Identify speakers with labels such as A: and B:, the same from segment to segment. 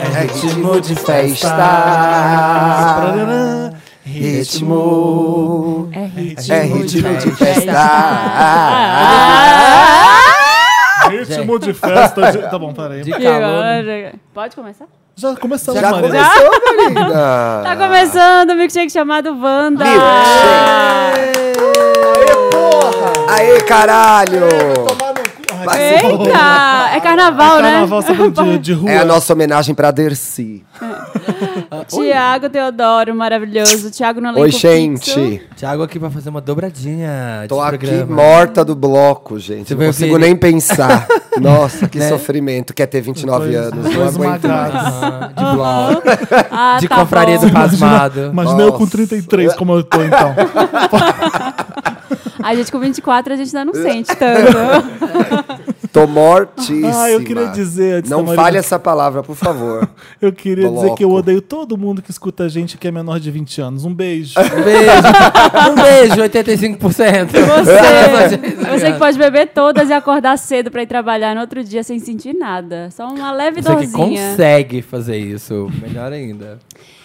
A: É Ritmo de festa. Ritmo.
B: É ritmo,
A: É ritmo de festa.
B: festa.
C: Ritmo de festa. de- Tá bom, peraí.
D: De
B: E
D: calor.
B: agora? Pode começar?
C: Já começamos,
A: Já
C: Maria.
A: começou, né? Marina?
B: Tá começando o milkshake chamado Wanda.
A: Porra! Aê, caralho!
C: Tomar no cu. Ai,
A: Vai-
B: Eita! É carnaval, né?
C: Carnaval, sabe de, de rua.
A: É a nossa homenagem pra Dercy.
B: Tiago Teodoro, maravilhoso. Tiago no elenco
A: Oi,
B: fixo.
A: gente.
D: Tiago aqui pra fazer uma dobradinha de
A: Tô aqui
D: programa.
A: morta do bloco, gente.
D: Você
A: Não
D: veio
A: consigo
D: feliz.
A: nem pensar. Nossa, que
D: Né?
A: sofrimento. Quer ter 29
C: Dois-
A: anos, não
C: dois
A: aguento mais.
C: esmagados.
D: Aham, de bloco.
B: Ah,
D: de
B: tá
D: confraria
B: bom.
D: do pasmado.
C: Imagina eu com 33, como eu tô então.
B: A gente com 24, a gente ainda não sente tanto.
A: Tô mortíssima.
C: Ah, eu queria dizer antes da
A: Não
C: Marina-
A: fale essa palavra, por favor.
C: Eu queria dizer
A: Bloco.
C: que eu odeio todo mundo que escuta a gente que é menor de 20 anos. Um beijo.
D: Um beijo. Um beijo, 85%.
A: É.
B: Você, você que pode beber todas e acordar cedo pra ir trabalhar no outro dia sem sentir nada. Só uma leve
D: Você que
B: dorzinha.
D: consegue fazer isso, melhor ainda.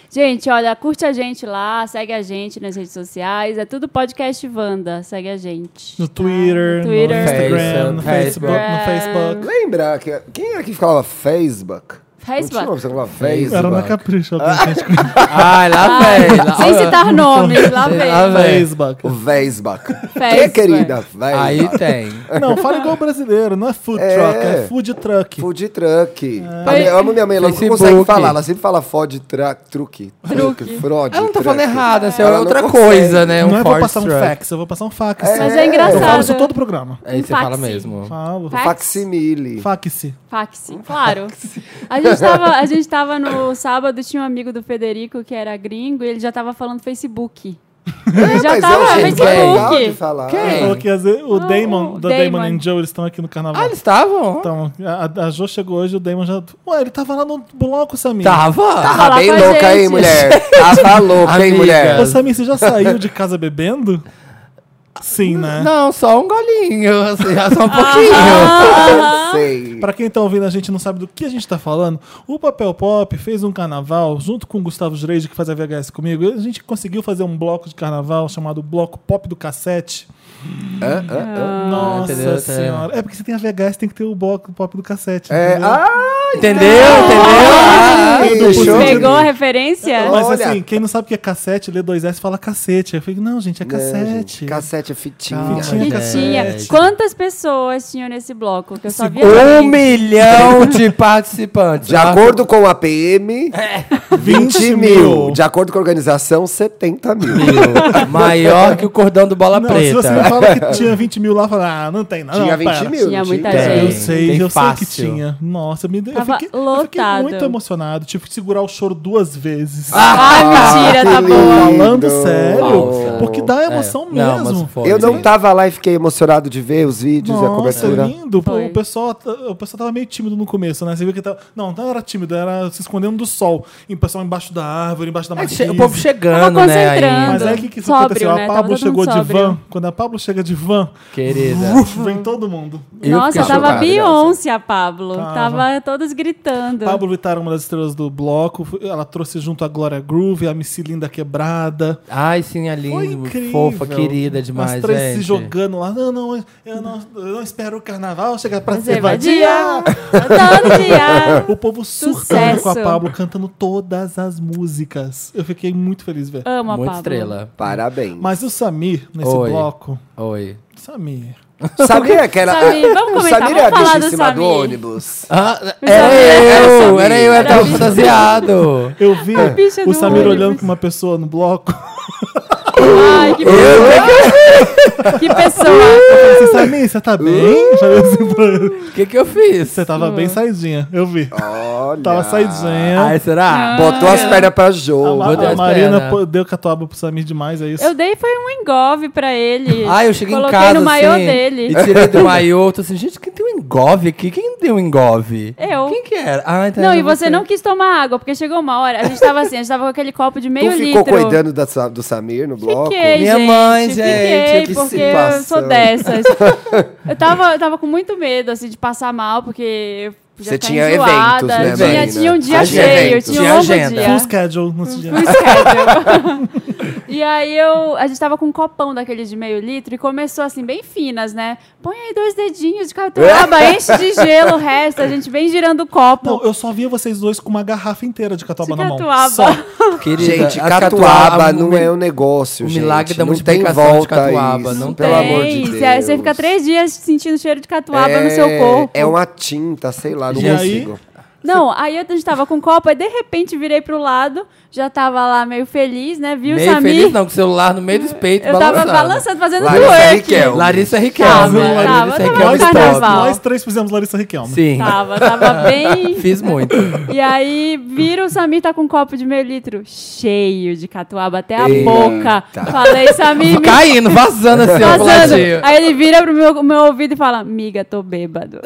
B: Gente, olha, curte a gente lá, segue a gente nas redes sociais. É tudo podcast Wanda. Segue a gente.
C: No Twitter, no,
B: Twitter.
C: Instagram, no
D: Facebook.
C: Facebook, no Facebook.
A: Lembra, que, quem era que falava Facebook? Não tinha uma
B: Facebook.
A: pessoa que falava Facebook.
C: Era na Capricho. alguém que a gente
D: Ai, lá vem. lá-
B: Ah, Sem citar nomes, lá
D: Sei
B: vem.
D: lá,
C: conhece.
D: velho.
C: Facebook.
A: O Facebook. Que,
B: Facebook.
A: querida? Facebook.
D: Aí tem.
C: Não, fala igual brasileiro. Não é food
A: É.
C: truck, é food truck.
A: Food truck. A minha- Eu amo minha mãe, ela não
D: Facebook.
A: consegue falar. Ela sempre fala Ford truck, truque, truque, fraude.
D: Ela não tá
A: truque.
D: falando errado, assim, é
A: Ela não
D: outra
A: consegue.
D: coisa, né? Um
C: não é vou
D: forte
C: passar um
D: truck.
C: fax, eu vou passar um fax.
B: Mas é
C: Eu falo
B: engraçado.
C: isso todo o programa.
D: Aí
B: Um
D: você fala
B: faxi.
A: É.
D: mesmo.
C: Falo.
B: Fax.
A: Facsimile.
C: Fax.
B: Faxi, claro. A gente, tava, a gente tava no sábado, tinha um amigo do Federico que era gringo e ele já tava falando Facebook. Ele já
A: Mas
B: tava no
A: é um jeito legal de
B: Facebook.
A: falar. Ah,
D: Quem?
C: Ele falou que às vezes o Damon,
B: o
C: da Damon
B: Damon.
C: and Joe, eles estão aqui no carnaval.
D: Ah, eles estavam?
C: Então, a, a Jo chegou hoje, o Damon já. Ué, ele tava lá no bloco, Samir.
D: Tava?
A: Tava
B: Fala
A: Ah, tá bem
B: com a
A: louca,
B: gente.
A: hein, mulher? Tava louca, hein,
D: Amiga.
C: Ô,
A: mulher?
C: Samir, você já saiu de casa bebendo? Sim, né?
D: Não, só um golinho, assim, só um pouquinho.
A: Sei.
C: Pra quem tá ouvindo a gente e não sabe do que a gente tá falando, o Papel Pop fez um carnaval junto com o Gustavo Jureide, que faz a VHS comigo. A gente conseguiu fazer um bloco de carnaval chamado Bloco Pop do Cassete. Nossa
D: entendeu, tá.
C: senhora. É porque você tem a VHS, tem que ter o bloco Pop do Cassete.
A: É,
C: entendeu?
A: ah,
D: Entendeu?
B: Ah.
D: Entendeu?
A: deixou.
B: Pegou a referência?
D: É.
C: Mas
A: olha.
C: assim, quem não sabe o que é cassete, lê 2S fala cacete. Eu falei, não, gente, é
A: É,
C: cassete.
A: gente, Cassete é fitinha.
C: Calma, gente.
B: Que tinha.
C: Cassete.
B: Quantas pessoas tinham nesse bloco? Que eu só via.
D: Um
B: gente.
D: milhão de participantes.
A: De acordo com a PM, 20 mil. De acordo com a organização, 70 mil.
D: Maior que o cordão do Bola
C: Não, se você me
D: Preta.
C: fala que tinha 20 mil lá, fala, ah, não tem nada.
A: Tinha
C: não, pera.
A: 20 mil.
B: Tinha
A: não
B: muita
A: tinha?
B: gente.
C: É, Eu
D: Tem,
C: sei,
D: tem
C: eu
D: fácil.
C: sei que tinha. Nossa, me deu. Eu
B: Tava
C: fiquei, eu fiquei
B: lotado.
C: muito emocionado. Tive que segurar o choro duas vezes.
B: Ah, mentira, tá
A: que
B: bom.
A: lindo.
C: Falando sério.
D: Falsa.
C: Porque dá emoção
D: É, não,
C: mesmo.
D: mas foi.
A: Eu não
D: Sim.
A: tava lá e fiquei emocionado de ver os vídeos e a
C: Nossa,
A: cobertura.
C: lindo. Pô,
B: Foi.
C: o, pessoal, t- o pessoal tava meio tímido no começo, né? Você viu que tava. Não, não era tímido, era se escondendo do sol. E o pessoal embaixo da árvore, embaixo da
D: É,
C: marquise.
D: che- o povo chegando,
B: Tava
D: né?
B: concentrando.
C: Mas
D: Ainda.
C: aí o que, que
B: Sóbrio,
C: aconteceu?
B: né?
C: A
B: Tava
C: Pablo
B: todo
C: chegou
B: mundo
C: de
B: sóbrio. É.
C: van. Quando a Pablo chega de van,
D: Querida.
C: vem todo mundo.
D: Eu
B: Nossa,
D: fiquei
B: tava
D: chocado. né?
B: Beyoncé, a Pablo.
C: Tava.
B: Tava todos gritando.
C: Pablo Vittar, uma das estrelas do bloco, foi- ela trouxe junto a Glória Groove, a Missy Linda Quebrada.
D: Ai, sim, a
C: Foi
D: linda,
C: incrível.
D: fofa, querida demais,
C: As três se
D: gente.
C: jogando lá. Não, não, eu não, eu não espero o carnaval chegar pra
B: Você
C: ser
B: vai
C: é vadia.
B: dia, todo dia.
C: O povo surtando
B: Sucesso.
C: com a Pablo, cantando todas as músicas. Eu fiquei muito feliz ver.
B: Amo a
D: Muito
B: Pablo.
D: estrela.
A: Parabéns.
C: Mas o Samir, nesse
D: Oi.
C: bloco...
D: Oi.
C: Samir...
A: Sabia que era.
B: Samir, vamos
A: o
B: começar,
A: Samir
B: vamos
A: é a
B: falar
A: bicha
B: do
A: em cima do,
B: Samir.
A: ônibus.
D: Ah,
A: Era
D: era eu,
A: Samir.
D: era eu, era
B: Era
D: tava
B: Samir.
D: fantasiado.
C: Eu vi
B: bicha
C: o
B: do
C: Samir
B: ônibus.
C: olhando pra uma pessoa no bloco.
B: Ai, que pessoa. que pessoa.
C: Eu falei assim, Samir, você tá bem? Eu falei assim pra ele.
D: O que que eu fiz?
C: Você tava bem saidinha, eu vi.
A: Olha.
C: Tava saidinha.
D: Ah, Ai, será?
A: Botou as pernas pra jogo.
C: A,
D: Vou dar
C: a
D: as
C: Marina
D: pernas.
C: pô- deu catuaba pro Samir demais, é isso?
B: Eu dei foi um engove pra ele.
D: Ah, eu cheguei
B: Coloquei
D: em casa
B: no maiô
D: assim,
B: dele.
D: e tirei do maiô. Tô assim, gente, quem tem um engove aqui? Quem deu um engove?
B: Eu.
D: Quem que era? Ah, então
B: Não,
D: era
B: e você não quis tomar água, porque chegou uma hora, a gente tava assim, a gente tava com aquele copo de meio
A: Tu ficou
B: litro.
A: cuidando da Sa- do Samir no bloco?
B: Fiquei,
D: Minha
B: gente,
D: mãe,
B: fiquei,
D: gente, que
B: porque eu
A: situação.
B: sou dessas. eu, tava, eu tava com muito medo, assim, de passar mal, porque eu Já
A: Você
B: tá
A: tinha
B: enjoada.
A: eventos, né,
B: Tinha,
A: Marina?
B: tinha um dia
D: Tinha
B: cheio,
D: eventos.
B: tinha um
D: Tinha
B: longo
D: agenda.
B: dia.
C: Full schedule. Não se diz.
B: Full schedule. e aí eu, a gente tava com um copão daquele de meio litro e começou assim, bem finas, né? Põe aí dois dedinhos de catuaba, enche de gelo o resto, a gente vem girando o copo.
C: Não, eu só via vocês dois com uma garrafa inteira de catuaba
B: de
C: na mão.
B: catuaba.
C: Só.
D: Querida,
A: Gente,
D: as
A: catuaba
D: a-
A: não é um negócio,
D: o
A: gente.
D: milagre da
A: não tem
D: multiplicação
A: volta
D: de catuaba,
A: isso,
D: não
A: pelo
B: Tem,
A: amor de Deus.
B: cê- Você fica três dias sentindo cheiro de catuaba no seu corpo.
A: É uma tinta, sei lá, não
C: E aí-
A: consigo.
B: Não, aí a gente tava com copo, aí de repente virei pro lado, já tava lá meio feliz, né? Viu,
D: Meio
B: Samir?
D: feliz, não, com o celular no meio dos peitos,
B: eu tava balançando, fazendo
A: Larissa
B: twerk.
A: Riquel.
D: Larissa Riquelme.
B: Tava, tava,
D: Larissa
B: tava
D: Riquelme
B: no
D: top.
B: carnaval.
C: Nós três fizemos Larissa Riquelme.
D: Sim,
B: Tava, tava bem.
D: fiz muito.
B: E aí, vira o Samir tá com um copo de meio litro cheio de catuaba até a
A: Eita.
B: boca. Falei, Samir, me
D: Caindo, vazando assim, ó, pro
B: vazando.
D: ladinho.
B: Aí ele vira pro meu, meu ouvido e fala, miga, tô bêbado.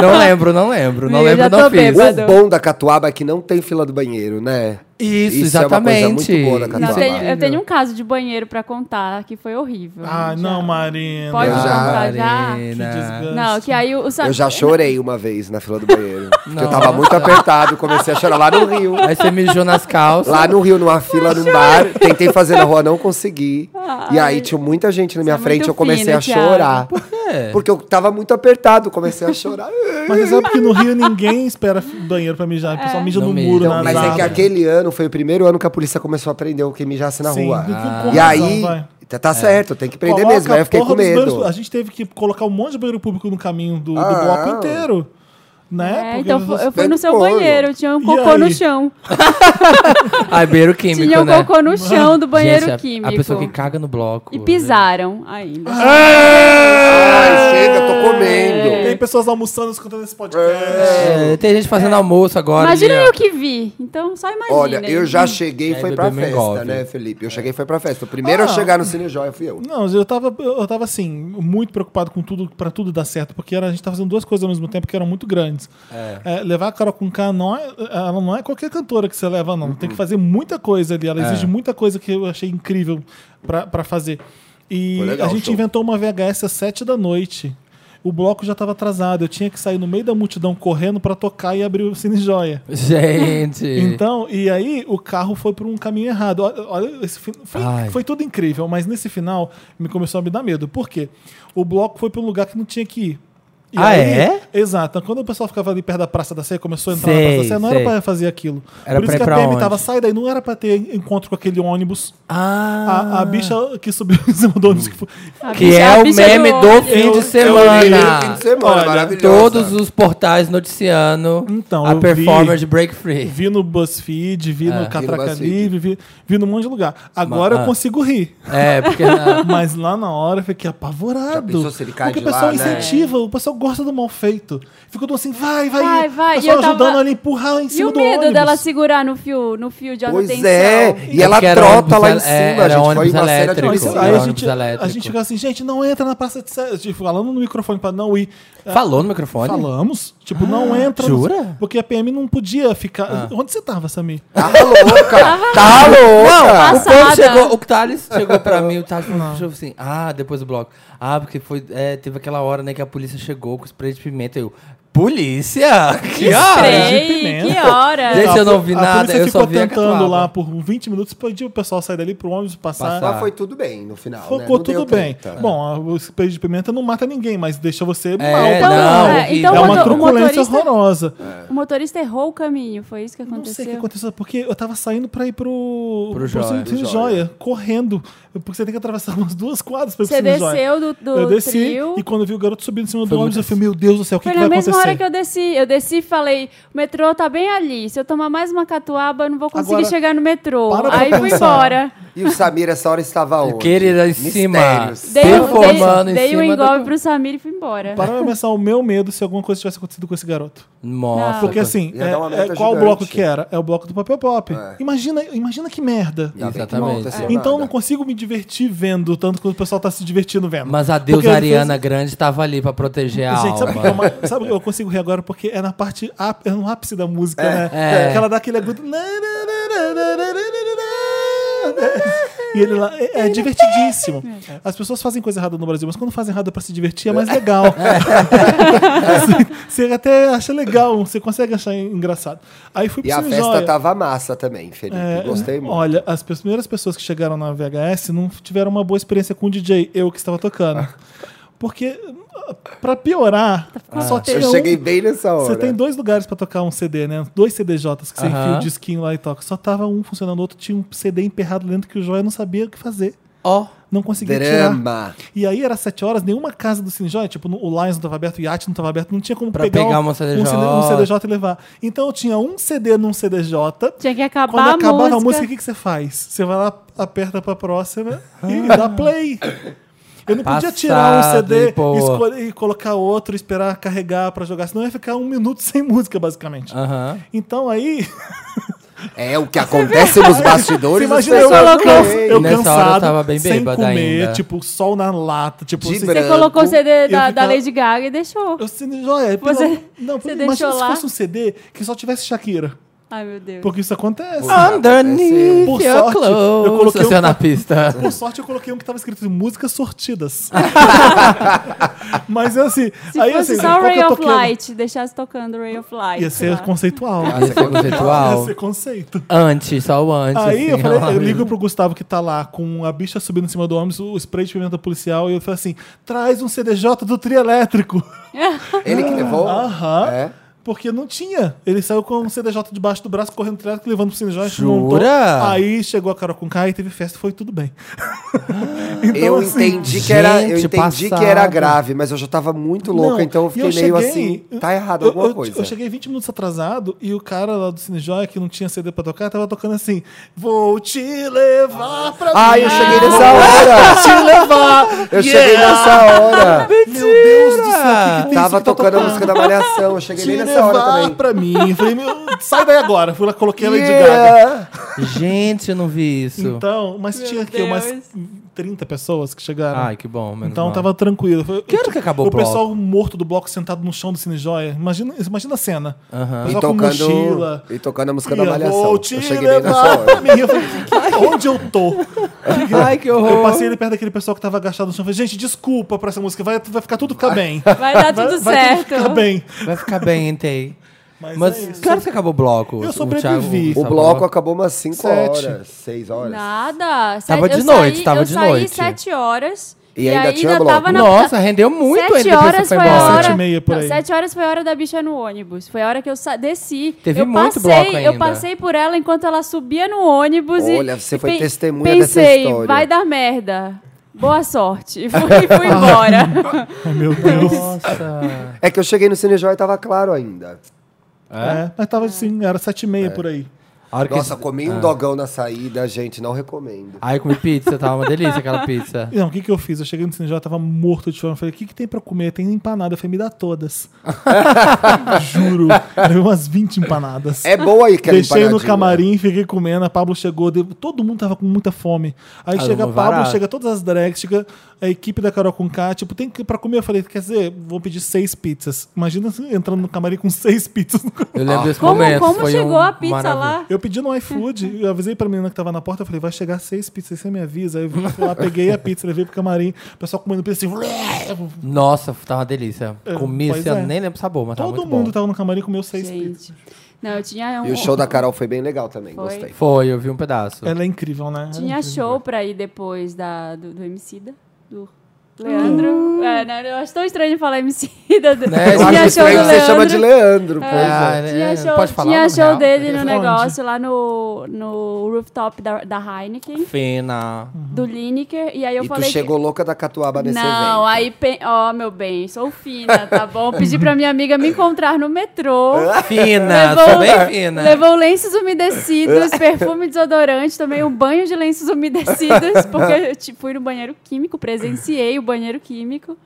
D: Não lembro, não lembro, não
B: Eu
D: lembro,
B: já
D: não
B: tô
D: fiz.
B: bêbada. Exato.
A: O bom da catuaba é que não tem fila do banheiro, né?
D: Isso,
A: Isso é uma coisa
D: exatamente.
A: muito boa da
B: Não, eu,
A: Catuaba.
B: tenho, eu tenho um caso de banheiro pra contar, que foi horrível.
C: Ah,
B: Já-
C: não, Marina.
B: Pode
A: já.
B: contar já?
D: Marina.
C: Que desgaste.
B: Não, que aí o, o Samir...
A: Eu já chorei uma vez na fila do banheiro. porque eu
D: Nossa.
A: tava muito apertado, comecei a chorar lá no Rio.
B: um
D: Aí você mijou nas calças.
A: Lá no Rio, numa fila, num bar. Tentei fazer na rua, não consegui. E aí tinha muita gente na minha
B: é
A: frente,
B: muito
A: eu comecei
B: fino,
A: a chorar.
D: Por quê?
A: Porque eu tava muito apertado, comecei a chorar.
C: Mas você sabe que no Rio ninguém espera banheiro pra mijar. O pessoal mija
D: Não
C: no
D: mija.
C: muro,
D: Então,
C: nas
A: Mas é que
C: árvores.
A: aquele ano foi o primeiro ano que a polícia começou a prender o que mijasse na
C: Sim,
A: rua.
C: com
B: Ah.
C: razão,
A: E aí,
C: vai. É.
A: tá, tá certo, tem que prender
C: Coloca
A: mesmo. Aí
C: a
A: eu fiquei
C: porra
A: com
C: dos banheiros-
A: medo.
C: A gente teve que colocar um monte de banheiro público no caminho do, do
A: Ah.
C: bloco inteiro. Né?
B: É,
C: Porque
B: então,
C: você-
B: eu fui no seu
A: Pegou.
B: banheiro, tinha um
C: E
B: cocô
C: aí?
B: no chão.
D: Ai, beiro químico,
B: Tinha um
D: né?
B: cocô no chão do banheiro
D: Gente, a-
B: químico.
D: A pessoa que caga no bloco. né?
C: né?
B: E pisaram ainda.
C: Ah,
A: Ai, chega, eu tô comendo.
C: Tem pessoas almoçando escutando esse podcast.
D: É, tem gente fazendo almoço agora.
B: Imagina
D: ali, ó.
B: eu que vi. Então só imagina.
A: Olha, eu já cheguei e
D: Aí
A: foi
D: bebeu
A: pra
D: meu
A: festa,
D: engolfe.
A: né, Felipe? Eu cheguei e foi pra festa. O primeiro a
C: Ah.
A: chegar no Cine Joia fui eu.
C: Não, eu tava, eu tava assim, muito preocupado com tudo, pra tudo dar certo, porque era, a gente tava fazendo duas coisas ao mesmo tempo que eram muito grandes. É, levar a Carol com K não é, ela não é qualquer cantora que você leva, não. Tem que
A: Uhum.
C: fazer muita coisa ali.
A: É.
C: Ela exige muita coisa que eu achei incrível pra, pra fazer. E
A: Foi legal
C: a
A: o
C: gente
A: show.
C: inventou uma VHS às sete da noite. O bloco já tava atrasado, eu tinha que sair no meio da multidão correndo pra tocar e abrir o Cine Joia.
D: Gente.
C: Então, e aí o carro foi por um caminho errado. Olha, olha esse fin- foi,
D: Ai.
C: foi tudo incrível, mas nesse final me começou a me dar medo. Por quê? O bloco foi para um lugar que não tinha que ir. E
D: Ah, é?
C: Exato. Quando o pessoal ficava ali perto da Praça da Sé, começou a entrar
D: Sei,
C: na Praça da Sé, não
D: sei.
C: era para fazer aquilo.
D: Era
C: por isso
D: pra ir
C: que
D: pra
C: a PM
D: onde?
C: tava, sai daí, não era para ter encontro com aquele ônibus.
D: Ah,
C: A, a bicha que subiu em cima do ônibus que foi.
B: A
D: que
B: bicha-
D: é
B: a
D: o
B: bicha
D: meme do,
B: outro.
D: fim de
A: Primeiro fim
D: semana.
A: de semana,
C: Olha,
A: maravilhoso.
D: Todos os portais noticiando
C: Então,
D: a
C: eu
D: performance
C: vi-
D: de Break Free.
C: Vi no BuzzFeed, vi no Catraca
A: BuzzFeed.
C: Livre, vi, vi num monte de lugar. Agora
D: ah.
C: eu consigo rir.
D: É, porque ah,
C: Mas lá na hora eu fiquei apavorado.
A: Já pensou se ele cai
C: Porque
A: de
C: o pessoal
A: lá, né?
C: incentiva, o pessoal gosta do mal feito. Fica todo assim, vai, vai.
B: Vai, vai.
C: O pessoal
B: E eu tava-
C: ajudando ela a empurrar em
B: E
C: cima
B: o
C: do
B: medo
C: ônibus.
B: dela segurar no fio, no fio de alta
A: Pois
B: tensão.
A: é, e
D: É
A: ela
D: porque era
A: trota lá em
D: ônibus, é,
A: cima,
D: era
A: gente. Foi
D: ônibus
A: uma cena de
D: elétrico.
C: Mas
A: horror.
D: Ficou
C: aí a
D: ônibus
C: gente,
D: elétrico.
C: a gente fica assim, gente, não entra na praça de Sé. Tipo, falando no microfone pra não ir.
D: falou no microfone?
C: Falamos, tipo, não entra. no-
D: Ah, jura?
C: Porque a PM não podia ficar. Onde você tava, Samir?
A: Tava louca! Tá
D: Ah,
A: louca!
D: o povo
B: Passada.
D: chegou, o Thales chegou pra mim, o Thales falou falou assim, ah, depois do bloco. Ah, porque foi, é, teve aquela hora, né, que a polícia chegou com spray de pimenta. Eu, polícia? Que hora?
C: spray?
B: Três,
C: pimenta.
B: que hora.
D: Gente, eu
C: A-
D: não vi
C: a
D: nada,
C: polícia
D: eu
C: ficou
D: só vi a
C: tentando
D: catuaba.
C: lá por 20 minutos, pediu o pessoal sair dali pro ônibus passar.
D: Passar.
A: Mas foi tudo bem no final. né?
C: Focou
A: Não deu
C: tudo bem.
A: treta.
C: Bom, a- o spray de pimenta não mata ninguém, mas deixa você
D: É,
C: mal.
D: Então, não,
B: é,
D: horrível.
B: então
C: é
B: o
C: uma
B: motor- o
C: truculência
B: motorista-
C: horrorosa.
B: O motorista errou o caminho, foi isso que
C: Não sei
B: aconteceu?
C: o que aconteceu, porque eu tava saindo pra ir pro,
D: Pro Joia.
C: Cine-
D: Pro
C: Cine
A: Joia.
C: Joia, correndo. Porque você tem que atravessar umas duas quadras pra ir pro
B: Você
C: Cine Joia.
B: desceu do, do
C: eu desci
B: trio.
C: e quando eu vi o garoto subindo em cima do
D: Foi
C: ônibus,
D: muito
C: eu falei, meu Deus do céu, o que,
B: Foi
C: que vai
B: na mesma hora
C: acontecer?
B: que eu desci. Eu desci e falei, o metrô tá bem ali. Se eu tomar mais uma catuaba, eu não vou conseguir
C: Agora,
B: chegar no metrô.
C: para pra
B: Aí fui
C: pensar.
B: embora.
A: E o Samir, essa hora, estava onde?
D: Querida, em cima.
A: Mistérios.
B: Dei, um-
D: Performando
B: dei,
D: em
B: dei um
D: cima do-
B: engolve pro Samir e fui embora.
C: Para pra pensar o meu medo se alguma coisa tivesse acontecido com esse garoto.
D: Nossa.
C: Porque
D: co-
C: assim,
A: Ia
C: é-
A: dar uma
C: é-
A: meta
C: qual o
A: gigante.
C: bloco que era? É o bloco do papel pop. Imagina, imagina que merda.
A: Ainda bem que assim.
D: Exatamente. É.
A: não aconteceu
C: Então eu não
A: nada.
C: consigo me divertir vendo, tanto que o pessoal tá se divertindo vendo.
D: Mas a deusa
C: Porque ele
D: Ariana
C: fez-
D: Grande tava ali pra proteger a
C: Gente, sabe o que, é
D: alma.
C: uma- sabe o que eu consigo rir agora? Porque é na parte áp- é no ápice da música, né?
D: É.
C: Que ela dá aquele agudo. É. E ele lá, é, é divertidíssimo. As pessoas fazem coisa errada no Brasil, mas quando fazem errada pra se divertir é mais legal. Você você até acha legal, você consegue achar engraçado. Aí fui pro
A: E a
C: Cine
A: festa tá
C: Joia.
A: tava massa também, Felipe.
C: É,
A: Gostei muito.
C: Olha, as pe- primeiras pessoas que chegaram na VHS não tiveram uma boa experiência com o DJ, eu que estava tocando. Porque, pra piorar,
D: Tá
C: só tinha
A: Eu
C: um-
A: cheguei né? bem nessa hora.
C: Você tem dois lugares pra tocar um CD, né? Dois CDJs que você
D: Aham.
C: enfia o disquinho lá e toca. Só tava um funcionando, o outro tinha um CD emperrado dentro que o Joia não sabia o que fazer.
D: Ó.
C: Não conseguia tirar.
A: Drama.
C: E aí era sete horas, nenhuma casa do Cine Joia, tipo, no- o Lions não tava aberto, o Yacht não tava aberto, não tinha como
D: Pra
C: pegar,
D: pegar
C: um,
D: uma CDJ.
C: um CD um CDJ e levar. Então eu tinha um CD num CDJ,
B: Tinha que acabar
C: quando
B: a
C: acabava a música,
B: música.
C: o que, que você faz? Você vai lá, aperta pra próxima e dá play. Eu não podia
D: Ah. Passado,
C: tirar um CD
D: hein, pô.
C: e, escolher- e colocar outro, esperar carregar pra jogar, senão ia ficar um minuto sem música, basicamente.
D: Aham.
C: Então aí,
A: É o que acontece nos
C: você
A: bastidores. as
C: imagina eu,
A: pessoas não
C: eu,
A: veem.
C: eu
D: né? Nessa hora eu
C: cansado,
D: tava bem
C: sem
D: bêbado
C: comer,
D: ainda.
C: tipo, sol na lata, tipo...
A: De
C: assim,
A: branco.
B: Você colocou o CD da,
C: Eu
B: da
C: ficava-
B: Lady Gaga e deixou.
C: eu, assim, joia,
B: Você-
C: não,
B: você
C: imagina
B: deixou
C: se
B: lá?
C: fosse um CD que só tivesse Shakira,
B: Ai, meu Deus.
C: porque isso acontece.
D: Underneath
C: Por
D: your
C: sorte,
D: clothes.
C: eu coloquei
D: Você é
C: um-
D: na pista.
C: Por sorte, eu coloquei um que tava escrito músicas sortidas. Mas eu, assim,
B: Se
C: aí
B: fosse
C: assim,
B: só
C: qual que
B: Ray
C: eu
B: of
C: toquei?
B: Light, deixasse tocando Ray of Light.
C: Ia ser
B: lá.
C: conceitual.
D: Ia ser
C: Ia
D: conceitual.
C: ser conceito.
D: é Antes, só o antes.
C: um Aí eu
D: assim, ó.
C: falei, eu ligo pro Gustavo que tá lá com a bicha subindo em cima do ônibus, o spray de pimenta policial, e eu falei assim: traz um CDJ do trio elétrico.
A: Ele que levou?
C: Aham.
A: É.
C: Porque não tinha. Ele saiu com um CDJ debaixo do braço, correndo atrás, levando pro CDJ.
D: Jura?
C: montou. Aí chegou a Carol com K e teve festa e foi tudo bem. Então,
A: eu
C: assim,
A: entendi que era, eu
D: gente,
A: entendi
D: passado.
A: que era grave, mas eu já tava muito louco,
C: Não,
A: então eu
C: e
A: fiquei meio
C: cheguei-
A: assim, tá errado
C: eu-
A: alguma
C: eu,
A: coisa.
C: Eu cheguei 20 minutos atrasado e o cara lá do Cinejoia, que não tinha CD pra tocar, tava tocando assim: Vou te levar pra
A: Ai, Ah, eu
C: minha
A: cheguei nessa hora.
C: te levar.
A: Eu cheguei nessa hora.
C: Meu Deus do céu, o que que tem
A: Tava
C: isso que tá
A: tocando a música da Malhação, eu cheguei
C: Te
A: bem nessa hora
C: levar
A: também.
C: pra mim. Eu Falei, meu, sai daí agora. Fui lá, coloquei a Lady Gaga.
A: Yeah.
D: Gente, eu não vi isso.
C: Então, mas
B: Meu
C: tinha aqui umas
B: Deus.
C: 30 pessoas que chegaram.
D: Ai, que bom, menos
C: Então
D: mal.
C: tava tranquilo. Foi- tipo,
D: Que hora que acabou
C: o
D: o bloco?
C: pessoal morto do bloco sentado no chão do Cine Joia. Imagina, imagina a cena.
D: Aham.
C: O
A: E
C: pessoal com
A: tocando,
C: mochila.
A: e tocando a música da
C: Eu
A: Malhação.
C: vou
A: Eu
C: te
A: cheguei bem nessa
C: levar pra
A: hora.
C: mim. Eu falei, "Que- é? Onde eu tô?
D: Ai, que horror.
C: Eu passei ali perto daquele pessoal que tava agachado no chão. Eu Falei, gente, desculpa pra essa música. Vai, vai ficar tudo ficar bem.
B: Vai dar tudo
C: vai
B: certo.
C: tudo ficar bem.
D: Vai ficar bem, entei.
C: Mas,
D: Mas
C: é isso.
D: que hora que acabou o bloco?
C: Eu
D: O
C: sobrevivi.
D: Thiago
C: O
A: O
D: Salvador?
A: bloco acabou umas 5
C: Sete.
A: horas, 6 horas.
B: Nada.
D: Tava
B: Sete-
D: de
B: eu
D: noite,
B: saí-
D: tava
B: eu
D: de
B: saí
D: noite.
B: sete horas.
A: E ainda tinha bloco.
B: tava na
D: Nossa, rendeu muito ainda
B: Sete
D: depois que
B: horas
D: você
B: foi
D: foi
B: a
D: embora.
B: hora.
C: Sete e meia, por
B: Não,
C: aí.
B: sete horas foi a hora da bicha no ônibus. Foi a hora que eu sa- desci.
D: Teve
B: eu
D: muito
B: passei,
D: bloco ainda.
B: Eu passei por ela enquanto ela subia no ônibus. e-
A: Olha, você
B: e
A: foi
B: pe-
A: testemunha
B: pensei,
A: dessa história.
B: Vai dar merda. Boa sorte. E fui, e fui embora.
C: Ai, Oh, meu Deus.
D: Nossa.
A: É que eu cheguei no Cinejoy e tava claro ainda.
C: É, mas tava assim, era sete e meia
A: É.
C: por aí.
D: A hora que-
A: Nossa, comi
C: Ah.
A: um dogão na saída, gente, não recomendo.
D: Aí eu comi pizza, tava uma delícia aquela pizza.
C: Não, o que que eu fiz? Eu cheguei no cinema, tava morto de fome. Eu Falei, o que que tem pra comer? Tem empanada. Eu falei, me dá todas. Juro. Levei umas 20 empanadas.
A: É boa aí que
C: Deixei no camarim, fiquei comendo. A Pablo chegou, deu- todo mundo tava com muita fome. Aí
D: Ah,
C: chega a
D: vamos
C: Pablo,
D: varar.
C: chega todas as drags, chega a equipe da Carol com K. Tipo, tem que pra comer. Eu falei, quer dizer, vou pedir seis pizzas. Imagina assim, entrando no camarim com seis pizzas. no camarim.
D: Eu lembro desse
B: como
D: momento.
B: como
D: foi
B: chegou
D: um
B: a pizza
D: maravilha.
B: lá?
C: Eu pedi no iFood, eu avisei pra menina que tava na porta, eu falei, vai chegar seis pizzas, você me avisa. Aí eu fui lá, peguei a pizza, levei pro camarim, o pessoal comendo pizza
D: Tá
C: assim.
D: Nossa, tava uma delícia.
C: É,
D: Comi,
C: pois
D: assim, eu
C: é.
D: nem lembro o sabor, mas tava
C: Todo
D: muito
C: mundo
D: bom.
C: tava no camarim e comeu seis pizzas.
B: Gente. Não, eu tinha um.
A: E o show da Carol foi bem legal também,
B: Foi.
A: gostei.
D: Foi, eu vi um pedaço.
C: Ela tá- é incrível, né? Ela é
B: Tinha
C: incrível.
B: show pra ir depois da, do, do Emicida, do Leandro. É, né, eu acho tão estranho de falar Emicida. é Do,
D: Né,
A: Hum. Eu
D: Tinha
A: acho
D: show
A: estranho
D: do
A: que você chama de Leandro, pois
D: Ah,
A: é.
D: é,
B: Tinha
D: é,
B: show,
D: pode falar
B: tinha
D: o nome
B: show
D: real?
B: dele no
C: Onde?
B: negócio, lá no, no rooftop da, da Heineken,
D: Fina.
B: do Lineker. E aí eu
A: E tu
B: falei. que-
A: chegou louca da catuaba nesse evento.
B: Não, aí. pe- Ó, meu bem, sou fina, tá bom? Pedi pra minha amiga me encontrar no metrô.
D: Fina, sou
B: Levou, um
D: bem fina.
B: levou lenços umedecidos, perfume desodorante, tomei um banho de lenços umedecidos, porque eu ti- fui no banheiro químico, presenciei o banheiro químico.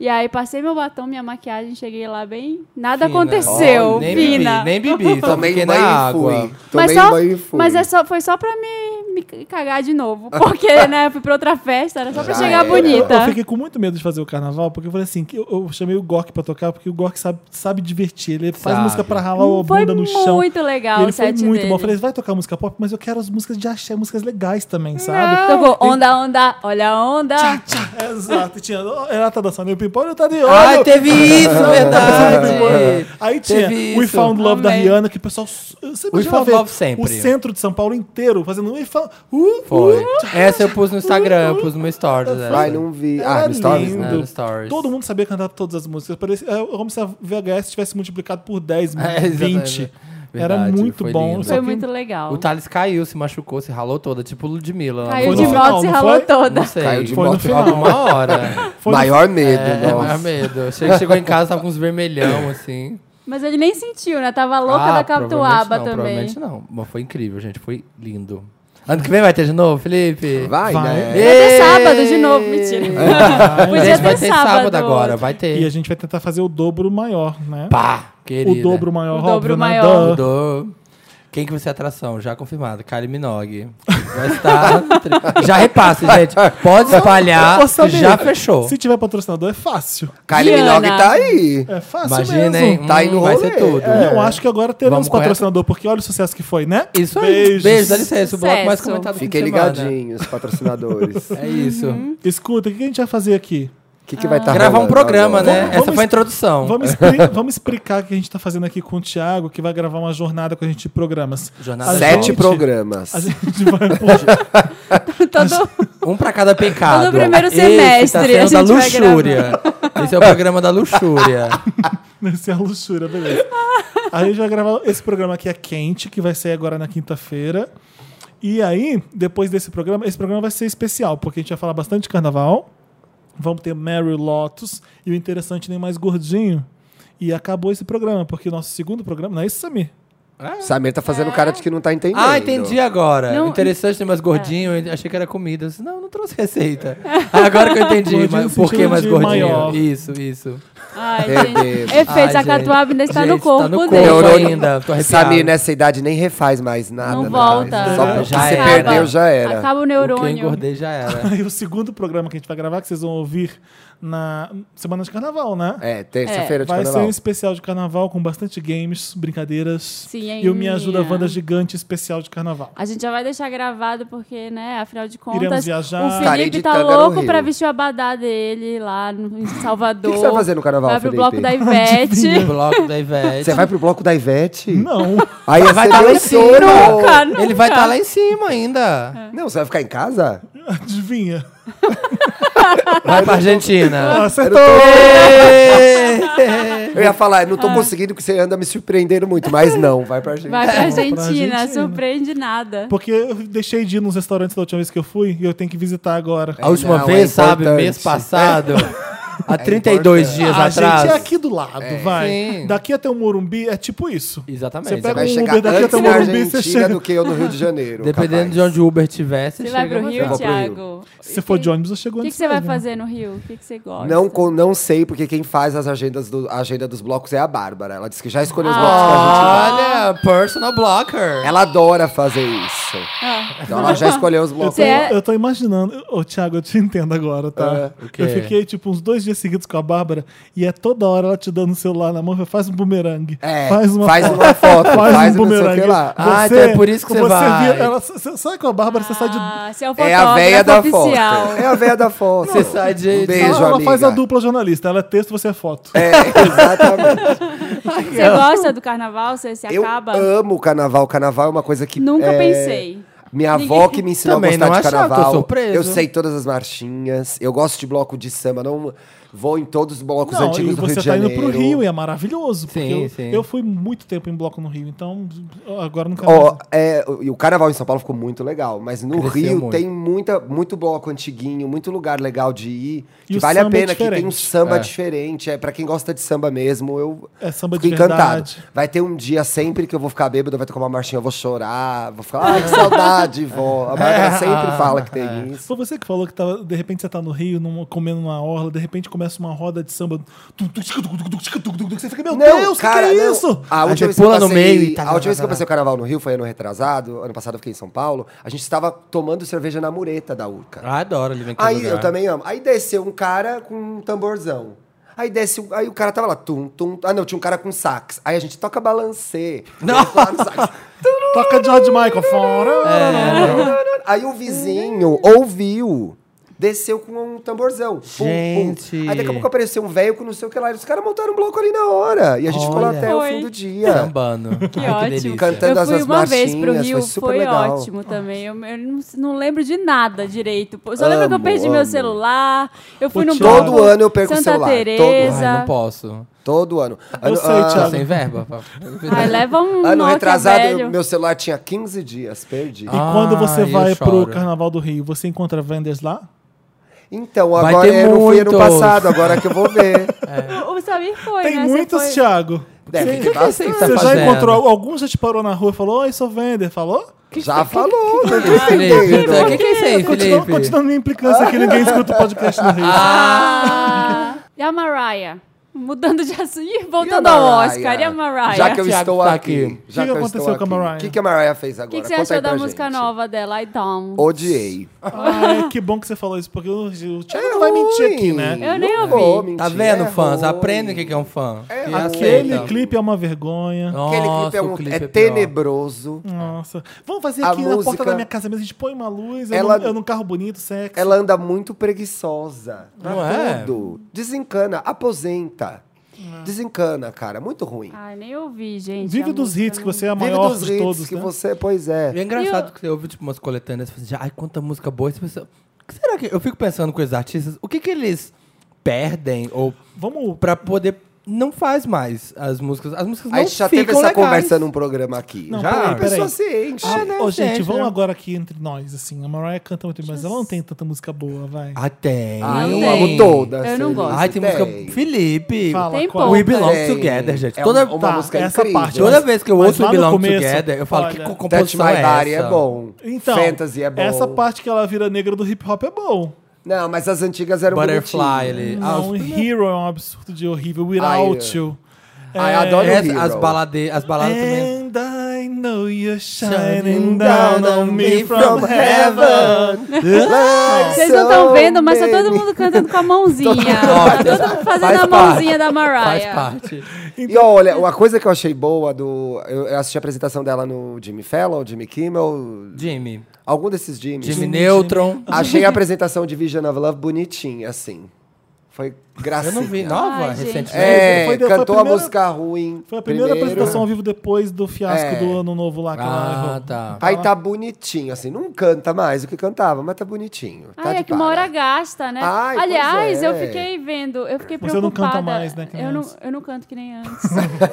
B: E aí passei meu batom, minha maquiagem, cheguei lá bem. Nada
D: Fina.
B: aconteceu,
D: Ó, nem
B: fina.
D: bebi, nem bebi, só
A: Tomei
D: fiquei
A: um
D: na
A: banho e
D: água.
A: fui.
B: mas
A: Tomei
B: é só-
A: um banho e fui.
B: mas é só, foi só pra me, me me cagar de novo. Porque, né, eu fui pra outra festa, era só pra
A: Já
B: chegar
A: era.
B: bonita.
C: Eu fiquei com muito medo de fazer o carnaval, porque eu falei assim, que eu, eu chamei o Gork pra tocar, porque o Gork sabe, sabe divertir. Ele faz
D: Sabe.
C: música pra ralar a
B: foi
C: bunda no chão.
B: muito legal
C: E ele
B: o set
C: foi muito
B: dele.
C: bom. Eu falei, vai tocar música pop, mas eu quero as músicas de axé, músicas legais também, sabe?
B: Tocou onda, onda, olha a onda.
C: Exato. E Tinha, ela tá dançando, e o Pimpolho tá de olho. Tá
D: Ai, teve isso,
C: Pimpolho.
D: verdade.
C: Aí tinha
D: Teve
C: We
D: isso.
C: Found Love da
B: Amei.
C: Rihanna, que o pessoal. Você
D: We
C: imagina
D: Found
C: ver
D: Love sempre.
C: O centro de São Paulo inteiro fazendo We Found. Uh,
D: Foi.
C: uh.
D: Essa eu pus no Instagram, eu pus no Stories. é.
A: Vai, não vi.
C: Era
A: Ah, no Stories?
C: lindo.
D: né? No Stories.
C: Todo mundo sabia cantar todas as músicas. Parecia, é como se a VHS tivesse multiplicado por 10,
D: É, exatamente.
C: 20. Era
D: Verdade,
C: muito
D: foi
C: bom.
D: lindo.
C: Só
B: Foi
C: que
B: muito legal.
D: O Thales caiu, se machucou, se ralou toda, tipo o Ludmilla. lá
B: Caiu
D: no
B: de
D: final.
C: final,
B: moto, se
C: não
B: ralou
C: foi?
B: toda.
D: Não sei.
A: Caiu de
C: Foi no
A: moto.
C: final.
D: Alguma hora.
C: Foi
A: Maior medo,
D: é,
A: nossa.
D: maior medo. Che- Chegou em casa, tava com uns vermelhão, assim.
B: Mas ele nem sentiu, né? Tava louca
D: Ah,
B: da
D: provavelmente
B: Catuaba
D: não,
B: também.
D: Provavelmente não. Mas foi incrível, gente. Foi lindo. Ano que vem vai ter de novo, Felipe?
A: Vai,
C: Vai.
A: né?
B: Vai ter
D: Ê!
B: sábado de novo, mentira. Podia
D: Gente, vai
B: ter
D: ter sábado,
B: sábado
D: agora,
B: outro.
D: vai ter.
C: E a gente vai tentar fazer o dobro maior, né?
D: Pá, querida.
C: O dobro maior,
B: O dobro
C: óbvio, né?
B: maior.
C: Da-
D: O dobro. Quem que vai ser a atração? Já confirmado. Kylie Minogue. Vai estar... já repasse, gente. Pode espalhar.
C: Ô, Samir,
D: Já fechou.
C: Se tiver patrocinador, é fácil.
A: Kylie
B: Diana.
A: Minogue tá aí.
C: É fácil
D: Imagina,
C: mesmo. É.
D: hein? Um
A: Tá aí no
D: vai
A: rolê.
D: ser tudo.
C: E eu acho que agora teremos
D: Vamos correr
C: patrocinador, porque olha o sucesso que foi, né?
D: Isso aí. Beijo,
C: Beijos.
D: Beijos dá licença. O bloco mais
B: Sucesso.
D: comentado do fim
A: Fiquem
D: de semana.
A: ligadinhos, patrocinadores. O
D: É isso.
B: Uhum.
C: Escuta, o que a gente vai fazer aqui?
A: que, que vai tá estar
D: Gravar um programa, né?
C: Vamos-
D: Essa
C: vamos-
D: foi a introdução.
C: Vamos, expli- vamos explicar o que a gente tá fazendo aqui com o Thiago, que vai gravar uma jornada com a gente de programas.
D: Jornada
C: A
A: Sete
C: gente-
A: programas.
C: A gente vai. Pô,
B: Todo...
D: Um pra cada pecado.
B: No primeiro
D: Esse tá
B: semestre,
D: sendo
B: a gente
D: da
B: vai
D: luxúria. Esse é o programa da luxúria.
C: Nessa é a luxúria, beleza. Aí a gente vai gravar esse programa aqui, é quente, que vai sair agora na quinta-feira. E aí, depois desse programa, esse programa vai ser especial, porque a gente vai falar bastante de carnaval. Vamos ter Mary Lotus e o interessante nem mais gordinho. E acabou esse programa, porque o nosso segundo programa. Não é isso, Samir?
A: Samir tá
B: É.
A: fazendo cara de que não tá entendendo.
D: Ah, entendi agora.
B: Não- é.
D: Interessante, mas gordinho, eu achei que era comida. Eu disse, não, não trouxe receita. Ah, Agora que eu entendi
C: Gordinho
D: mas,
C: no
D: por que
C: sentido
D: mais
C: de
D: gordinho.
C: maior.
D: Isso, isso.
B: Ai,
A: Meu
B: gente.
A: Deus.
B: Efeitos,
D: Ai,
B: a Catuaba ainda está
D: gente,
B: no corpo,
D: tá no
B: dele.
D: corpo
A: Neurônio-
D: ainda. Tô arrepiado.
A: Samir, nessa idade, nem refaz mais nada.
B: Não
A: né?
B: volta.
A: Só porque
D: Já era.
A: você
D: Acaba.
A: perdeu, já era.
B: Acaba o
D: O que eu
B: neurônio.
D: engordei já era.
C: Aí o segundo programa que a gente vai gravar, que vocês vão ouvir na semana de carnaval, né?
A: É, terça-feira de
C: Vai ser
A: carnaval.
C: um especial de carnaval com bastante games, brincadeiras.
B: Sim,
C: e o Me Ajuda
B: ainda.
C: Wanda Gigante especial de carnaval.
B: A gente já vai deixar gravado porque, né, afinal de contas,
C: Iremos viajar.
B: o
A: Estarei
B: Felipe
A: de
B: tá
A: tanga no
B: louco
A: Rio.
B: pra vestir o abadá dele lá no, em
A: O
B: Salvador.
A: que que você vai fazer no carnaval,
B: Vai pro
A: Felipe?
B: bloco da Ivete.
D: Bloco da Ivete.
A: Você vai pro bloco da Ivete?
C: Não,
A: Aí
D: Vai
A: vai
D: tá
A: tá
D: lá em cima.
B: Nunca, nunca. É.
D: Ele vai estar lá em cima ainda.
A: Não, você vai ficar em casa?
C: adivinha.
D: Vai pra Argentina.
C: Acertou!
A: Eu ia falar, não tô conseguindo porque você anda me surpreendendo muito, mas não, vai pra gente.
B: Ah. Vai pra Argentina,
C: Argentina.
B: surpreende nada.
C: Porque eu deixei de ir nos restaurantes da última vez que eu fui e eu tenho que visitar agora.
D: A última
A: Não, é
D: vez, sabe,
A: importante.
D: mês passado. Há 32 dias
C: a
D: atrás.
C: gente é aqui do lado, vai.
D: Sim.
C: Daqui até o Morumbi é tipo isso.
D: Exatamente.
C: Você
A: Você
C: pega
A: vai
C: um
A: chegar
C: Uber daqui
A: antes
C: até o
A: na
C: Morumbi, você
A: Argentina
C: chega.
A: do que eu no Rio de Janeiro.
D: Dependendo
A: capaz.
D: de onde o Uber tivesse,
B: Você vai pro Rio,
A: vou pro Rio.
B: Thiago?
C: Se for de ônibus, né? eu chego
B: O que,
C: antes.
B: que você vai
C: mesmo.
B: fazer no Rio? O que, que você gosta?
A: Não, con- não sei, porque quem faz as agendas do, a agenda dos blocos é a Bárbara. Ela disse que já escolheu os
B: Ah.
A: blocos pra gente.
D: Olha, personal blocker.
A: Ela adora fazer isso. Então ela já escolheu os blocos.
B: Ah. Você é-
C: Eu tô imaginando. Ô, Thiago, eu te entendo agora, tá?
D: Ah, o quê?
C: eu fiquei, tipo, uns dois dias seguidos com a Bárbara e é toda hora ela te dando o celular na mão, fala, faz um bumerangue.
A: É,
C: faz uma
A: faz
C: foto.
A: uma foto,
C: Faz,
A: faz
C: um
A: não sei o
C: bumerangue.
A: que lá.
D: Ah, então é por isso que você vai.
C: vira- ela- você sai com a Bárbara, você sai de.
B: Ah, você é o
A: É a véia
B: fotógrafo
A: da foto.
B: oficial.
A: É a véia da foto.
D: Você sai de-
A: Um beijo,
C: ela, ela
A: amiga.
C: faz a dupla jornalista, ela é texto, você é foto.
A: É, exatamente.
B: Você gosta do carnaval? Você se
A: Eu
B: acaba?
A: amo o carnaval. Carnaval é uma coisa que...
B: Nunca
A: é,
B: pensei.
A: Minha avó
B: Ninguém-
A: que me ensinou
D: Também
A: a gostar
D: não é
A: de
D: achava, tô
A: carnaval.
D: surpreso.
A: Eu sei todas as marchinhas. Eu gosto de bloco de samba. Não vou em todos os blocos
C: Não, e
A: antigos do Rio
C: você
A: de
C: tá indo
A: Janeiro.
C: pro Rio e é maravilhoso. Porque
D: Sim,
C: eu,
D: sim.
C: eu fui muito tempo em bloco no Rio, então agora não quero.
A: Ó,
C: mais.
A: é, o- e o carnaval em São Paulo ficou muito legal, mas no
D: Cresceu
A: Rio
D: muito.
A: tem muita, muito bloco antiguinho, muito lugar legal de ir.
C: E
A: que
C: o
A: vale a
C: samba é
A: pena que tem um
C: diferente.
A: samba
D: É.
A: diferente. É para quem gosta de samba mesmo, eu
C: É samba
A: fico
C: de
A: encantado.
C: verdade.
A: Vai ter um dia sempre que eu vou ficar bêbado, vai tocar uma marchinha, eu vou chorar, vou ficar, ai, que saudade, vó. A Bárbara sempre fala que tem
C: É.
A: isso.
C: Foi você que falou que tava, de repente você tá no Rio, num- comendo uma orla, de repente começa uma roda de samba. Você fica, meu
A: Não,
C: Deus, o que, que
A: cara,
C: é
A: não.
C: isso?
A: A
D: Aí
A: última
D: você
A: vez que
D: pula
A: eu
D: no
A: passei,
D: meio e tá, tá,
A: a última vez
D: tá,
A: que eu
D: tá.
A: passei o carnaval no Rio foi ano retrasado. Ano passado eu fiquei em São Paulo. A gente estava tomando cerveja na mureta da Urca.
D: Ah, adoro ele vem aqui.
A: Aí eu também amo. Aí desceu um cara com um tamborzão. Aí desce, um- aí o cara tava lá, tum, tum. Ah, não, tinha um cara com sax. Aí a gente toca balancê. Não.
C: Toca George Michael.
D: É,
A: É.
C: Fora.
A: Aí o vizinho ouviu. Desceu com um tamborzão. Pum, pum.
D: Gente.
A: Aí daqui a pouco apareceu um velho com não sei o que lá. E os caras montaram um bloco ali na hora. E a gente ficou lá
D: Olha.
A: até
B: Foi.
A: o fim do dia.
D: Sambando. Ai,
B: Que ótimo.
A: Cantando
B: eu
A: as-
B: fui
A: as
B: uma vez pro
A: marchinhas,
B: Rio,
A: foi
B: foi,
A: super legal.
B: ótimo também. Eu, eu não, não lembro de nada direito. Só lembro que eu
A: Amo,
B: perdi
A: amo.
B: meu celular. Eu fui
C: Putz,
B: num
C: todo
B: bloco
A: ano eu perco o
B: Santa
A: celular, todo ano.
B: Teresa.
D: não posso.
A: Todo ano.
C: Eu
A: Ano-
C: sei,
A: ah,
D: Tô
C: Thiago.
D: sem verba. pra-
B: Ai, leva um
A: Ano
B: Nokia
A: retrasado, eu-
B: velho.
A: meu celular tinha 15 dias, perdi.
C: E
D: Ah.
C: quando você
D: eu
C: vai pro
D: choro.
C: Carnaval do Rio, você encontra venders lá?
A: Então,
D: Vai
A: agora
D: ter
A: eu não fui ano
D: muitos. É.
A: passado, agora que eu vou ver.
B: O, o Samir foi,
C: Tem
B: né? Você
C: muitos,
B: foi...
C: Thiago.
A: Deve
C: Sim.
A: ter bastante.
D: Você
C: Você já
D: fazendo?
C: encontrou algum já te parou na rua e falou, oi, sou vender, falou?
A: Já falou, né? não tô
D: Felipe,
A: entendendo.
D: o que, que é isso aí,
C: Continua,
D: Felipe?
C: continua a minha implicância que ninguém escuta o podcast do Rio.
B: Ah, e a Mariah? Mudando de assunto. Ih,
A: E a
B: voltando
A: Mariah?
B: ao Oscar. E a Mariah?
A: Já que eu
D: Thiago
A: estou
D: tá
A: aqui.
D: aqui.
A: Já
C: O que
A: eu
C: aconteceu
A: estou
C: com a
A: aqui.
C: Mariah?
A: O que, que a Mariah fez
B: O
A: agora?
B: que, que você
A: Conta aí
B: achou da
A: pra
B: música
A: gente.
B: nova dela? I don't.
A: Odiei.
C: Ai, que bom que você falou isso, porque o, o Thiago
A: É
C: não vai mentir
A: ruim.
C: aqui, né?
B: Eu nem
A: Não
B: ouvi.
A: vou mentir,
D: Tá vendo,
A: é
D: fãs?
A: ruim.
D: Aprendem o que que é um fã.
A: É,
D: E
C: Aquele
D: aceitam.
C: clipe é uma vergonha.
A: Aquele
D: Nossa,
A: clipe é, um-
D: o clipe
A: é
D: pior.
A: tenebroso.
C: Nossa. Vamos fazer
A: A
C: aqui na porta
A: música-
C: da minha casa mesmo, a gente põe uma luz, eu,
A: Ela-
C: num, eu num carro bonito, sexy.
A: Ela anda muito preguiçosa. pra
D: Não é?
A: tudo. Desencana, aposenta. Desencana, cara. Muito ruim.
B: Ai, nem ouvi, gente.
C: Vive
B: a
C: dos
B: música,
C: hits, que
B: não-
C: você é a
A: Vive
C: maior
A: dos
C: de
A: hits
C: todos,
A: que
C: né?
A: você. Pois é.
D: E é engraçado
B: E eu-
D: que você ouve, tipo, umas coletâneas, você fala assim, ai, quanta música boa. E você pensa, o que será que... Eu fico pensando com esses artistas, o que que eles perdem ou
C: Vamos...
D: pra poder... Não faz mais as músicas. As músicas não
A: a gente já
D: ficam
A: teve essa
D: legais.
A: conversa num programa aqui.
C: Não,
A: já?
C: peraí,
A: a pessoa
C: peraí.
A: se enche.
C: Ah, Ô, gente,
D: gente,
C: vamos
D: né?
C: agora aqui entre nós, assim. A Mariah canta muito, mas ela não tem tanta música boa, vai.
D: Ah, tem.
A: Ah, eu
B: Não
A: não amo
B: tem.
A: todas.
B: Eu não
A: Felipe.
B: gosto.
D: Ai, tem,
A: Tem.
D: música... Felipe.
C: Fala
B: Tem
C: qual. é? Tá,
D: We
B: pouco.
D: Belong
A: Tem.
D: Together, gente.
A: É
D: Toda, Tá.
A: uma- uma música
C: essa
A: incrível.
C: parte,
D: toda vez que eu
C: Mas
D: ouço
C: lá
D: We
C: no
D: Belong
C: começo,
D: Together, eu falo,
C: olha,
D: que co-
A: Touch
D: composição
A: My
D: é essa?
A: Body é bom.
C: Então,
A: Fantasy é bom.
C: essa parte que ela vira negra do hip hop é bom.
A: Não, mas as antigas eram
D: Butterfly
A: bonitinhas.
D: ali. Ah,
C: Não,
D: os-
C: Hero é um absurdo de horrível. Without
A: Ai, é.
C: You.
A: Ai, adoro
C: é.
D: Essa-
A: Hero.
D: É, as baladas, as baladas também.
C: And I know you're shining down on me from heaven.
B: Vocês não estão vendo, mas tá todo mundo cantando com a mãozinha. tá todo mundo fazendo
D: Faz
B: a
D: parte.
B: mãozinha da
D: Faz
B: Mariah.
D: parte.
A: E olha, uma coisa que eu achei boa do. Eu eu assisti a apresentação dela no Jimmy Fallon, Jimmy Kimmel,
D: Jimmy.
A: algum desses Jimmys.
D: Jimmy Neutron.
A: Achei a apresentação de Vision of Love bonitinha, assim. Foi
D: Eu
A: gracinha.
D: não vi nova
B: Ai, gente.
D: recentemente.
A: É,
C: Foi- foi a
A: cantou a,
C: primeira-
A: música ruim.
C: Foi a primeira
A: primeiro.
C: apresentação ao vivo depois do fiasco
A: É.
C: do ano novo lá. que ela
D: Ah,
C: errou.
D: tá.
A: Aí tá bonitinho, assim. Não canta mais o que cantava, mas tá bonitinho. Tá
B: Ai,
A: de
B: é que uma
A: para.
B: hora gasta, né?
A: Ai, pois
B: Aliás,
A: é.
B: eu fiquei vendo, eu fiquei
C: Você não
B: preocupada.
C: canta mais, né, que nem
B: eu, não,
C: antes.
B: eu não canto que nem antes.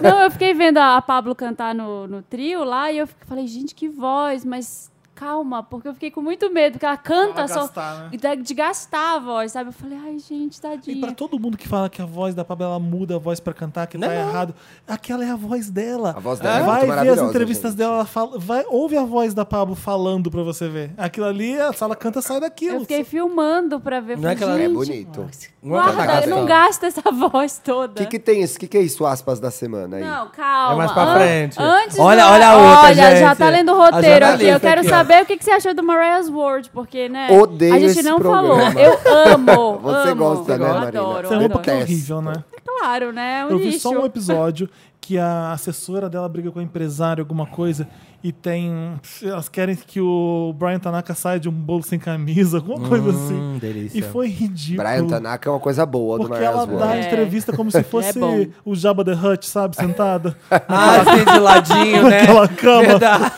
B: não, eu fiquei vendo a Pablo cantar no, no trio lá e eu fiquei- falei, gente, que voz, mas calma, porque eu fiquei com muito medo, porque ela canta
C: Ela
B: só.
C: gastar, né?
B: e da- De gastar a voz, sabe? Eu falei, ai, gente,
C: E pra
B: tadinha.
C: todo mundo que fala que a voz da Pablo ela muda a voz pra cantar, que
D: Não,
C: tá
D: não.
C: errado, aquela é a voz dela.
A: A voz dela é muito
C: Vai ver as
A: maravilhosa,
C: entrevistas
A: gente.
C: dela, ela fala, vai, ouve a voz da Pablo falando pra você ver. Aquilo ali, a sala canta, sai daquilo.
B: Eu fiquei filmando pra ver.
D: Não
B: falei,
D: é que ela
A: É
B: gente,
A: bonito.
D: Não é que ela
A: tá
B: Guarda,
A: gastando.
B: não gasta essa voz toda.
A: O que, que tem isso? O que, que é isso, aspas da semana aí?
B: Não, calma.
D: É mais pra
B: An-
D: frente.
B: Antes
D: Olha-
B: do-
D: olha a outra,
B: Olha, já
D: gente.
B: tá lendo o
C: Ah,
D: A
B: roteiro aqui.
D: jornalista
B: Eu quero
D: aqui, ó.
B: saber o que que você achou do Mariah's World, porque, né?
A: Odeio
B: A gente
A: esse
B: não
A: programa.
B: falou. Eu amo.
A: Você
B: amo.
A: gosta, né,
B: Eu
A: Marina?
B: Adoro,
A: Você
C: Você
A: ama
C: viu
B: adoro.
C: porque é
A: Detesto.
C: horrível, né?
B: Claro, né? Um
C: Eu
B: lixo.
C: vi só um episódio que a assessora dela briga com o empresário, alguma coisa, e tem. Elas querem que o Brian Tanaka saia de um bolo sem camisa, alguma coisa assim.
D: delícia.
C: E foi ridículo.
A: Brian Tanaka é uma coisa boa do
C: Porque
A: Marias
C: ela dá a
A: World.
B: É.
C: entrevista como se fosse
B: bom.
C: o Jabba the Hutt, sabe? Sentada.
D: Ah, assim, de ladinho, né?
C: Naquela cama.
D: Verdade.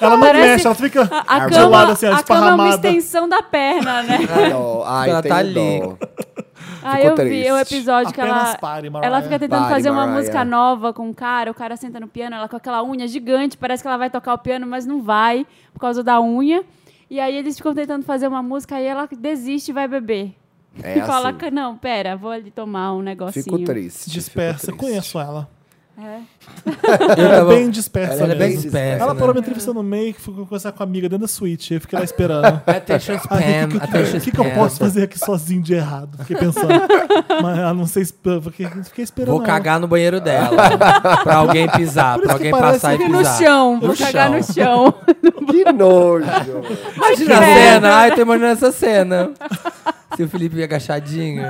C: Ela não
B: Parece-
C: mexe, ela fica
B: A, a
C: de
B: cama,
C: lado, assim,
B: a cama é uma
C: esparramada.
B: extensão da perna, né?
A: Ai, dó. Ai, um
D: Ela
A: ela
D: tá ali.
B: Ah,
A: Ficou
B: eu vi
A: triste.
B: o episódio que
C: Apenas
B: ela.
C: pare, Mariah.
B: ela fica tentando
A: Pare,
B: fazer uma
A: Mariah.
B: música nova com o cara, o cara senta no piano, ela com aquela unha gigante, parece que ela vai tocar o piano, mas não vai, por causa da unha. E aí eles ficam tentando fazer uma música, aí ela desiste e vai beber.
A: É
B: e fala,
A: assim.
B: não, pera, vou ali tomar um negocinho.
A: Fico triste.
C: dispersa.
A: fico triste.
C: Conheço ela.
B: É.
D: Eu
C: Ela
D: tava-
C: é bem dispersa.
D: Ela é bem
C: mesmo.
D: dispersa,
C: Ela
D: né?
C: parou uma entrevista no meio que foi conversar com a amiga dentro da suíte. Eu fiquei lá esperando.
D: Attention
C: Ah,
D: spam,
C: o que, que-
D: attention
C: o que que eu
D: spam.
C: posso fazer aqui sozinho de errado? Fiquei pensando. Mas eu não sei se. eu Fiquei, fiquei esperando.
D: Vou
C: ela.
D: cagar no banheiro dela. pra alguém pisar,
C: Por isso
D: pra
C: que
D: alguém
C: parece
D: passar e
B: Fica
D: pisar.
B: no chão,
D: No
B: vou cagar
D: chão.
B: no chão.
A: Que nojo.
D: Imagina a
B: Que
D: cena. Ai, tô imaginando essa cena. Se o Felipe ia agachadinho.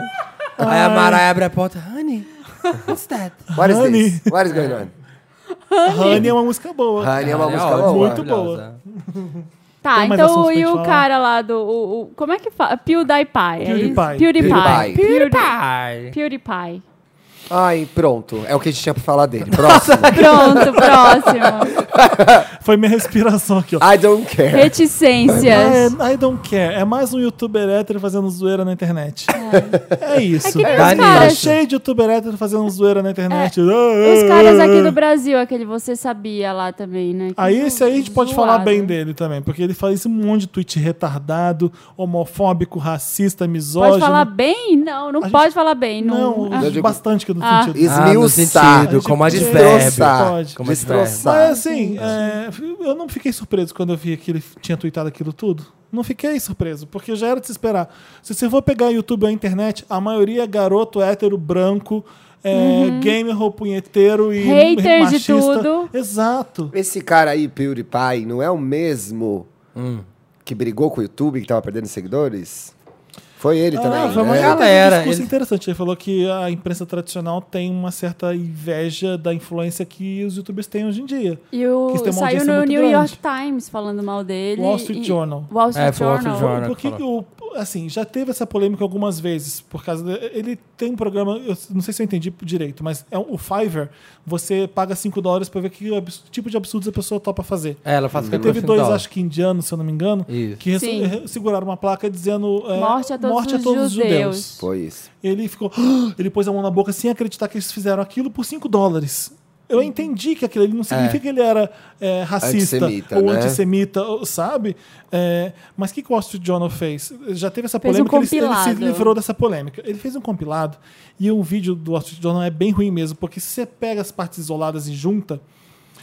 D: Aí a Mara abre a porta. Honey, what's that?
A: What is
C: Honey.
A: this? What is going on?
C: Honey é uma música boa.
A: Honey é uma
D: Cara,
A: música
D: ótima,
A: boa.
C: Muito boa.
D: maravilhosa.
B: Tá,
C: Tem mais
B: então
C: assuntos pra
B: e
C: gente
B: o
C: falar?
B: cara lá do. O, o- como é que fala? PewDiePie. é
C: PewDiePie.
B: isso?
A: PewDiePie.
D: Ai.
A: Ah,
B: PewDiePie. PewDiePie.
A: Ai, pronto. É o que a gente tinha pra falar dele. Próximo.
B: Pronto, próximo.
C: Foi minha respiração aqui, ó.
D: Ah,
A: I don't care.
B: Reticências.
C: É, I don't care. É mais um youtuber hétero fazendo zoeira na internet. É, isso.
B: É que
D: Dá
B: tem os
D: nisso.
C: Tá
B: caras.
C: cheio de youtuber hétero fazendo zoeira na internet.
B: Os caras aqui do Brasil, aquele você sabia lá também, né? Que
C: Aí
B: são
C: esse aí a gente pode
B: zoados.
C: falar bem dele também, porque ele faz esse monte de tweet retardado, homofóbico, racista, misógino.
B: Pode falar bem? Não, não
C: A gente-
B: pode falar bem. Não.
C: Não,
B: Ah,
A: Eu digo-
C: bastante que eu não
B: Ah.
C: senti.
D: Ah, no
A: Esmiuçar.
D: sentido, como
A: Destroçar.
D: advérbio. Como advérbio.
A: Destroçar.
C: Mas assim, é, eu não fiquei surpreso quando eu vi que ele tinha tweetado aquilo tudo. Não fiquei surpreso, porque já era de se esperar. Se você for pegar YouTube ou a internet, a maioria é garoto hétero branco, é, gamer ropunheteiro e
B: Hater Uhum. de
C: machista.
B: tudo.
C: Exato.
A: Esse cara aí, PewDiePie, não é o mesmo que brigou com o YouTube, que tava perdendo seguidores? Foi ele
C: Ah,
A: também,
C: foi uma
A: né?
D: galera.
C: galera. Um discurso
D: Ele-
C: interessante. Ele falou que a imprensa tradicional tem uma certa inveja da influência que os youtubers têm hoje em dia.
B: E o,
C: Quis ter uma
B: saiu
C: audiência
B: no
C: muito
B: New
C: grande.
B: York Times falando mal dele.
C: Wall Street
B: e-
C: Journal.
B: Wall Street
D: É, foi o Wall Street
B: Journal.
D: Journal. Agora
C: Por que
D: que
C: que o. Assim, já teve essa polêmica algumas vezes, por causa. da- ele tem um programa, eu não sei se eu entendi direito, mas é um- o Fiverr, você paga 5 dólares pra ver que abs- tipo de absurdos a pessoa topa fazer.
D: É, ela faz
C: Hum. Teve dois, acho que indianos, se eu não me engano,
D: Isso.
C: que resso-
B: Sim.
C: re- seguraram uma placa dizendo é,
B: Morte a todos os judeus.
A: Foi isso.
C: Ele ficou. "Ah!" Ele pôs a mão na boca sem acreditar que eles fizeram aquilo por 5 dólares. Eu entendi que aquilo ali não significa que ele era é, racista
A: Antissemita,
C: ou
A: né?
C: antissemita, ou- sabe? É, mas o que, que o Wall Street Journal fez? Já teve essa
B: Fez um
C: polêmica, ele se- ele,
B: compilado.
C: se livrou dessa polêmica. Ele fez um compilado e um vídeo do Wall Street Journal é bem ruim mesmo, porque se você pega as partes isoladas e junta.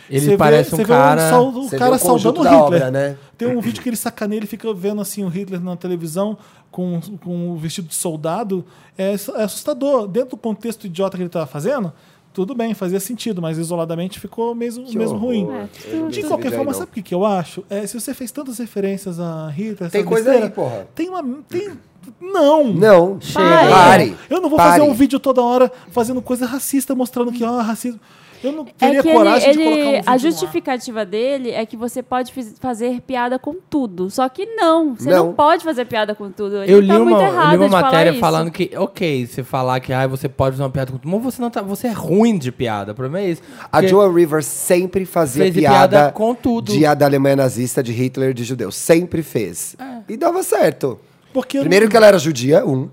D: Ele
C: você vê-
D: parece
C: você
D: um
C: vê
D: cara.
C: sal- o
A: Você
C: cara
A: vê o
C: saudando
A: conjunto
C: o
A: da
C: Hitler.
A: obra, né?
C: Tem um vídeo que ele sacaneia, ele fica vendo assim o Hitler na televisão com, com o vestido de soldado. É, ass- é assustador. Dentro do contexto idiota que ele estava fazendo, tudo bem, fazia sentido, mas isoladamente ficou mesmo,
A: Que
C: mesmo ruim.
A: horror.
B: É,
A: Eu não vi
C: De
A: esse
C: qualquer
A: vídeo aí,
C: forma,
A: não.
C: sabe o que, que eu acho? É, se você fez tantas referências a Hitler,
A: Tem
C: essa
A: coisa
C: besteira,
A: aí, porra.
C: Tem uma. Tem, não!
A: Não.
B: Pare.
A: Pare.
C: Eu não vou fazer um vídeo toda hora fazendo coisa racista, mostrando que, ó, racismo. Eu não teria
B: É que
C: coragem
B: ele,
C: de colocar um
B: ele-
C: vídeo
B: a
C: no ar.
B: justificativa dele é que você pode fiz- fazer piada com tudo. Só que não, você não,
A: Não.
B: pode fazer piada com tudo. Ele
D: Eu li,
B: tá muito
D: uma, eu
B: errado
D: li uma
B: de falar
D: matéria
B: isso.
D: falando que, ok, você falar que ah, você pode fazer uma piada com todo mundo, mas você, não tá, você é ruim de piada, o problema é isso.
A: A
D: Porque-
A: Joan Rivers sempre fazia
D: Fez piada
A: piada,
D: com tudo.
A: de a da Alemanha nazista, de Hitler, de judeu. Sempre fez. E dava certo.
C: Porque eu
A: Primeiro que ela era judia, um.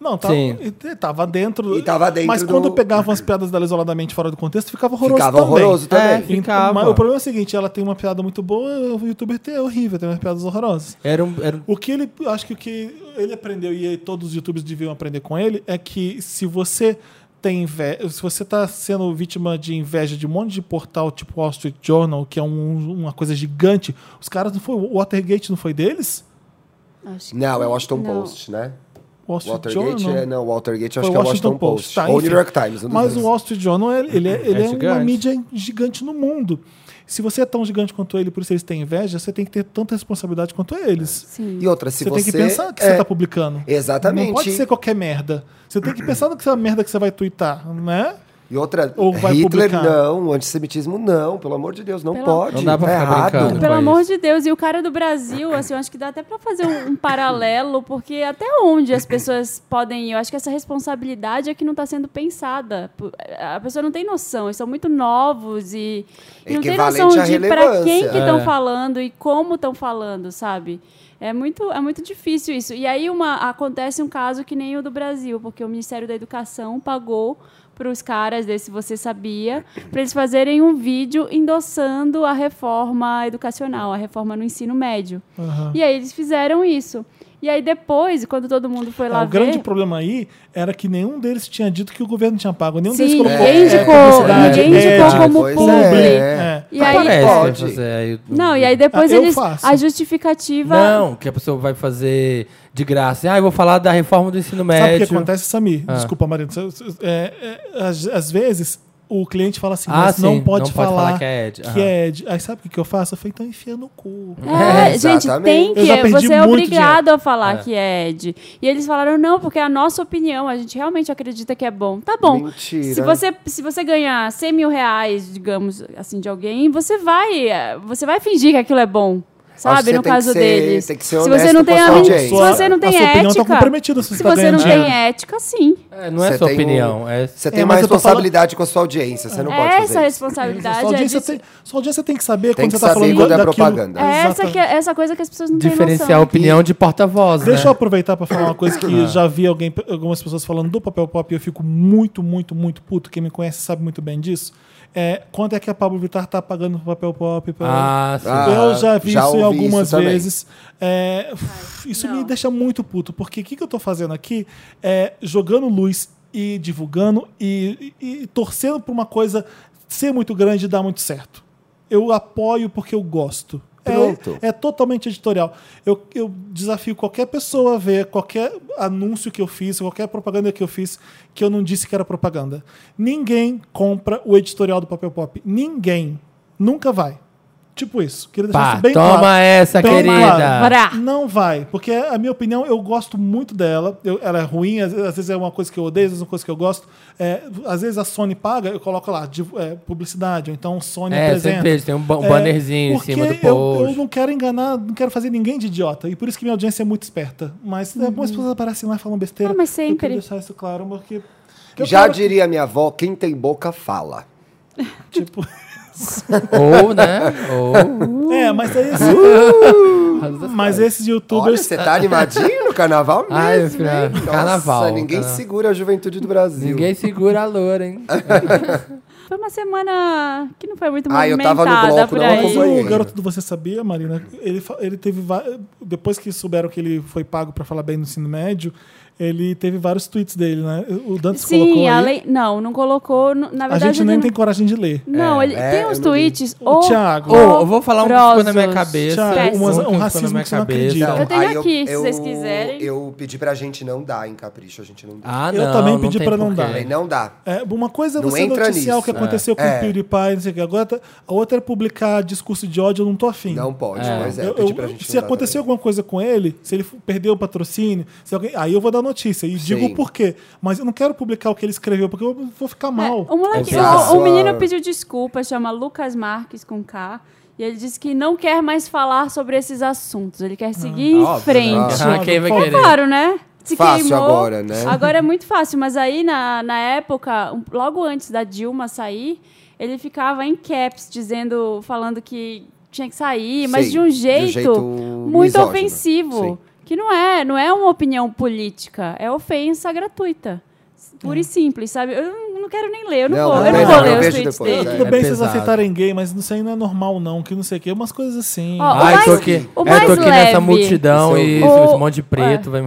C: Não, tava,
D: Sim.
C: e- tava dentro.
A: E tava dentro
C: Mas
A: do-
C: quando pegavam as piadas dela isoladamente fora do contexto, ficava horroroso
A: Ficava
C: também.
A: horroroso também.
D: É, ficava.
C: Mas o problema é o seguinte, ela tem uma piada muito boa, o youtuber tem- é horrível, tem umas piadas horrorosas.
D: Era um, era um-
C: O que ele, acho que o que ele aprendeu e todos os youtubers deviam aprender com ele é que se você tem inveja, se você tá sendo vítima de inveja de um monte de portal tipo Wall Street Journal, que é um- uma coisa gigante, os caras não foi o Watergate não foi deles?
B: Acho que-
A: Não, é Washington
B: não.
A: Post, né?
C: Wall Street
A: Watergate
C: Journal.
A: é. Não, Watergate
C: Foi
A: eu acho que é Washington Post.
C: Tá,
A: Ou
C: enfim.
A: New York Times. Um dos
C: Mas o
A: dois.
C: Wall Street Journal, ele, ele, é- ele
D: É
C: é, uma
D: gigante.
C: mídia gigante no mundo. Se você é tão gigante quanto ele, por isso eles têm inveja, você tem que ter tanta responsabilidade quanto eles.
B: Sim.
A: E outra, É. se
C: você, tem
A: você.
C: que pensar que
A: é,
C: você tá está publicando.
A: Exatamente.
C: Não pode ser qualquer merda. Você tem que pensar no que é a merda que você vai twittar, né?
A: E outra,
C: Ou vai
A: Hitler
C: publicar.
A: não, antissemitismo não, pelo amor de Deus, não
B: Pelo-
A: pode.
D: Não dá pra
A: tá
D: ficar
A: errado.
D: brincando.
B: Pelo
D: país.
B: amor de Deus, e o cara do Brasil, assim, eu acho que dá até pra fazer um, um paralelo, porque até onde as pessoas podem ir? Eu acho que essa responsabilidade é que não tá sendo pensada. Pu- A pessoa não tem noção, eles são muito novos e, e não tem
A: É Equivalente
B: noção
A: à
B: de pra quem
A: relevância.
B: que estão
D: É.
B: falando e como estão falando, sabe? É muito, é muito difícil isso. E aí uma, acontece um caso que nem o do Brasil, porque o Ministério da Educação pagou para os caras desse Você Sabia, para eles fazerem um vídeo endossando a reforma educacional, a reforma no ensino médio.
C: Aham.
B: E aí eles fizeram isso. E aí depois, quando todo mundo foi lá
C: É, o
B: ver...
C: grande problema aí era que nenhum deles tinha dito que o governo tinha pago. Nenhum deles
B: Sim,
C: colocou.
A: é,
B: ninguém indicou,
C: publicidade,
B: ninguém indicou
C: ad,
B: como
A: Ah, pois
B: publi.
C: é.
B: E
D: Tá,
B: aí,
D: parece,
A: pode.
D: vai fazer, aí-
B: Não, e aí depois
C: Ah, eu
B: eles.
C: faço.
B: A justificativa.
D: Não, que a pessoa vai fazer de graça. Ah, eu vou falar da reforma do ensino
C: Sabe o que
D: médio.
C: acontece, Samir?
D: Ah.
C: Desculpa, Marina. Sa- sa- é, é, às, às vezes o cliente fala assim,
D: Ah,
C: mas
D: sim,
C: não pode falar,
D: que é Ed.
C: que
D: Aham.
C: é Ed. Aí sabe o que que eu faço? Eu falei, então enfia no cu.
B: É,
A: É,
B: gente, tem
A: exatamente.
C: Eu já
B: que.
C: perdi
B: Você é
C: muito
B: obrigado a falar
D: É.
B: que é Ed. E eles falaram, não, porque é a nossa opinião, a gente realmente acredita que é bom. Tá bom.
A: Mentira.
B: Se você, se você ganhar 100 mil reais, digamos assim, de alguém, você vai. eh, Você vai fingir que aquilo é bom. Sabe?
A: você tem
B: No
A: que
B: caso
A: ser-
B: deles.
A: tem que ser
B: se
A: honesto
B: você não tem
A: com a
B: a
A: sua
B: min- se
A: audiência.
B: você não
C: a
B: tem
C: sua opinião
B: ética.
C: tá comprometida se,
B: se
C: tá
B: você
C: ganhando
B: não
C: dinheiro.
B: tem ética, sim.
D: É, não é
A: Você
D: sua
A: tem um-
D: opinião. É...
A: Você tem
C: É,
A: uma
C: mas eu tô
A: responsabilidade com a sua audiência. Você não
B: é
A: pode fazer
B: essa a
A: isso.
B: responsabilidade.
C: Sua
B: é
C: audiência,
B: disso-
C: tem, sua audiência tem que saber
A: Tem
C: quando
A: que
C: você tá
A: saber
C: falando
A: quando é
C: daquilo.
A: propaganda.
B: É essa, que,
C: Exatamente.
B: é essa coisa que as pessoas não têm
D: Diferenciar
B: noção.
D: opinião de porta-voz, né?
C: Deixa eu aproveitar pra falar uma coisa que
D: Ah.
C: eu já vi alguém, algumas pessoas falando do papel pop e eu fico muito, muito, muito puto. Quem me conhece sabe muito bem disso. É, quanto é que a Pablo Vittar tá pagando pro papel pop? Pra...
D: Ah, sim.
A: Ah,
C: eu já vi
A: já
C: isso em
A: ouvi
C: algumas
A: isso também.
C: vezes. É, isso me
B: não.
C: deixa muito puto, porque o que, que eu tô fazendo aqui é jogando luz e divulgando e, e- e torcendo pra uma coisa ser muito grande e dar muito certo. Eu apoio porque eu gosto. É-
A: Pronto.
C: É, totalmente editorial. Eu, eu desafio qualquer pessoa a ver qualquer anúncio que eu fiz, qualquer propaganda que eu fiz, que eu não disse que era propaganda. Ninguém compra o editorial do Papel Pop. Ninguém. Nunca vai. Tipo isso. Queria deixar
D: Pá,
C: isso bem
D: toma
C: claro.
D: essa,
C: Bem
D: querida.
C: claro.
B: Bora.
C: Não vai, porque a minha opinião, eu gosto muito dela. Eu- ela é ruim, às, às vezes é uma coisa que eu odeio, às vezes é uma coisa que eu gosto. É, às vezes a Sony paga, eu coloco lá, de- é, publicidade, ou então Sony
D: É,
C: apresenta.
D: sempre vejo, tem um, ba- um
C: É,
D: bannerzinho em
C: porque
D: cima do
C: eu, eu
D: post.
C: não quero enganar, não quero fazer ninguém de idiota. E por isso que minha audiência é muito esperta. Mas né, algumas pessoas aparecem lá e falam besteira.
B: Uhum. Ah, mas
C: Eu
B: sempre.
C: quero deixar isso claro, porque. que eu
A: Já
C: quero-
A: diria minha avó, quem tem boca fala.
C: Tipo,
D: Ou, né? Ou.
B: Uh.
C: é, mas é esse. mas esses
A: Olha,
C: youtubers.
A: você tá animadinho no carnaval mesmo,
D: Ai, meu filho,
A: hein?
D: é carnaval,
A: ninguém
D: carnaval.
A: segura a juventude do Brasil.
D: Ninguém segura a loura, hein?
B: Foi uma semana que não foi muito
A: Ah, eu
B: movimentada
A: tava no bloco,
B: por
A: não
B: aí.
C: Mas
A: acompanhei.
C: o garoto do Você Sabia, Marina, ele, fa- ele teve. va- Depois que souberam que ele foi pago pra falar bem no ensino médio, ele teve vários tweets dele, né? O Dantes colocou. aí.
B: Sim, além. Não, não colocou. n- Na
C: A
B: verdade,
C: gente nem
B: ele
C: tem coragem de ler.
B: Não, ele
A: É,
B: tem
A: eu
B: uns
A: não vi.
B: tweets. É,
C: O Thiago.
D: Ou, eu vou falar um que ficou na minha
B: horrorosos.
D: cabeça.
C: Thiago,
D: um
C: um-
D: que
C: um
D: ficou na
C: racismo
D: minha
C: que você não
D: cabeça.
C: acredita.
B: Eu tenho
A: aí
B: aqui, se vocês quiserem.
A: Eu pedi pra gente não dar em capricho, a gente não dá.
D: Ah, não,
C: Eu também
D: não
C: pedi
D: tem
C: pra não
D: porquê.
C: dar.
A: Falei, não dá.
C: É, uma coisa é
A: Não
C: você
A: entra
C: noticiar o
A: nisso,
C: que aconteceu com
A: É.
C: o PewDiePie, não sei o que. Agora, tá- a outra é publicar discurso de ódio, eu não tô afim.
A: Não pode, mas é,
C: Eu-
A: eu pedi pra
C: eu-
A: gente
C: se
A: não dar
C: acontecer alguma coisa com ele, se ele f- perder o patrocínio, se alguém- aí eu vou dar notícia e digo o porquê. Mas eu não quero publicar o que ele escreveu, porque eu vou ficar mal.
B: É, o, moleque,
A: Exato.
B: o, o menino pediu desculpa, chama Lucas Marques com K. E ele disse que não quer mais falar sobre esses assuntos. Ele quer seguir em
D: Óbvio, né?
B: frente.
D: Ah, quem vai
C: Por
B: É
D: querer?
B: claro, né? Se
A: Fácil agora, né?
B: Agora é muito fácil, mas aí na, na época, um- logo antes da Dilma sair, ele ficava em caps dizendo, falando que tinha que sair, mas
A: Sim,
B: de um
A: de um
B: jeito,
A: jeito
B: muito
A: misógino.
B: ofensivo.
A: Sim.
B: Que não é, não é uma opinião política, é ofensa gratuita. Pura e simples, sabe? Eu não- não quero nem ler, eu não,
A: É. Não,
B: vou,
A: não
B: eu
A: vejo,
B: não vou
A: não,
B: ler
A: eu
B: os
A: vejo
B: tweets
A: depois,
B: dele.
A: é.
C: Tudo bem vocês
D: pesado.
C: aceitarem gay, mas isso aí não é normal, não, que não sei o quê. Umas coisas assim.
B: Ó,
D: Ai,
B: mais-
D: tô aqui,
B: o
D: eu
B: mais
D: tô aqui
B: leve.
D: nessa multidão
A: Isso eu
D: e
B: vi.
D: esse
B: O-
D: monte de preto vai me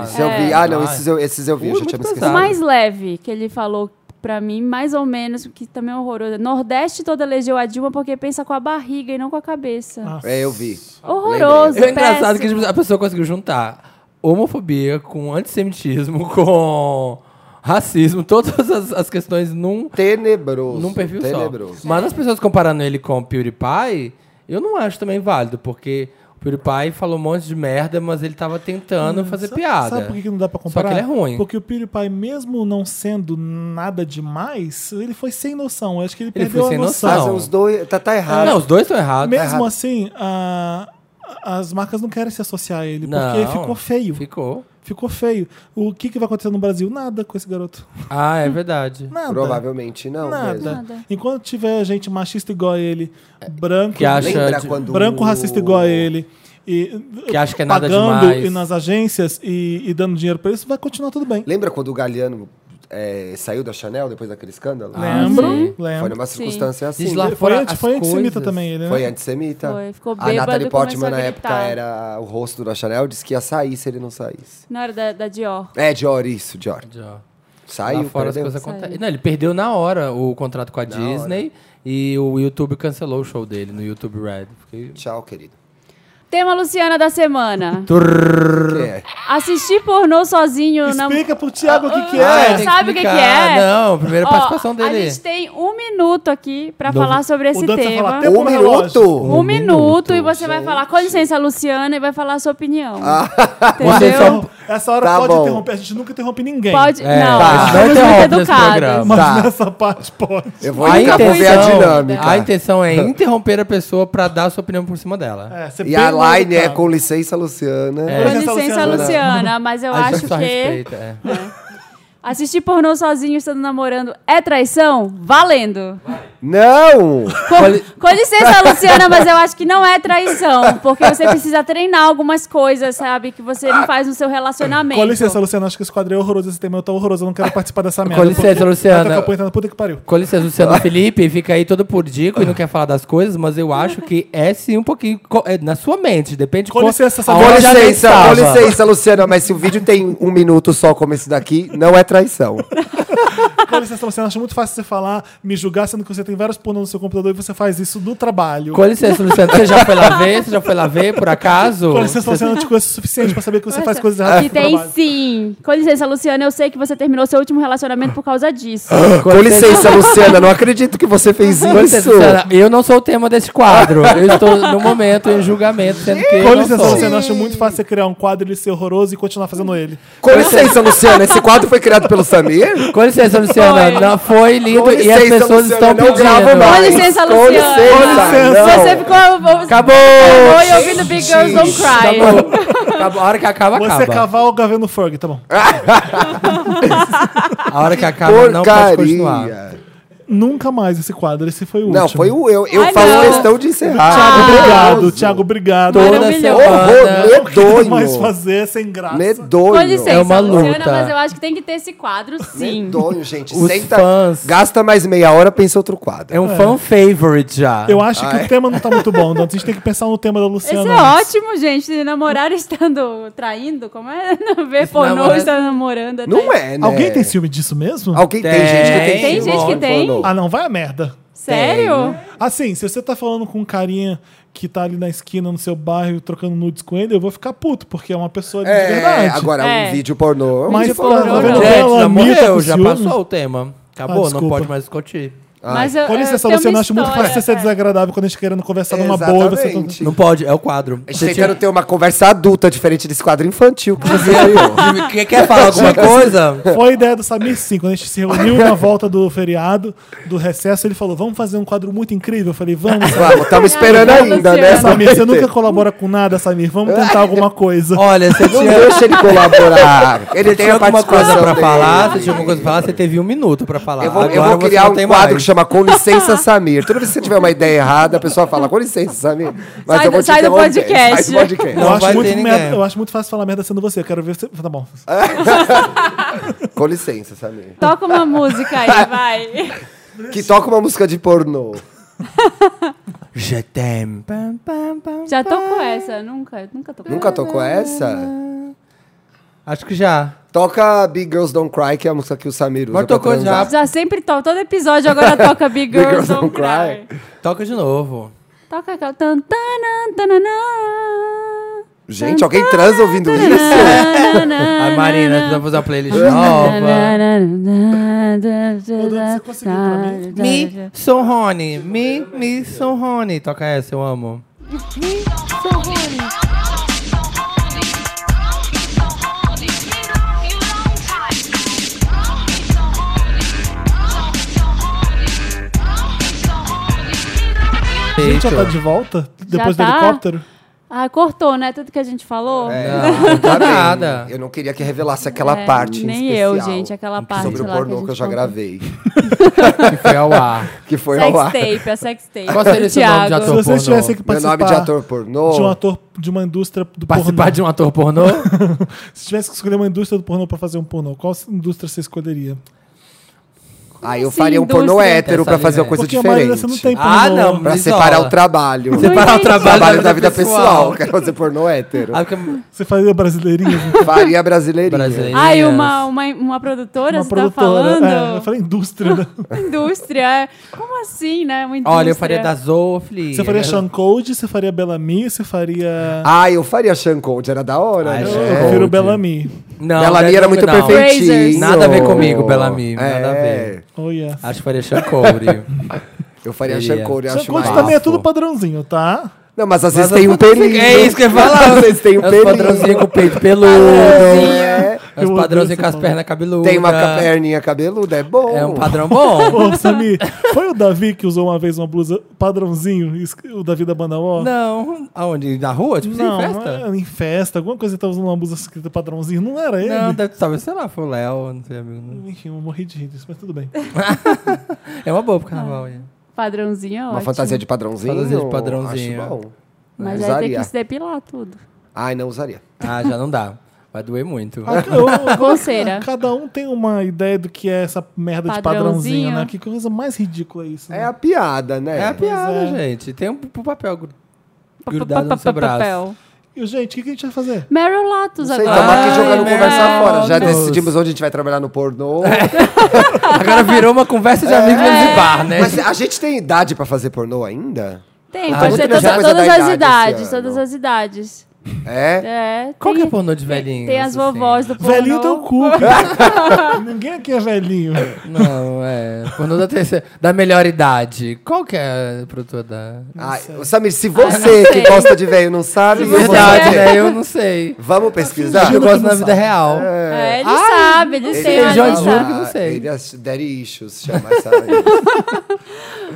B: É.
D: É.
A: Esses eu vi. Ah, não,
D: Ai.
A: esses eu, esses eu vi, eu
D: Ui,
A: já tinha me
D: muito
A: esquecido.
B: O
D: pesado.
B: mais leve que ele falou pra mim, mais ou menos, que também é horroroso. Nordeste toda elegeu a Dilma porque pensa com a barriga e não com a cabeça.
C: Ah.
A: É, eu vi.
B: horroroso,
D: É engraçado que
B: péssimo.
D: tipo, a pessoa conseguiu juntar homofobia com antissemitismo, com racismo, todas as, as questões num,
A: Tenebroso.
D: num perfil
A: tenebroso.
D: só. Mas as pessoas comparando ele com o PewDiePie, eu não acho também válido, porque o PewDiePie falou um monte de merda, mas ele tava tentando fazer
C: Hum, Sabe-
D: piada.
C: Sabe por que que não dá pra comparar?
D: Só que ele é ruim.
C: Porque o PewDiePie, mesmo não sendo nada demais, ele foi sem noção. Eu acho que ele,
D: Ele
C: perdeu
D: foi sem Tá
C: a noção.
A: Mas
D: Não.
A: os dois. Tá, tá errado.
D: Ah, Não, os dois estão errados.
C: Mesmo
A: errado.
C: assim, a- as marcas não querem se associar a ele,
D: Não,
C: assim, porque ficou feio.
D: Ficou.
C: Ficou feio. O que, que vai acontecer no Brasil? Nada com esse garoto.
D: Ah, é verdade.
C: Nada.
A: Provavelmente não.
C: Nada.
A: mesmo.
B: Nada.
C: Enquanto tiver gente machista igual a ele, branco,
D: É, Que acha-
A: Lembra
D: de-
A: quando.
C: branco racista igual a ele, e
D: Que acha que é nada
C: pagando
D: demais.
C: e nas agências e, e dando dinheiro pra isso, vai continuar tudo bem.
A: Lembra quando o Galeano é, saiu da Chanel depois daquele escândalo?
C: Lembro,
A: Ah, sim.
C: lembro.
A: Foi numa circunstância
D: Diz
A: assim.
D: lá
C: Foi,
D: Ah, fora
C: anti-
D: as
C: foi antissemita
D: coisas.
C: também ele, né?
A: Foi antissemita.
B: Foi, ficou
A: a
B: bêbado,
A: Natalie
B: começou
A: Portman,
B: a
A: na época,
B: gritar.
A: era o rosto da Chanel, disse que ia sair se ele não
D: tipo,
A: saísse.
B: Na hora da, da Dior.
A: É, Dior, isso, Dior.
D: Já.
A: Saiu,
D: lá fora as
A: perdeu.
D: coisas acontecem. Não, ele perdeu na hora o contrato com a Disney e o YouTube cancelou o show dele no YouTube Red. Fiquei-
A: Tchau, querido.
B: Tema Luciana da semana.
A: Quem é?
B: Assistir pornô sozinho não.
C: Explica pro Thiago o que, que
D: Ah,
C: é.
D: tem
B: Sabe o que que
D: explicar.
B: é?
D: Não, primeira
B: Ó,
D: participação
B: A
D: dele.
B: gente tem um minuto aqui pra
C: Não,
B: falar sobre
C: o
B: esse
C: Dante vai
B: tema.
C: falar tempo
A: Um
C: no relógio.
A: minuto!
B: Um, minuto,
D: minuto, Ah.
B: e você vai falar, com licença, Luciana, e vai falar a sua opinião.
D: Você
B: Entendeu?
D: só-
C: Essa hora
A: Tá
C: pode
A: bom.
C: interromper. A gente nunca interrompe ninguém.
B: Pode.
D: É,
B: não,
D: tá.
B: nós
D: Não
B: somos
D: interrompe
B: muito
D: esse
B: educadas.
D: programa.
C: Mas
A: Tá.
C: nessa parte pode.
A: Eu vou ligar pra
B: intenção-
A: ver a dinâmica.
D: a intenção é interromper a pessoa pra dar a sua opinião por cima dela.
C: É, você
A: E a
C: pega
A: line
C: o
A: é
C: cara.
A: com licença, Luciana.
B: Com
C: É.
B: licença,
C: Luciana.
B: Luciana, mas eu
D: a
B: acho
D: gente só
B: que
D: respeita. é.
B: assistir pornô sozinho estando namorando é traição? Valendo!
A: Não!
B: Com, com licença, Luciana, mas eu acho que não é traição, porque você precisa treinar algumas coisas, sabe, que você não faz no seu relacionamento.
C: Com licença, Luciana, acho que esse quadro é horroroso, esse tema tá horroroso, eu não quero participar dessa merda.
D: licença,
C: Puta-
D: Luciana.
C: Vai tocar punheta na puta que pariu.
D: Com licença, Luciano Felipe fica aí todo pudico e não quer falar das coisas, mas eu acho que é sim um pouquinho co- é, na sua mente, depende
C: Com
D: co-
C: licença,
D: aonde
A: Com
C: Olha,
D: ela
A: licença, é
D: estava.
A: com licença, Luciana, mas se o vídeo tem um minuto só como esse daqui, não é traição.
C: Com licença, Luciana, acho muito fácil você falar, me julgar, sendo que você tem vários pornôs no seu computador e você faz isso no trabalho.
D: Com licença, Luciano, você já foi lá ver? Você já foi lá ver, por acaso?
C: Com licença,
D: Você-
C: Luciana, eu te conheço o suficiente pra saber que você faz coisas erradas
B: Que
C: no
B: tem
C: trabalho.
B: sim. Com licença, Luciana, eu sei que você terminou seu último relacionamento por causa disso.
A: Com licença, Luciana, não acredito que você fez
D: Com licença,
A: isso.
D: Luciana, eu não sou o tema desse quadro. Eu estou no momento em julgamento, sendo que. eu
C: Com
D: não
C: licença,
D: sou.
C: Luciana, acho muito fácil você criar um quadro, ele ser horroroso e continuar fazendo ele.
A: Com licença, Luciana, esse quadro foi criado pelo Samir?
D: Com licença, Luciana.
B: Foi.
D: Não foi lindo
A: Com
D: e as
A: licença,
D: pessoas
A: Luciana,
D: estão
A: não gravo
D: pedindo.
A: mais.
B: Com licença, Luciana.
A: licença,
C: Com licença.
A: não.
B: Você ficou.
D: Acabou!
B: Oi, ouvindo Big Girls Don't
D: Tá
B: Cry.
D: Acabou. Acabou. A hora que acaba,
C: Você é
D: acaba.
C: cavalga vendo Ferg, tá bom.
D: A hora que acaba, não pode continuar.
A: Porcaria.
C: Nunca mais esse quadro, esse foi o último.
A: Não, foi o eu. Eu
B: Ai,
A: faço
B: não.
A: questão de encerrar.
C: Thiago, obrigado, Thiago, obrigado.
D: Toda
B: Maravilhoso.
D: semana.
A: Horror,
C: Não quero mais
A: medonho.
C: fazer é sem graça.
B: Com
A: Medonho.
B: licença,
D: É uma
B: Luciana,
D: luta.
B: mas eu acho que tem que ter esse quadro, sim.
A: Medonho, gente.
D: Os
A: Senta,
D: fãs.
A: gasta mais meia hora, pensa outro quadro.
D: É um fan favorite já.
C: Eu acho que o tema não tá muito bom, Dante. A gente tem que pensar no tema da Luciana.
B: Esse é
C: antes.
B: ótimo, gente. Namorar estando traindo, como é? Não Ver pornô
D: namorado-
B: estando namorando. é
A: Não
B: traindo.
A: é, né?
C: Alguém tem ciúme disso mesmo?
A: Alguém tem,
D: Tem.
A: gente que tem
B: Tem
A: ciúme,
B: gente que tem?
A: falou.
C: Ah, não, vai a merda.
B: Sério?
C: Assim, se você tá falando com um carinha que tá ali na esquina, no seu bairro, trocando nudes com ele, eu vou ficar puto, porque é uma pessoa ali de
A: É,
C: verdade.
A: agora
B: É.
A: um vídeo pornô. é Um
C: Mas
A: vídeo
C: falando-
A: pornô.
C: Não,
D: Gente,
C: ela
D: já
C: mita é com
D: morreu, já
C: ciúme.
D: passou o tema.
C: Ah,
D: Acabou, não
C: desculpa.
D: pode mais discutir.
B: Mas eu,
C: Com
B: eu
C: licença,
B: tenho
C: Luciana,
B: É, uma
C: acho muito
B: história,
C: fácil você ser
B: é.
C: desagradável quando a gente tá querendo conversar numa boa. e Você... tá
A: Exatamente.
D: Não pode, é o quadro.
A: A gente tá tentando ter uma conversa adulta, diferente desse quadro infantil que você criou.
D: Quem quer falar alguma coisa?
C: tá. Foi a ideia do Samir, sim. Quando a gente se reuniu na volta do feriado, do recesso, ele falou, vamos fazer um quadro muito incrível. Eu falei, vamos.
A: Vamos, estamos esperando
B: Obrigada,
A: ainda, né?
B: Luciana.
C: Samir, você
A: Não
C: nunca colabora com nada, Samir. Vamos tentar alguma coisa.
D: Olha, você tinha,
A: deixa ele colaborar. Ele tem
D: tinha
A: a
D: alguma
A: participação
D: coisa pra
A: dele.
D: falar, você tinha alguma coisa pra falar, você teve um minuto pra falar.
A: Eu vou, eu
D: Agora
A: vou
D: você
A: criar
D: não
A: um
D: tem
A: quadro que
D: mais.
A: chama Com Licença, Samir. Toda vez que você tiver uma ideia errada, a pessoa fala Com Licença, Samir. Mas
B: Sai
A: eu vou
B: do-
A: te
B: sai do
A: interromper.
B: podcast.
A: Sai do podcast.
C: Eu
D: Não
C: acho,
D: vai
C: muito
D: ter ninguém.
C: merda- eu acho muito fácil falar merda sendo você. Eu quero ver você. Tá bom.
A: Com licença, Samir.
B: Toca uma música aí, vai.
A: Que toca uma música de pornô.
D: Je t'aime. Pam, pam, pam.
B: Já tocou essa? Nunca? Nunca tocou.
A: Nunca tocou essa?
D: Acho que já.
A: Toca Big Girls Don't Cry, que é a música que o Samir usa
D: Mas
A: pra
D: tocou já.
A: transar.
B: Já sempre toca. Todo episódio agora toca Big Girls Don't Cry.
D: Toca de novo.
B: Toca aquela. tan, tanan, tananá.
A: Gente, alguém transa ouvindo isso?
D: A
B: Tananá,
D: Marina, nós vamos fazer uma playlist nova.
B: tananá,
C: Você conseguiu pra mim?
D: Me, Sonrone. Me, me, Sonrone. Toca essa, eu amo.
C: A gente já tá
D: Feito.
C: de volta? Depois do
B: tá?
C: helicóptero?
B: Ah, cortou, né? Tudo que a gente falou.
D: Não, tá nada.
A: Eu não queria que revelasse É, aquela
B: É,
A: parte em
B: Nem
A: especial
B: eu, gente. Aquela parte
A: sobre o
B: lá
A: pornô que,
B: que,
A: eu
B: a gente
A: já
B: contou.
A: gravei.
D: Que foi ao ar.
A: Que foi ao ar.
B: Sex tape, a sex tape.
D: Qual seria o seu nome
B: Thiago.
D: de
C: Se
D: ator?
C: vocês
D: pornô.
C: tivessem que
A: Meu
C: participar
A: nome de ator pornô.
C: de um ator de uma indústria do
D: Participar
C: pornô.
D: de um ator pornô?
C: Se tivesse que escolher uma indústria do pornô pra fazer um pornô, qual indústria você escolheria?
A: Aí eu
B: assim,
A: faria um pornô
B: indústria?
A: hétero pra
D: Essa
A: fazer uma
D: ali,
A: coisa
C: Porque a
A: diferente.
C: maioria você não tem
D: Ah,
C: pornô.
D: não.
A: Pra
D: Mas,
A: separar
D: ó,
A: o trabalho.
D: Separar o
B: entendi.
D: trabalho,
A: trabalho da vida pessoal. Quero fazer pornô hétero.
D: Ah, porque
C: Você fazia brasileirinha? assim,
A: Faria brasileirinha.
D: Brasileirinha.
B: Ai, uma, uma, uma produtora,
C: uma
B: você
C: produtora.
B: tá falando?
C: É, eu falei indústria. né?
B: Indústria. é. Como assim, né? Uma indústria.
D: Olha, eu faria da zoofilia.
C: Você faria Sean Code, você faria Bellamy, você faria.
A: Ah, eu faria Sean Cold, era da hora.
D: Ai,
A: né?
D: Sean
C: eu prefiro
D: Code.
C: Bellamy.
D: Não,
A: Bellamy
D: Bellamy
A: era muito
D: não.
A: perfeitinho.
B: Frasers.
D: Nada a ver comigo, Bellamy,
A: É,
D: nada a ver.
C: Oh, yes.
D: Acho que faria chancoure.
A: Eu faria
D: Seria.
A: Sean Cold, Ah, eu
C: Sean
A: acho
C: Code
A: mais.
C: também é
D: bafo.
C: tudo padrãozinho, tá?
A: Não, mas às vezes
D: Mas
A: tem um
D: eu-
A: pelinho.
D: É isso que eu ia falar.
A: Às vezes tem um
D: Os
A: pelinho.
D: padrãozinhos com o peito peludo.
A: É,
D: É
C: Eu
D: Os
C: odeio
D: padrãozinhos
C: essa
D: com as
C: palavra.
D: pernas cabeludas.
A: tem uma ca- perninha cabeluda, é bom.
D: É um padrão bom.
C: Ô, Samir, foi o Davi que usou uma vez uma blusa padrãozinho, es- o Davi da banda O?
D: Não. Aonde? Na rua? Tipo, sem
C: não, é
D: festa?
C: não era em festa, alguma coisa que tava usando uma blusa escrita padrãozinho, não era ele.
D: Não, deve talvez, sei lá, foi o Léo, não sei, amigo. não.
C: Enfim, eu morri de rir disso, mas tudo bem.
D: É uma boa pro carnaval, hein?
B: Padrãozinho, é
A: Uma
B: ótimo.
A: fantasia de padrãozinho.
D: Fantasia de padrãozinho.
A: Acho bom.
B: Mas
A: Não
B: aí tem
A: usaria.
B: que se depilar tudo.
A: Ai, não usaria.
D: Ah, já não dá. Vai doer muito.
C: Ah, Eu-
B: Coceira.
C: Cada um tem uma ideia do que é essa merda de padrãozinho,
B: Padrãozinho.
C: né? Que coisa mais ridícula é isso.
A: É
C: né?
A: a piada, né?
D: É a piada,
C: é.
D: gente. Tem um p- papel gru-
B: Pa-
D: grudado
B: pa-
D: no seu
B: pa-
D: braço.
B: papel.
C: E, gente, o que que a gente vai fazer?
B: Meryl Lotus
A: Não sei,
B: agora.
A: estamos
D: Ai,
A: aqui jogando
D: meu
A: conversa fora. Já
D: Deus.
A: decidimos onde a gente vai trabalhar no pornô.
D: Agora virou uma conversa de
C: É.
D: amigos de bar, né?
A: Mas a gente tem idade pra fazer pornô ainda?
B: Tem,
D: Ah,
B: pode
D: outra
B: ser
D: coisa
B: toda-
A: da
B: todas as
A: idade assim,
B: idades,
A: esse ano.
B: todas as idades.
A: É?
B: É,
D: Qual que
B: tem,
D: é pornô de velhinho?
B: tem as
D: assim?
B: vovós do pornô.
C: Velhinho teu cu. cara. Ninguém aqui é velhinho.
D: Não, é. Pornô da terceira. Da melhor idade. Qual que é, produtor da.
A: Ai, Samir, se você
B: não sei.
A: que gosta de velho não Tá. sabe, eu vou
D: Ah, Verdade,
A: saber.
D: né? Eu não sei.
A: Vamos pesquisar?
D: Eu gosto na vida real.
B: É, ele sabe, ele tem
D: eu
B: a
D: já
B: lista.
D: juro
C: é
D: que não sei.
A: Ele as- daddy issues, chama essa.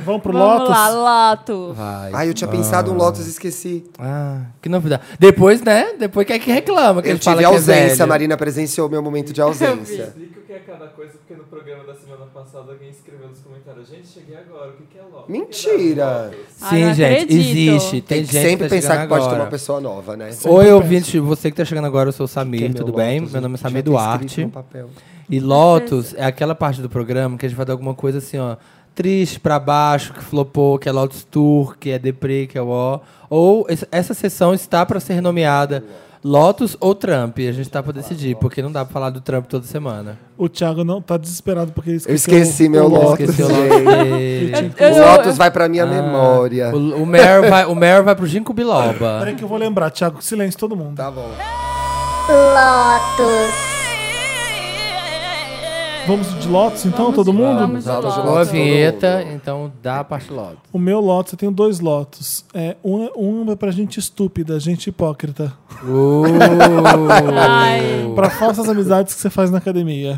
C: Vamos pro
B: Vamos
C: Lotus?
B: lá, Lotus.
D: Vai.
A: Ai, eu tinha pensado um Lotus e esqueci.
D: Ah, que novidade. Depois, né? Depois que é que reclama, que
A: Eu
D: ele fala
A: tive
D: que é
A: ausência,
D: velho.
A: a Marina presenciou meu momento de ausência.
E: Explica o que é cada coisa, porque no programa da semana passada alguém escreveu nos comentários. Gente, cheguei agora, o que que é logo?
A: Mentira!
B: Ah,
D: Sim,
B: não
D: gente,
B: acredito.
D: existe. Tem,
A: Tem que
D: gente
A: sempre
D: tá
A: pensar
D: chegando
A: que pode ter
D: agora.
A: uma pessoa nova, né?
D: Oi, ouvinte, você que tá chegando agora, eu sou o
A: Que é
D: Samir,
A: meu
D: tudo bem?
A: Lotus,
D: Meu nome é
A: gente,
D: Samir
A: devia ter escrito
D: Duarte.
A: no papel.
D: E Lotus é aquela parte do programa que a gente vai dar alguma coisa assim, ó. Triste pra baixo, que flopou, que é Lotus Tour, que é Depre, que é o O. Ou es- essa sessão está pra ser nomeada Lotus ou Trump. E a gente tá pra decidir, porque não dá pra falar do Trump toda semana.
C: O Thiago não tá desesperado porque ele
A: Eu
C: esqueceu.
A: esqueci meu
C: o
A: Lotus.
D: Esqueceu o
A: gente.
D: Lotus dele.
A: O Lotus vai pra minha memória.
D: O, o Meryl vai, o Meryl vai pro Ginkgo Biloba.
C: Peraí que eu vou lembrar, Thiago. Silêncio, todo mundo.
A: Tá bom.
C: Vamos de Lotus então, todo mundo?
B: Vamos de
A: Vamos
B: Lotus.
D: Boa
A: Lotus,
D: vinheta,
A: todo mundo.
D: então dá a parte Lotus.
C: O meu Lotus, eu tenho dois Lotus. É, um, é- um é pra gente estúpida, gente hipócrita.
A: Uh.
B: Ai,
C: Pra falsas amizades que você faz na academia.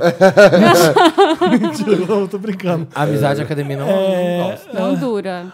C: Mentira, eu tô brincando.
D: Amizade academia não,
A: É.
D: não gosta.
B: não dura.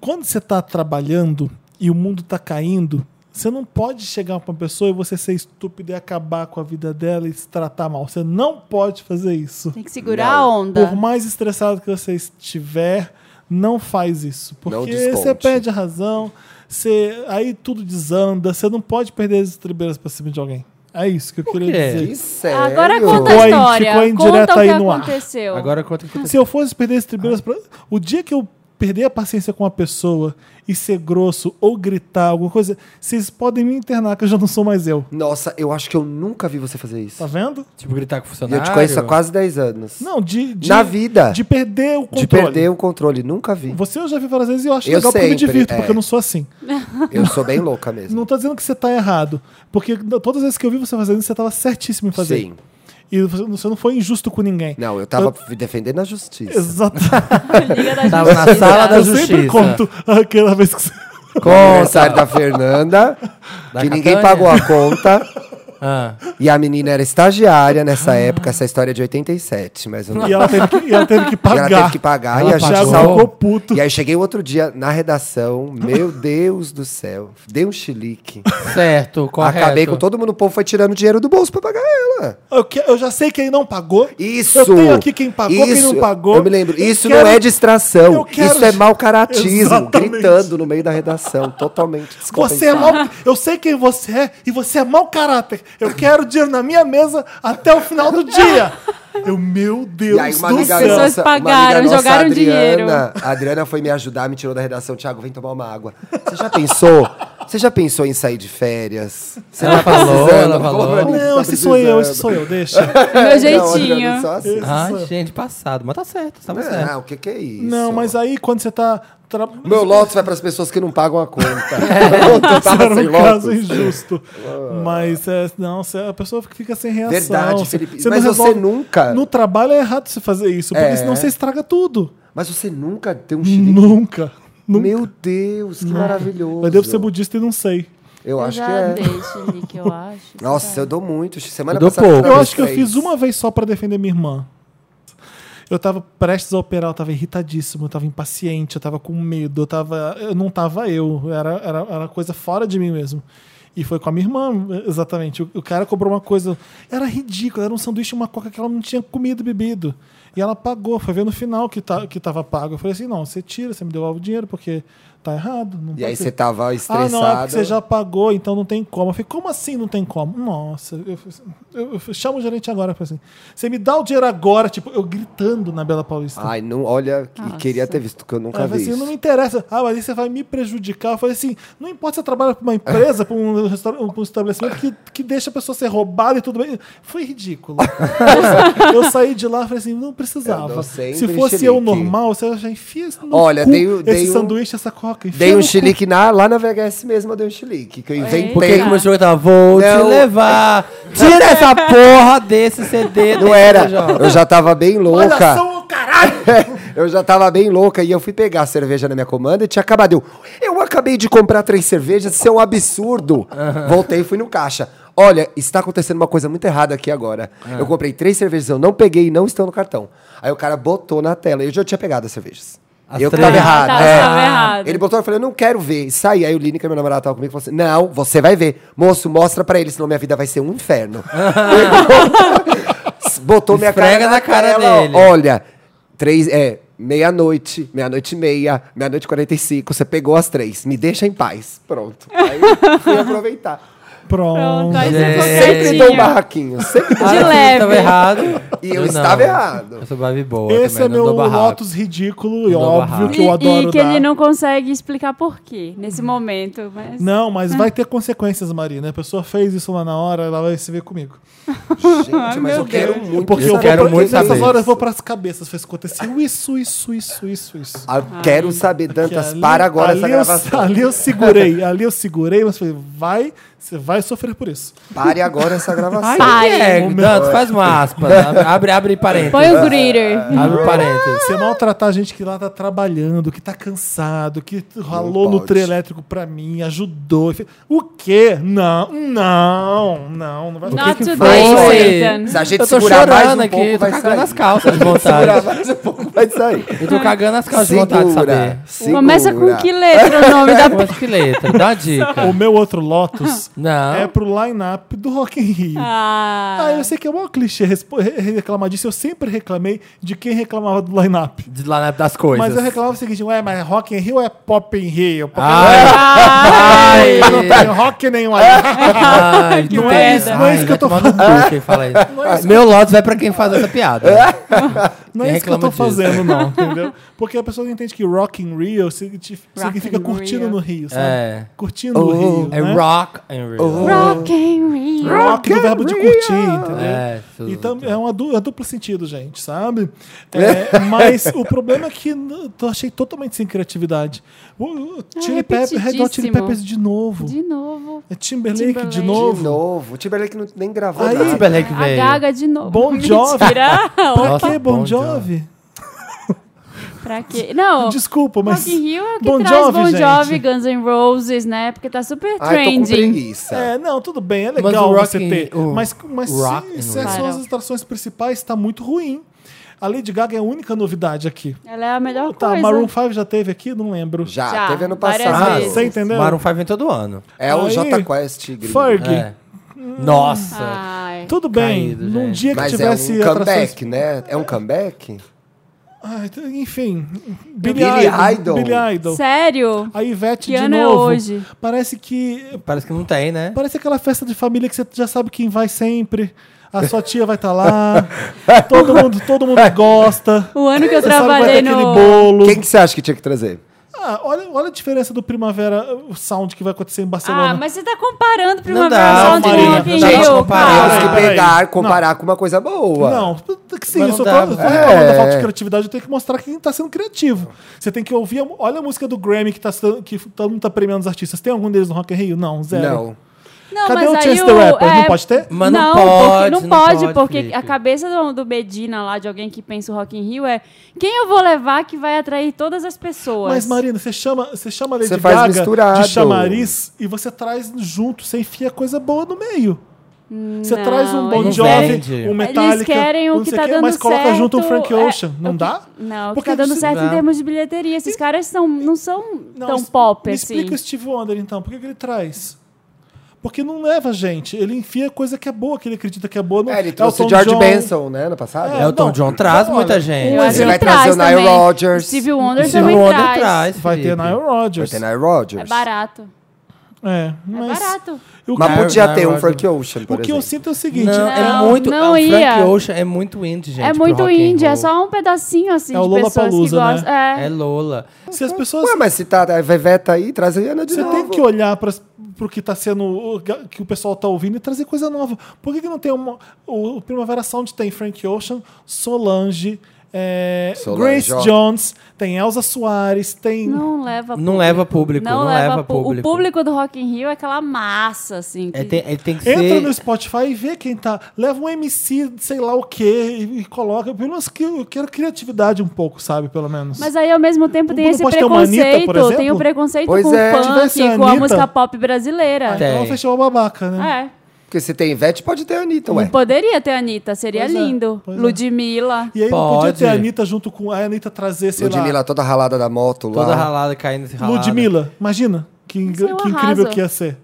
C: Quando você tá trabalhando e o mundo tá caindo, você não pode chegar pra uma pessoa e você ser estúpida e acabar com a vida dela e se tratar mal. Você não pode fazer isso.
B: Tem que segurar a onda.
C: Por mais estressado que você estiver, não faz isso.
A: Não
C: Porque
A: desponte.
C: você perde a razão, você, aí tudo desanda, você não pode perder as estribeiras pra cima de alguém. É isso que eu queria
D: quê?
C: dizer.
A: Que sério?
B: Agora conta a
C: Ficou aí-
B: história.
C: ficou aí
B: Conta
C: indireta
B: o que
C: aí no ar.
B: aconteceu.
D: Agora conta o que
C: Se eu fosse perder as estribeiras pra... O dia que eu perder a paciência com uma pessoa e ser grosso ou gritar alguma coisa, vocês podem me internar que eu já não sou mais eu.
A: Nossa, eu acho que eu nunca vi você fazer isso.
C: Tá vendo?
D: Tipo, gritar com o
A: E
D: funcionário.
A: eu te conheço há quase 10 anos.
C: Não, de, de-
A: Na vida.
C: De perder o controle.
A: De perder o controle, nunca vi.
C: Você eu já vi várias vezes e eu acho
A: Eu
C: legal porque eu me
A: sempre,
C: divirto,
A: é.
C: porque eu não sou assim.
A: Eu sou bem louca mesmo.
C: Não tô dizendo que você tá errado. Porque todas as vezes que eu vi você fazendo, você tava certíssimo em fazer.
A: Sim.
C: E você você não foi injusto com ninguém.
A: Não, eu tava defendendo a justiça.
C: Exato.
B: Liga da
D: Tava na
B: Justiça.
D: sala da
C: eu
D: justiça.
C: sempre conto aquela vez que você.
A: Com o aniversário da Fernanda,
D: Da
A: que ninguém
D: Catânia.
A: pagou a conta.
D: Ah,
A: E a menina era estagiária nessa época, essa história é de 87, mais ou menos.
C: E ela teve que, e ela teve que
A: E
C: pagar.
A: ela teve que pagar
D: Ela
A: e a gente
C: Thiago
D: pagou.
A: salvou.
C: ficou puto.
A: E aí cheguei outro dia na redação, meu Deus do céu, dei um chilique.
D: certo, correto.
A: Acabei com todo mundo, o povo foi tirando dinheiro do bolso pra pagar ela.
C: Eu, que- eu já sei quem não pagou.
A: Isso!
C: Eu tenho aqui quem pagou, quem não
A: Isso,
C: pagou.
A: Eu me lembro.
C: Eu
A: Isso
C: quero-
A: não é
C: eu
A: distração.
C: quero-
A: Isso é mau caratismo.
C: Exatamente.
A: Gritando no meio da redação. Totalmente
C: Você é
A: descompensado.
C: mau. Eu sei quem você é e você é mau caráter. Eu quero dinheiro na minha mesa até o final do dia. Eu, meu Deus
A: E aí uma
C: do céu.
A: amiga
B: pessoas
A: nossa, uma
B: pagaram,
A: amiga nossa,
B: jogaram
A: a Adriana,
B: dinheiro.
A: A Adriana foi me ajudar, me tirou da redação. Thiago, vem tomar uma água. Você já pensou? Você já pensou em sair de férias? Você
D: Ela
A: tá
D: falou,
A: precisando?
D: ela falou.
A: Fala pra mim que
C: Não,
A: tá
C: esse sou eu, esse
A: precisando.
C: sou eu, deixa.
A: é
B: Meu
A: Não,
B: jeitinho.
A: Adriana, só assim.
D: Ah,
C: Isso.
D: gente, passado. Mas tá certo, tava certo.
A: Ah, o que que é isso?
C: Não, mas aí quando você tá. Tra...
A: Meu Lotus vai pras pessoas que não pagam a conta. Eu
C: Isso era
A: tava
C: um
A: tá sem
C: caso
A: Lotus.
C: injusto. Mas é, não, você- a pessoa fica- fica sem reação.
A: Verdade,
C: Você-
A: Felipe.
C: não
A: Mas você
C: resolve-
A: nunca-
C: No trabalho é errado você fazer isso, porque
A: É.
C: senão você estraga tudo.
A: Mas você nunca deu um xerife?
C: Nunca. Nunca.
A: Meu Deus, que maravilhoso.
C: Mas devo ser budista e não sei.
A: Eu acho
B: já
A: que é.
B: dei xilique, eu acho.
A: Nossa, eu dou muito. Semana
D: Eu dou
A: passada
D: pouco.
A: eu
C: Eu
A: dei
C: acho que eu
A: três.
C: fiz uma vez só pra defender minha irmã. Eu tava prestes a operar, eu tava irritadíssimo, eu tava impaciente, eu tava com medo, eu tava. Eu não tava eu, era, era, era coisa fora de mim mesmo. E foi com a minha irmã, exatamente. O, o cara cobrou uma coisa. Era ridículo, era um sanduíche e uma coca que ela não tinha comido e bebido. E ela pagou, foi ver no final que, tá, que tava pago. Eu falei assim: não, você tira, você me deu o dinheiro porque tá errado. não
A: E
C: pode
A: aí
C: ser.
A: você tava
C: Ah,
A: estressado.
C: não, é porque você já pagou, então não tem como. Eu falei, como assim não tem como? Nossa, eu, eu- eu chamo o gerente agora. eu falei assim, você me dá o dinheiro agora, tipo, eu gritando na Bela Paulista.
A: Ai, não, olha, que-
B: Nossa.
A: queria ter visto, que eu nunca
C: Ela falou
A: vi
C: assim,
A: isso.
C: não me interessa. Ah, mas aí você vai me prejudicar. Eu falei assim, não importa se você trabalha pra uma empresa, pra um, restaura- pra um estabelecimento que, que deixa a pessoa ser roubada e tudo bem. Foi ridículo. eu, eu saí de lá e falei assim, não
A: Eu
C: precisava.
A: dou sempre
C: Se fosse eu
A: chilique.
C: normal, você já enfia esse no
A: Olha,
C: cu,
A: dei o- dei
C: esse
A: um-
C: sanduíche, essa coca. enfia
A: Dei
C: no
A: um
C: cu.
A: chilique na, lá na VHS mesmo, eu dei um chilique, que eu inventei.
D: Porque
B: Eita.
D: começou a cantar,
A: Não.
D: vou
A: é-
D: te levar. Tira essa porra desse CD.
A: Não
D: desse Ah,
A: era,
D: feijão.
A: eu já tava bem
C: Olha
A: louca.
C: só, caralho!
A: eu já tava bem louca e eu fui pegar a cerveja na minha comanda e tinha acabado. Eu, eu acabei de comprar três cervejas, isso é um absurdo. Voltei e fui no caixa. Olha, está acontecendo uma coisa muito errada aqui agora.
D: Ah.
A: Eu comprei três cervejas, eu não peguei e não estão no cartão. Aí o cara botou na tela, eu já tinha pegado as cervejas.
D: As
A: eu que
D: três.
A: tava errado.
B: Ah, tá,
A: é.
B: tava errado.
A: Ele botou, eu falei, eu não quero ver. E saí. Aí o Lineker, meu namorado, tava comigo e falou assim: Não, você vai ver. Moço, mostra pra ele, senão minha vida vai ser um inferno. botou minha cara.
D: Esfrega na cara
A: ela,
D: dele.
A: Olha, três. É, meia-noite, meia-noite e meia, meia-noite e quarenta e cinco. Você pegou as três. Me deixa em paz. Pronto. Aí fui aproveitar.
B: Pronto, aí
D: Gente.
B: você
D: É.
A: Sempre
B: foi
A: dou um
B: quietinho.
A: barraquinho. Sempre
D: Ah, eu
B: leve.
D: Tava errado.
A: E eu estava errado.
D: Eu sou Babi boa.
C: Esse
D: também,
C: é meu
D: não dou barraco.
C: Lotus ridículo e
D: Não dou
C: óbvio
D: barraco.
C: que eu
B: E,
C: adoro
B: e que
C: dar.
B: ele não consegue explicar por quê, nesse momento. Mas...
C: Não, mas vai ter consequências, Marina. A pessoa fez isso lá na hora, ela vai se ver comigo.
A: Gente, um mas eu quero muito.
C: Porque
D: eu
C: eu,
D: quero
C: vou pra,
D: muito
C: nessas
D: saber
C: horas eu
D: isso.
C: vou pras cabeças. Fez aconteceu isso, isso, isso, isso, isso.
A: Ah, quero saber, Dantas,
C: Que ali-
A: para agora
C: ali
A: essa
C: eu-
A: gravação.
C: ali eu segurei, ali eu segurei, mas falei, vai, você vai sofrer por isso.
A: Pare agora essa gravação.
B: Pai.
D: É,
C: O meu-
D: Dantas, faz uma aspa. Abre, abre parênteses.
B: Põe
C: é,
B: o greeter.
D: Abre parênteses.
B: Ah.
C: Você maltratar a gente que lá tá trabalhando, que tá cansado, que ralou no
A: pode.
C: trio elétrico pra mim, ajudou. Enfim, O quê? Não, não, não, não vai
B: Not
D: que
B: today,
A: foi?
B: Satan.
A: Se a gente
D: Eu tô
A: segurar mais um
D: chorando aqui,
A: pouco,
D: eu tô
A: vai
D: cagando
A: sair.
D: as calças de
A: Se segurar
D: vontade.
A: mais um pouco, vai sair.
D: Eu tô cagando as calças de vontade de saber.
A: Segura, segura.
B: Começa com que letra o nome da.
D: Mas que letra? Dá uma dica.
C: O meu outro Lotus
D: Não.
C: é pro line-up do Rock in Rio. Ah.
B: Ah,
C: eu sei que é um clichê respo- re- reclamar disso. Eu sempre reclamei de quem reclamava do line-up.
D: De lá na- das coisas.
C: Mas eu reclamava o seguinte, ué, mas Rock in Rio é Pop in Rio. Pop in
D: Ai,
B: Ai,
C: Rio não tem rock nenhum aí.
D: ai,
B: Que
D: não é
B: merda.
D: isso,
C: Não é isso que eu tô
D: falando. Quem fala isso.
B: é
D: Meu Lotus vai pra quem faz essa piada.
C: Não
D: Quem
C: é isso que eu tô
D: reclama disso?
C: fazendo, não, entendeu? Porque a pessoa não entende que Rock in Rio sig- significa
B: in
C: curtindo
B: Rio.
C: no Rio, sabe?
D: É.
C: Curtindo no Rio,
D: É
C: né? Oh.
D: rock and roll.
B: Rock in Rio.
C: Rock do verbo de curtir, entendeu?
D: É, tudo.
C: Então é uma du- é duplo sentido, gente, sabe? É, mas o problema é que n- eu achei totalmente sem criatividade. O, o Chili Peppers, Red Hot Chili
B: repetidíssimo.
C: Peppers de novo.
B: De novo.
C: É Timberlake, de
B: Timberlake.
A: De
C: novo.
A: novo. O Timberlake não, nem gravou
D: Tá
C: Aí-
A: nada.
D: Timberlake
B: A
D: veio.
B: Gaga de novo.
C: Bon Jovi.
B: Mentira.
C: Pra
D: Nossa,
C: que Bon
D: Bon
C: Jovi?
B: pra quê? Não.
C: Desculpa, mas...
B: Rock in Rio é o que
C: Bon
B: traz
C: Jovi,
B: Bon
C: gente.
B: Jovi, Guns N' Roses, né? Porque tá super
A: Ai, tô com
B: trending.
A: preguiça.
C: É, não, tudo bem, é
D: Mas o
C: legal
D: rock
C: você
D: in-
C: ter.
D: o
C: mas mas
D: rock
C: se,
D: in
C: se essas
B: Rio.
C: são as atrações principais, tá muito ruim. A Lady Gaga é a única novidade aqui.
B: Ela é a melhor
C: Tá,
B: coisa.
C: Maroon 5 já teve aqui? Não lembro.
A: Já,
B: Já,
A: teve ano
B: várias
A: passado.
D: Ah,
B: vezes.
C: Você entendeu?
D: Maroon 5 vem todo ano.
A: É o
C: Aí-
A: J Quest gringo.
C: Ferg,
D: É. Nossa.
B: Ai.
C: tudo bem.
D: Caído,
C: Num
D: gente.
C: dia que
A: Mas é um
C: tivesse atrações...
A: comeback, né? É um comeback?
C: Ai, t- Ah, então, enfim.
A: Billy Idol.
C: Billy Idol.
B: Sério?
C: A Ivete
B: Que
C: de
B: ano é
C: novo.
B: hoje?
C: Parece que.
D: Parece que não tem, né?
C: Parece aquela festa de família que você já sabe quem vai sempre. A sua tia vai estar lá. Todo mundo, todo mundo gosta.
B: O ano que eu
C: Você sabe que vai ter
B: trabalhei
C: aquele
B: no.
C: bolo.
A: Quem que você acha que tinha que trazer?
C: Ah, olha, olha a diferença do Primavera o Sound que vai acontecer em Barcelona.
B: Ah, mas você tá comparando Primavera
D: dá,
B: Sound com
C: Marina,
B: Rock in
C: não dá pra
B: Rio,
D: comparar.
B: cara.
A: Temos que
C: Ah, peraí.
A: pegar, comparar com uma coisa boa.
C: Não, que sim,
D: Mas
C: eu
D: não
C: sou
D: dá,
C: contra,
D: velho.
C: sou contra a falta
A: É.
C: de criatividade, eu tenho que mostrar quem tá sendo criativo. Você tem que ouvir, a- olha a música do Grammy que, tá, sendo- que todo mundo tá premiando os artistas. Tem algum deles no Rock in Rio? Não, zero.
A: Não.
B: Não,
C: Cadê
B: mas
C: o
B: aí
C: Chance the Rapper? Não
B: é,
C: pode ter?
D: Mas não
B: porque-
D: pode,
B: não
D: não
B: pode,
D: pode,
B: porque
D: Felipe.
B: a cabeça do, do Bedina lá, de alguém que pensa o Rock in Rio, é quem eu vou levar que vai atrair todas as pessoas.
C: Mas, Marina, você chama, você chama a Lady
A: Você faz
C: Gaga
A: misturado.
C: de chamariz e você traz junto, você enfia coisa boa no meio. Você
B: Não,
C: traz um Bon
D: eles-
C: Jovi,
D: Vende.
C: um Metallica,
B: Eles querem
C: um
B: o
C: não
B: que
C: sei
B: tá
C: quê,
B: dando
C: mas coloca
B: certo,
C: junto um Frank
B: é,
C: Ocean.
B: o
C: não
B: que-
C: dá?
B: Não, o que
C: Porque
B: tá dando
C: isso-
B: certo em
D: Não.
B: termos de bilheteria. Esses caras são, não são
C: Não,
B: tão
C: es-
B: pop
C: me
B: assim.
C: explica o Steve Wonder, então. Por que, que ele traz? Porque não leva gente. Ele enfia coisa que é boa, que ele acredita que é boa. Não,
A: É, ele
C: o
A: trouxe
C: Tom
A: George
C: John.
A: Benson, né, no passado.
C: É,
D: Elton
C: não.
D: John traz
C: Olha,
D: muita
B: Eu
D: gente.
B: acho
A: Você
B: que
C: é
A: vai trazer
B: traz
A: o Nile
B: também.
A: Rodgers.
B: Stevie Wonder
D: Stevie
B: também
D: Wonder
B: traz.
D: traz.
C: Vai ter
D: Felipe.
C: Nile
A: né, Vai
C: Rodgers.
A: ter Nile Rodgers.
B: É barato.
C: É,
B: É
C: mas
B: barato.
C: o que,
A: Mas
D: Nile-
A: podia
D: Nile
A: ter um
D: Rodgers.
A: Frank Ocean, por
C: o que eu
A: exemplo.
C: sinto é o seguinte.
D: Não,
B: Não,
D: é muito.
B: não
D: o
B: ia.
D: Frank Ocean é muito indie, gente.
B: é
D: pro
B: muito
D: rock and
B: indie, é
D: roll.
B: só um pedacinho assim
C: É o
B: de pessoas que
C: Lollapalooza, né?
B: gostam. É.
D: É Lola.
C: Se as pessoas
A: Ué, mas se tá a Veveta aí, traz a Rihanna de
C: Você
A: novo.
C: tem que olhar para o que tá sendo o que o pessoal tá ouvindo e trazer coisa nova. Por que, que não tem uma o, o Primavera Sound tem Frank Ocean, Solange, é,
A: Solange,
C: Grace
A: ó.
C: Jones, tem Elza Soares, tem
B: Não leva
D: Não leva público, não leva
B: pu- O
D: público.
B: público do Rock in Rio é aquela massa, assim. que-
D: É, tem, é, tem que
C: Entra
D: ser.
C: no Spotify e vê quem tá. Leva um MC, sei lá o quê, e, e coloca. Pelo menos que eu quero criatividade um pouco, sabe? Pelo menos.
B: Mas aí, ao mesmo tempo,
C: O
B: tem
C: público
B: esse
C: pode ter uma Anitta,
B: preconceito.
C: por
B: tem o
C: exemplo?
B: preconceito
A: Pois
B: com o
A: é.
C: Tivesse a
B: funk, com a
C: Anitta-
B: música pop
C: Ah,
B: brasileira.
C: então é um
D: Tem.
C: festival babaca, né?
B: É.
A: Porque se tem Ivete, pode ter a Anitta, ué.
B: Poderia ter a Anitta, seria
C: Pois é,
B: lindo.
C: pois é.
B: Ludmilla.
C: E aí não podia
D: Pode.
C: ter a Anitta junto com a Anitta trazer, sei
A: Ludmilla
C: lá,
A: toda ralada da moto lá.
D: Toda ralada caindo esse ralado.
C: Ludmilla. Imagina que,
B: Ia ser um
C: que incrível
B: arraso.
C: que ia ser.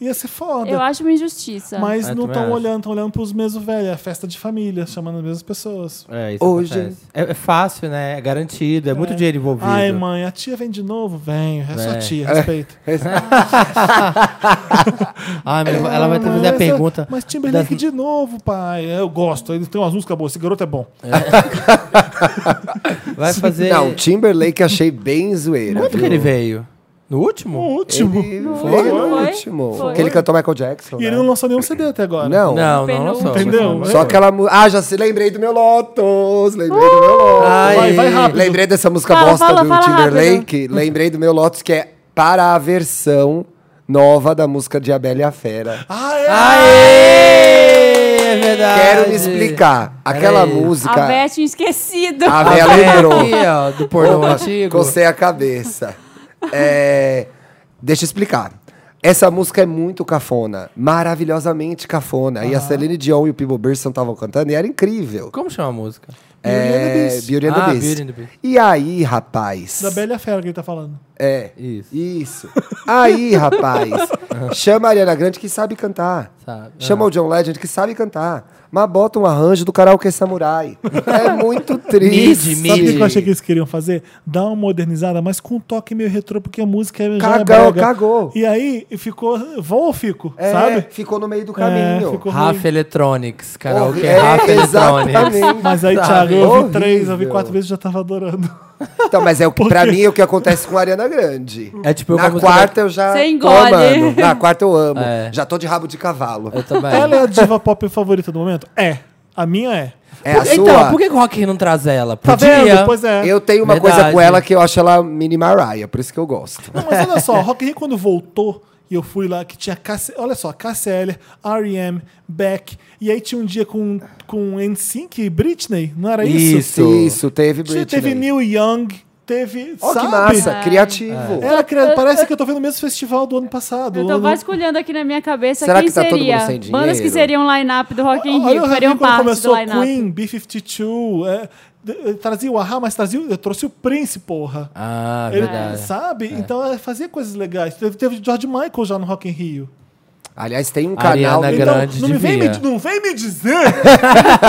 C: Ia ser foda.
B: Eu acho uma injustiça.
C: Mas
D: É,
C: não
D: também
C: estão
D: acho.
C: olhando, estão olhando pros mesmos velhos. É festa de família, chamando as mesmas pessoas.
D: É, isso
A: Hoje.
D: acontece. É, é fácil, né? É garantido, é muito dinheiro envolvido.
C: Ai, mãe, a tia vem de novo? Vem, é sua
D: Vem.
C: tia, respeito.
D: Ai, Ah, meu, ela vai ter que
C: Ah, Mas
D: fazer a
C: essa-
D: pergunta.
C: Mas Timberlake
D: das-
C: de novo, pai. Eu gosto, ele tem umas músicas boas, esse garoto é bom.
D: Vai fazer.
A: Não, Timberlake achei bem zoeira.
D: Quando é- que
A: viu?
D: ele veio? No último?
C: O último.
A: Ele
B: Não
A: veio
B: foi?
A: no
B: Foi?
A: último.
B: Foi.
A: Que ele cantou Michael Jackson.
C: E
A: né?
C: ele não lançou nenhum CD até agora.
A: Não.
D: Não, não,
B: Penúltimo.
D: não sou.
C: Entendeu?
A: Só aquela música. Ah, já se lembrei do meu Lotus. Lembrei do meu Lotus.
D: Ai.
C: Vai, vai rápido.
A: Lembrei dessa música
B: Fala,
A: bosta
B: fala,
A: do
B: fala
A: Timberlake. Lembrei do meu Lotus, que é para a versão nova da música de A Bela e a Fera.
C: Ah, é?
D: Aê! É verdade.
A: Quero me explicar. Aquela
D: Peraí.
B: A
A: música.
B: Beth tinha esquecido.
A: A
D: A
A: Bela lembrou.
D: Tá aqui, ó, do pornô
A: Opa,
D: antigo.
A: Cocei a cabeça. É, deixa eu explicar. Essa música é muito cafona, maravilhosamente cafona. E a Celine Dion e o Pibble Birson estavam cantando e era incrível.
D: Como chama a música?
A: É, Beauty and the
D: Ah,
A: Beast.
D: Beauty and the Beast.
A: E aí, rapaz?
C: Da Bela e a Fera que ele tá falando.
A: É,
D: Isso.
A: isso. Aí, rapaz, chama a Ariana Grande que sabe cantar.
D: Sabe,
A: Chama o John Legend que sabe cantar. Mas bota um arranjo do karaokê samurai. é muito triste.
D: Mid,
C: Sabe o
D: mid.
C: que eu achei que eles queriam fazer? Dar uma modernizada, mas com um toque meio retrô, porque a música é já é
A: Cagou,
C: brega.
A: cagou.
C: E aí ficou, vou ou fico,
A: É,
C: sabe?
A: Ficou no meio do
D: É,
A: caminho.
C: ficou meio-
D: Rafa Electronics, karaokê
A: É,
D: Rafa Electronics.
A: exatamente.
C: Mas aí,
D: Sabe?
C: Thiago, eu ouvi
A: Ah, Horrível.
C: três, eu ouvi quatro vezes e já tava adorando.
A: Então, mas é o que, pra mim é o que acontece com a Ariana Grande.
D: É tipo eu
A: Na
D: com a música
A: quarta eu já
B: Você
A: tô
B: engole.
A: amando. Na quarta eu amo.
D: É.
A: Já tô de rabo de cavalo.
D: Eu também.
C: Ela é a diva pop favorita do momento? É. A minha é.
A: É a
D: Por- então,
A: sua.
D: por que que o Rock in Rio não traz ela?
C: Tá vendo? Pois é.
A: Eu tenho uma
D: Verdade.
A: coisa com ela que eu acho ela mini Mariah, por isso que eu gosto.
C: Não, mas olha só, Rock in Rio quando voltou e eu fui lá, que tinha Cassi... Olha só, Cassie Eller, R.E.M., Beck, e aí tinha um dia com, com NSYNC e Britney, não era isso?
D: Isso.
A: Isso, teve
C: Tinha-
A: Britney.
C: Teve Neil Young, teve...
A: Ó, que
C: sabe? É.
A: massa,
B: É.
A: criativo.
C: Ela cria- Parece que eu tô vendo o mesmo festival do ano passado.
B: Eu
C: Eu
B: tô
C: não-
B: vasculhando aqui na minha cabeça
A: Será
B: quem
A: que tá todo mundo
B: seria.
A: sem dinheiro?
B: Bandas que seriam line-up do Rock in
C: Olha
B: Rio,
C: o
B: que
C: Ravi
B: fariam
C: quando
B: parte do
C: começou
B: line-up.
C: Queen, B-52, é, d- eh, trazia o Ahá, mas trazia, o- eu trouxe o Prince, porra.
D: Ah,
C: Ele, é,
D: verdade. É.
C: sabe? Então ela fazia coisas legais. Teve, teve George Michael já no Rock in Rio.
A: Aliás, tem um
D: Ariana
A: canal.
D: Tá Grande.
C: Então, não, me vem me,
D: devia.
C: não vem me dizer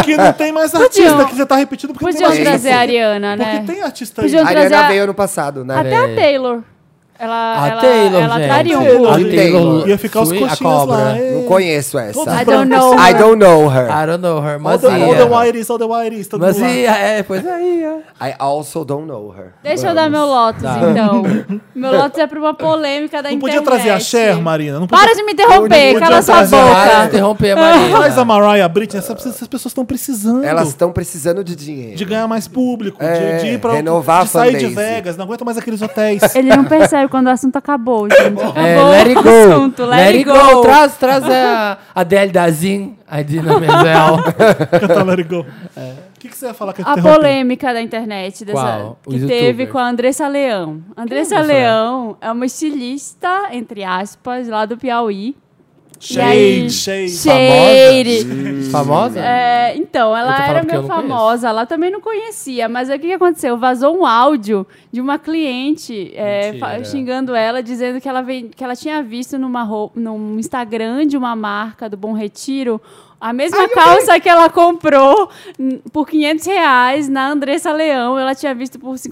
C: que não tem mais
B: Podiam.
C: artista, que você tá repetindo porque tem
B: Podiam
C: mais
B: trazer a
C: artista.
B: Ariana,
C: Porque
B: né?
C: tem artista aí.
B: Podiam
A: A Ariana
B: trazer a-
A: veio ano passado, né?
B: Até a Taylor. Ela,
D: A
B: ela,
D: Taylor,
B: ela
D: gente.
B: traria um
C: Taylor.
A: A
B: pouco.
A: Taylor.
C: Ia ficar os
D: Sui- a
C: coxinhas lá.
D: cobra.
C: é.
A: Não conheço essa.
B: I don't know.
A: I don't know her.
D: I don't know her,
C: All
D: mas
C: the, all the
D: ia.
C: Wires, all the Wires, todo
D: Mas
C: mundo lá.
D: ia, é, pois aí, ia.
A: I also don't know her.
B: Deixa eu dar meu Lotus, então. Meu Lotus é pra uma polêmica da
C: Tá. Não podia
B: internet.
C: trazer a Cher, Marina? Não podia...
B: Para de me interromper,
C: Podia
B: cala sua
C: trazer a
D: Para de
B: boca.
D: interromper a Marina.
C: Traz a Mariah, a Britney, essa- essas pessoas estão precisando.
A: Elas estão precisando de dinheiro.
C: De ganhar mais público, de-
A: É,
C: de, ir pra
A: renovar a
C: de sair de
A: fanbase.
C: Vegas, não aguento mais aqueles hotéis.
B: Ele não percebe quando o assunto acabou, gente. Acabou
D: É, let it
B: o
D: go.
B: assunto. Let, it go.
D: Traz, traz a Adele da Zin, a Dina Menzel.
C: Cantar Let It Go.
A: É.
C: O que, que você ia falar que eu
B: A
C: interrompi?
B: polêmica da internet dessa,
D: Qual?
B: que
D: Os
B: teve
D: youtubers.
B: com a Andressa Leão. Andressa
D: Andressa
B: Leão é uma estilista, entre aspas, lá do Piauí. E aí-
C: Shade, shade.
B: Shade.
D: Famosa?
B: É, então,
D: Eu tô
B: ela
D: falando
B: era
D: porque eu
B: meio
D: não conheço.
B: famosa, ela também não conhecia, mas aí o que, que aconteceu? Vazou um áudio de uma cliente é, fa-
D: Mentira.
B: xingando ela, dizendo que ela, vem, que ela tinha visto numa rou- num Instagram de uma marca do Bom Retiro a mesma calça que ela comprou hum, por 500 reais na Andressa Leão. Ela tinha visto por R$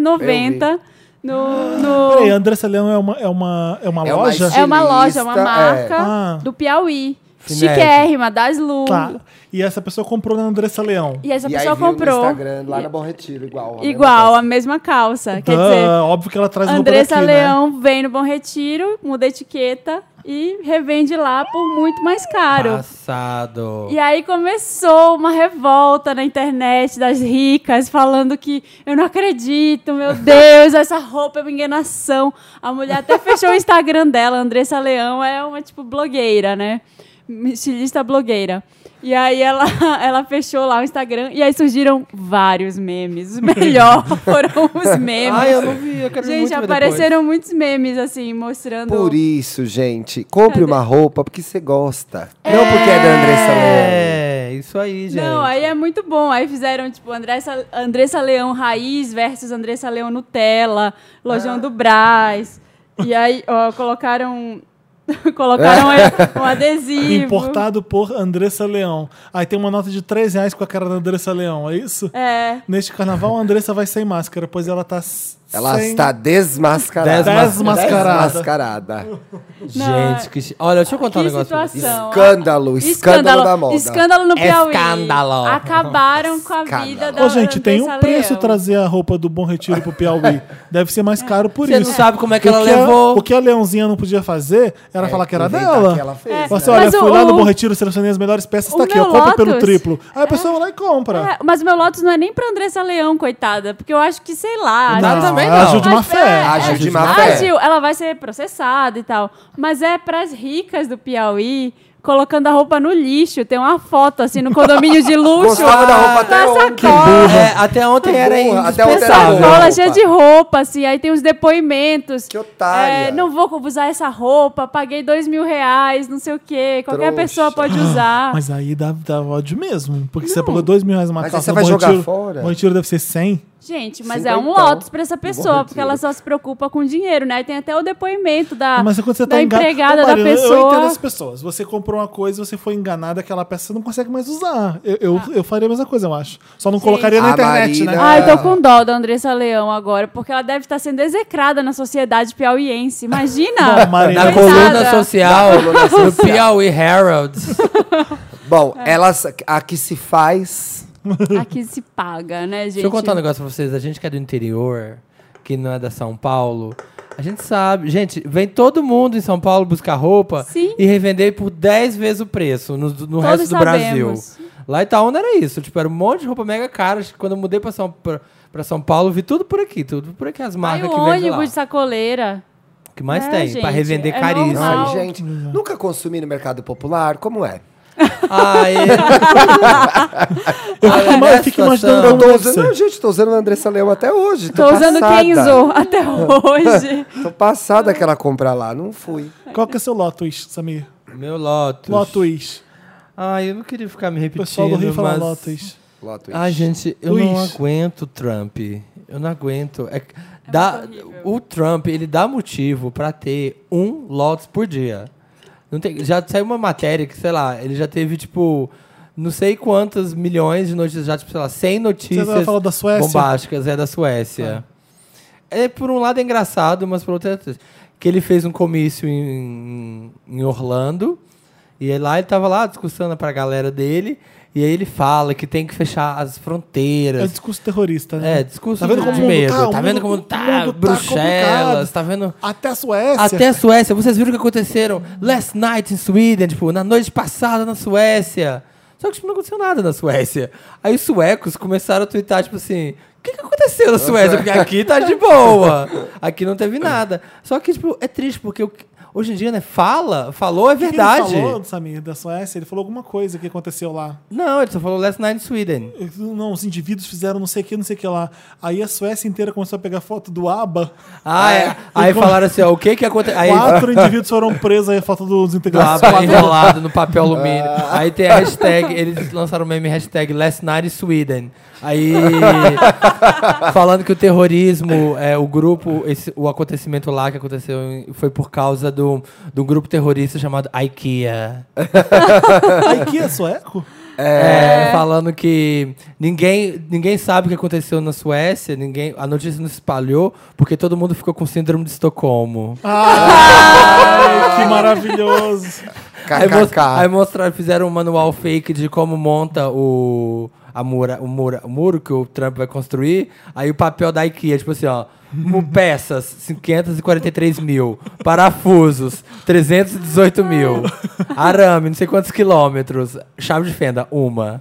B: 59,90 no. no-
C: Peraí, Andressa Leão é uma, é uma, é uma
A: É uma
C: loja?
A: estilista.
B: é uma loja, é uma
A: é.
B: marca
C: Ah.
B: do Piauí.
D: Finesse.
B: Chiquérrima, das Lu.
C: Tá. E essa pessoa comprou na Andressa Leão.
B: E essa
A: E aí
B: pessoa
A: viu
B: comprou.
A: no Instagram, lá na Bom Retiro, igual. né? a
B: Igual, a
A: mesma
B: mesma calça. Quer
C: Ah,
B: dizer,
C: óbvio que ela traz roupa
B: Andressa
C: daqui, né?
B: Leão vem no Bom Retiro, muda a etiqueta e revende lá por muito mais caro.
D: Passado.
B: E aí começou uma revolta na internet das ricas, falando que eu não acredito, meu Deus, essa roupa é uma enganação. A mulher até fechou o Instagram dela, Andressa Leão é uma tipo blogueira, né? Estilista blogueira. E aí ela, ela fechou lá o Instagram e aí surgiram vários memes. Os melhor foram os memes.
D: Ai, eu não vi, eu quero muito
B: Gente,
D: ver
B: apareceram muitos memes assim, mostrando
A: Por isso, gente, compre uma roupa porque você gosta. Não porque é da
D: depois.
A: Andressa Leão.
D: É, isso aí, gente.
B: Não, aí é muito bom. Aí fizeram, tipo, Andressa, Andressa Leão Raiz versus Andressa Leão Nutella, Lojão do Brás. E aí, ó, colocaram. um, colocaram um adesivo.
C: Importado por Andressa Leão. Aí tem uma nota de 3 reais com a cara da Andressa Leão, é isso?
B: É.
C: Neste carnaval, a Andressa vai sem máscara, pois ela tá. s-
A: Ela
C: sem...
A: está desmascarada.
C: Desmascarada.
A: Desmascarada.
D: Gente, que... chi- Olha, deixa eu contar um
B: Que
D: negócio. pra vocês.
B: situação.
A: Escândalo, escândalo, da moda.
B: é Escândalo no Piauí.
D: Escândalo.
B: Acabaram com a
A: Escândalo.
B: vida da
C: Ô, gente, tem um
B: Andressa
C: preço
B: Leão.
C: trazer a roupa do Bom Retiro pro Piauí. Deve ser mais caro por
D: Você
C: isso.
D: não sabe como é que
C: O
D: ela
C: a-
D: levou.
C: o que a Leãozinha não podia fazer era falar que era
A: É, Inventar
C: dela.
A: que ela fez,
B: É.
A: né?
C: Você, olha,
B: Mas
C: fui
B: o-
C: lá no
B: o-
C: Bom Retiro, selecionei as melhores peças,
B: o
C: tá aqui,
B: meu
C: ó, compra pelo
B: Lotus-
C: triplo. Aí a pessoa vai lá e compra.
B: É, mas o meu Lotus não é nem pra Andressa Leão, coitada. Porque eu acho que, sei lá.
D: Não,
B: acho que-
D: também
C: ela
D: não.
C: agiu de má
B: Mas,
C: fé.
B: é,
A: Agiu
B: é,
A: de má fé.
B: agiu, ela vai ser processada e tal. Mas é pras ricas do Piauí colocando a roupa no lixo. Tem uma foto assim no condomínio de luxo.
A: Gostava da roupa até
B: com a
A: ontem.
B: sacola.
D: É, até ontem
B: Tá
D: era
A: Porra, até
B: Com
A: ontem era
D: indispensável.
A: boa.
B: sacola
A: tá roupa.
B: cheia de roupa, assim. Aí tem os depoimentos.
A: Que otária.
B: É, não vou usar essa roupa, paguei dois mil reais, não sei o quê. Qualquer
A: Trouxa.
B: pessoa pode usar.
C: Mas aí dá, dá ódio mesmo. Porque você pagou dois mil reais uma
A: Mas aí
C: calça
A: você
C: no
A: vai
C: Bom
A: jogar
C: Retiro,
A: fora?
C: Bom Retiro deve ser 100.
B: Gente, mas é um
A: Cinquentão.
B: Lotus pra essa pessoa, porque ela só se preocupa com dinheiro, né? Aí Tem até o depoimento da,
C: Mas quando você
B: da
C: tá engan-
B: Ah, empregada
C: Ô,
B: da
C: Marina, Eu entendo
B: pessoa.
C: as pessoas. Você comprou uma coisa, você foi enganada, aquela peça você não consegue mais usar. Eu, eu, eu faria a mesma coisa, eu acho. Só não colocaria na
A: A
C: internet,
A: Marina-
C: né?
B: Ah. Ai,
D: Ah.
B: tô com dó da Andressa Leão agora, porque ela deve estar sendo execrada na sociedade piauiense. Imagina!
C: Bom, Marina-
D: Na
B: Coitada.
D: coluna social do Piauí Herald.
A: Bom, elas, a que se faz.
B: Aqui se paga, né, gente?
D: Deixa eu contar um negócio pra vocês. A gente que é do interior, que não é da São Paulo, a gente sabe. Gente, vem todo mundo em São Paulo buscar roupa
B: Sim.
D: e revender por 10 vezes o preço no, no resto do
B: sabemos.
D: Brasil. Lá em Itaúna era isso. Tipo, era um monte de roupa mega cara. Acho que Quando eu mudei pra São, pra, pra São Paulo, vi tudo por aqui. Tudo por aqui. As
B: Ai,
D: marcas
B: o
D: que vendem lá.
B: ônibus de sacoleira.
D: O que mais
B: É,
D: tem? pra
B: gente,
D: revender
B: é
D: caríssimo.
B: normal.
A: Ai, gente, nunca consumi no mercado popular, como é?
D: Ai,
C: Eu fico,
D: Olha,
C: ima- eu
D: nessa
C: fico
D: situação-
C: imaginando
A: Eu tô
C: deve
A: usando,
C: ser.
A: não, gente, tô usando a Andressa Leão até hoje.
B: Tô, usando
A: passada.
B: Kenzo até hoje.
A: Tô passada que ela compra lá, não fui.
C: Qual que é seu Lotus, Samir?
D: meu Lotus.
C: um Lotus.
D: Ai, eu não queria ficar me
C: O
D: repetindo.
C: pessoal do Rio fala
D: mas...
C: Lotus.
A: Lotus.
D: Ai, gente, eu não
C: Luiz.
D: aguento o Trump. Eu não aguento. É, que dá, o Trump, ele dá motivo pra ter um Lotus por dia. Não tem, já saiu uma matéria que, sei lá, ele já teve, tipo, não sei quantas milhões de notícias, já, tipo, sei lá, 100 notícias
C: vai falar da Suécia? Ah.
D: bombásticas, é da Suécia. É, por um lado é engraçado, mas por outro é triste. que ele fez um comício em, em Orlando, e aí lá ele tava lá discussando pra galera dele, e aí ele fala que tem que fechar as
C: É um
D: fronteiras.
C: discurso terrorista, né?
D: É, discurso
C: Tá vendo como o
D: de
C: mundo
D: medo.
C: tá? O
D: Tá vendo
C: mundo-
D: como
C: o
D: tá?
C: mundo tá
D: Bruxelas,
C: complicado.
D: tá vendo?
C: Até a Suécia.
D: Até a Suécia. Vocês viram o que aconteceram last night in Sweden, tipo, na noite passada na Suécia. Só que tipo, não aconteceu nada na Suécia. Aí os suecos começaram a twittar, tipo assim, o que, que aconteceu na Suécia? Porque aqui tá de boa. Aqui não teve nada. Só que, tipo, é triste, porque o que- hoje em dia, né, fala, falou, é
C: O que que
D: verdade.
C: Ele falou, Samir, da Suécia, ele falou alguma coisa que aconteceu lá.
D: Não, ele só falou last night in Sweden.
C: Não, os indivíduos fizeram não sei o que, não sei o que lá. Aí a Suécia inteira começou a pegar foto do ABBA.
D: Ah, é. Aí falaram assim, ó, o que que aconteceu? Aí
C: Quatro indivíduos foram presos, aí a foto dos integrantes.
D: Tava enrolado no papel alumínio. Aí tem a hashtag, eles lançaram o meme hashtag Last Night in Sweden. Aí. falando que o terrorismo, é, o grupo, esse, o acontecimento lá que aconteceu em- foi por causa do, do grupo terrorista chamado IKEA. né?
C: Aí que é sueco?
D: É, falando que ninguém, ninguém sabe o que aconteceu na Suécia, ninguém, a notícia não se espalhou, porque todo mundo ficou com síndrome de Estocolmo.
C: Ai, que maravilhoso.
D: Aí, mos- aí
A: KKK.
D: mostraram, fizeram um manual fake de como monta o, a mura, o, mura, o muro que o Trump vai construir. Aí o papel da IKEA, tipo assim, ó. mu- Peças, 543 mil. Parafusos, 318 mil. Arame, não sei quantos quilômetros. Chave de fenda, uma.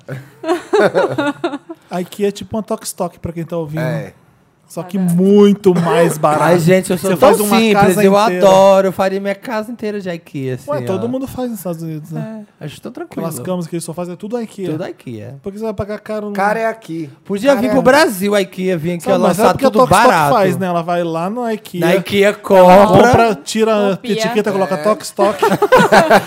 C: Aí que é tipo uma Tokstok pra quem tá ouvindo.
A: É.
C: Só que muito mais barato.
D: Ai, gente, eu sou
C: Você
D: tão
C: faz uma
D: simples.
C: casa
D: Eu
C: inteira.
D: adoro. Eu faria minha casa inteira de IKEA, assim,
C: Ué, todo
D: ó.
C: mundo faz nos Estados Unidos, né?
D: É, acho tão tranquilo.
C: Aquelas camas que eles só fazem é tudo IKEA.
D: Tudo IKEA.
C: Porque você vai pagar caro no.
A: Cara é aqui.
D: Podia vir
A: Cara,
D: pro Brasil, a IKEA vir aqui, ó,
C: Sabe, mas
D: lançar
C: é porque a
D: tudo
C: Tokstok
D: barato.
C: faz, né? Ela vai lá no IKEA.
D: Na IKEA
C: ela
D: compra.
C: compra, tira a
B: Copia.
C: etiqueta, coloca Tokstok.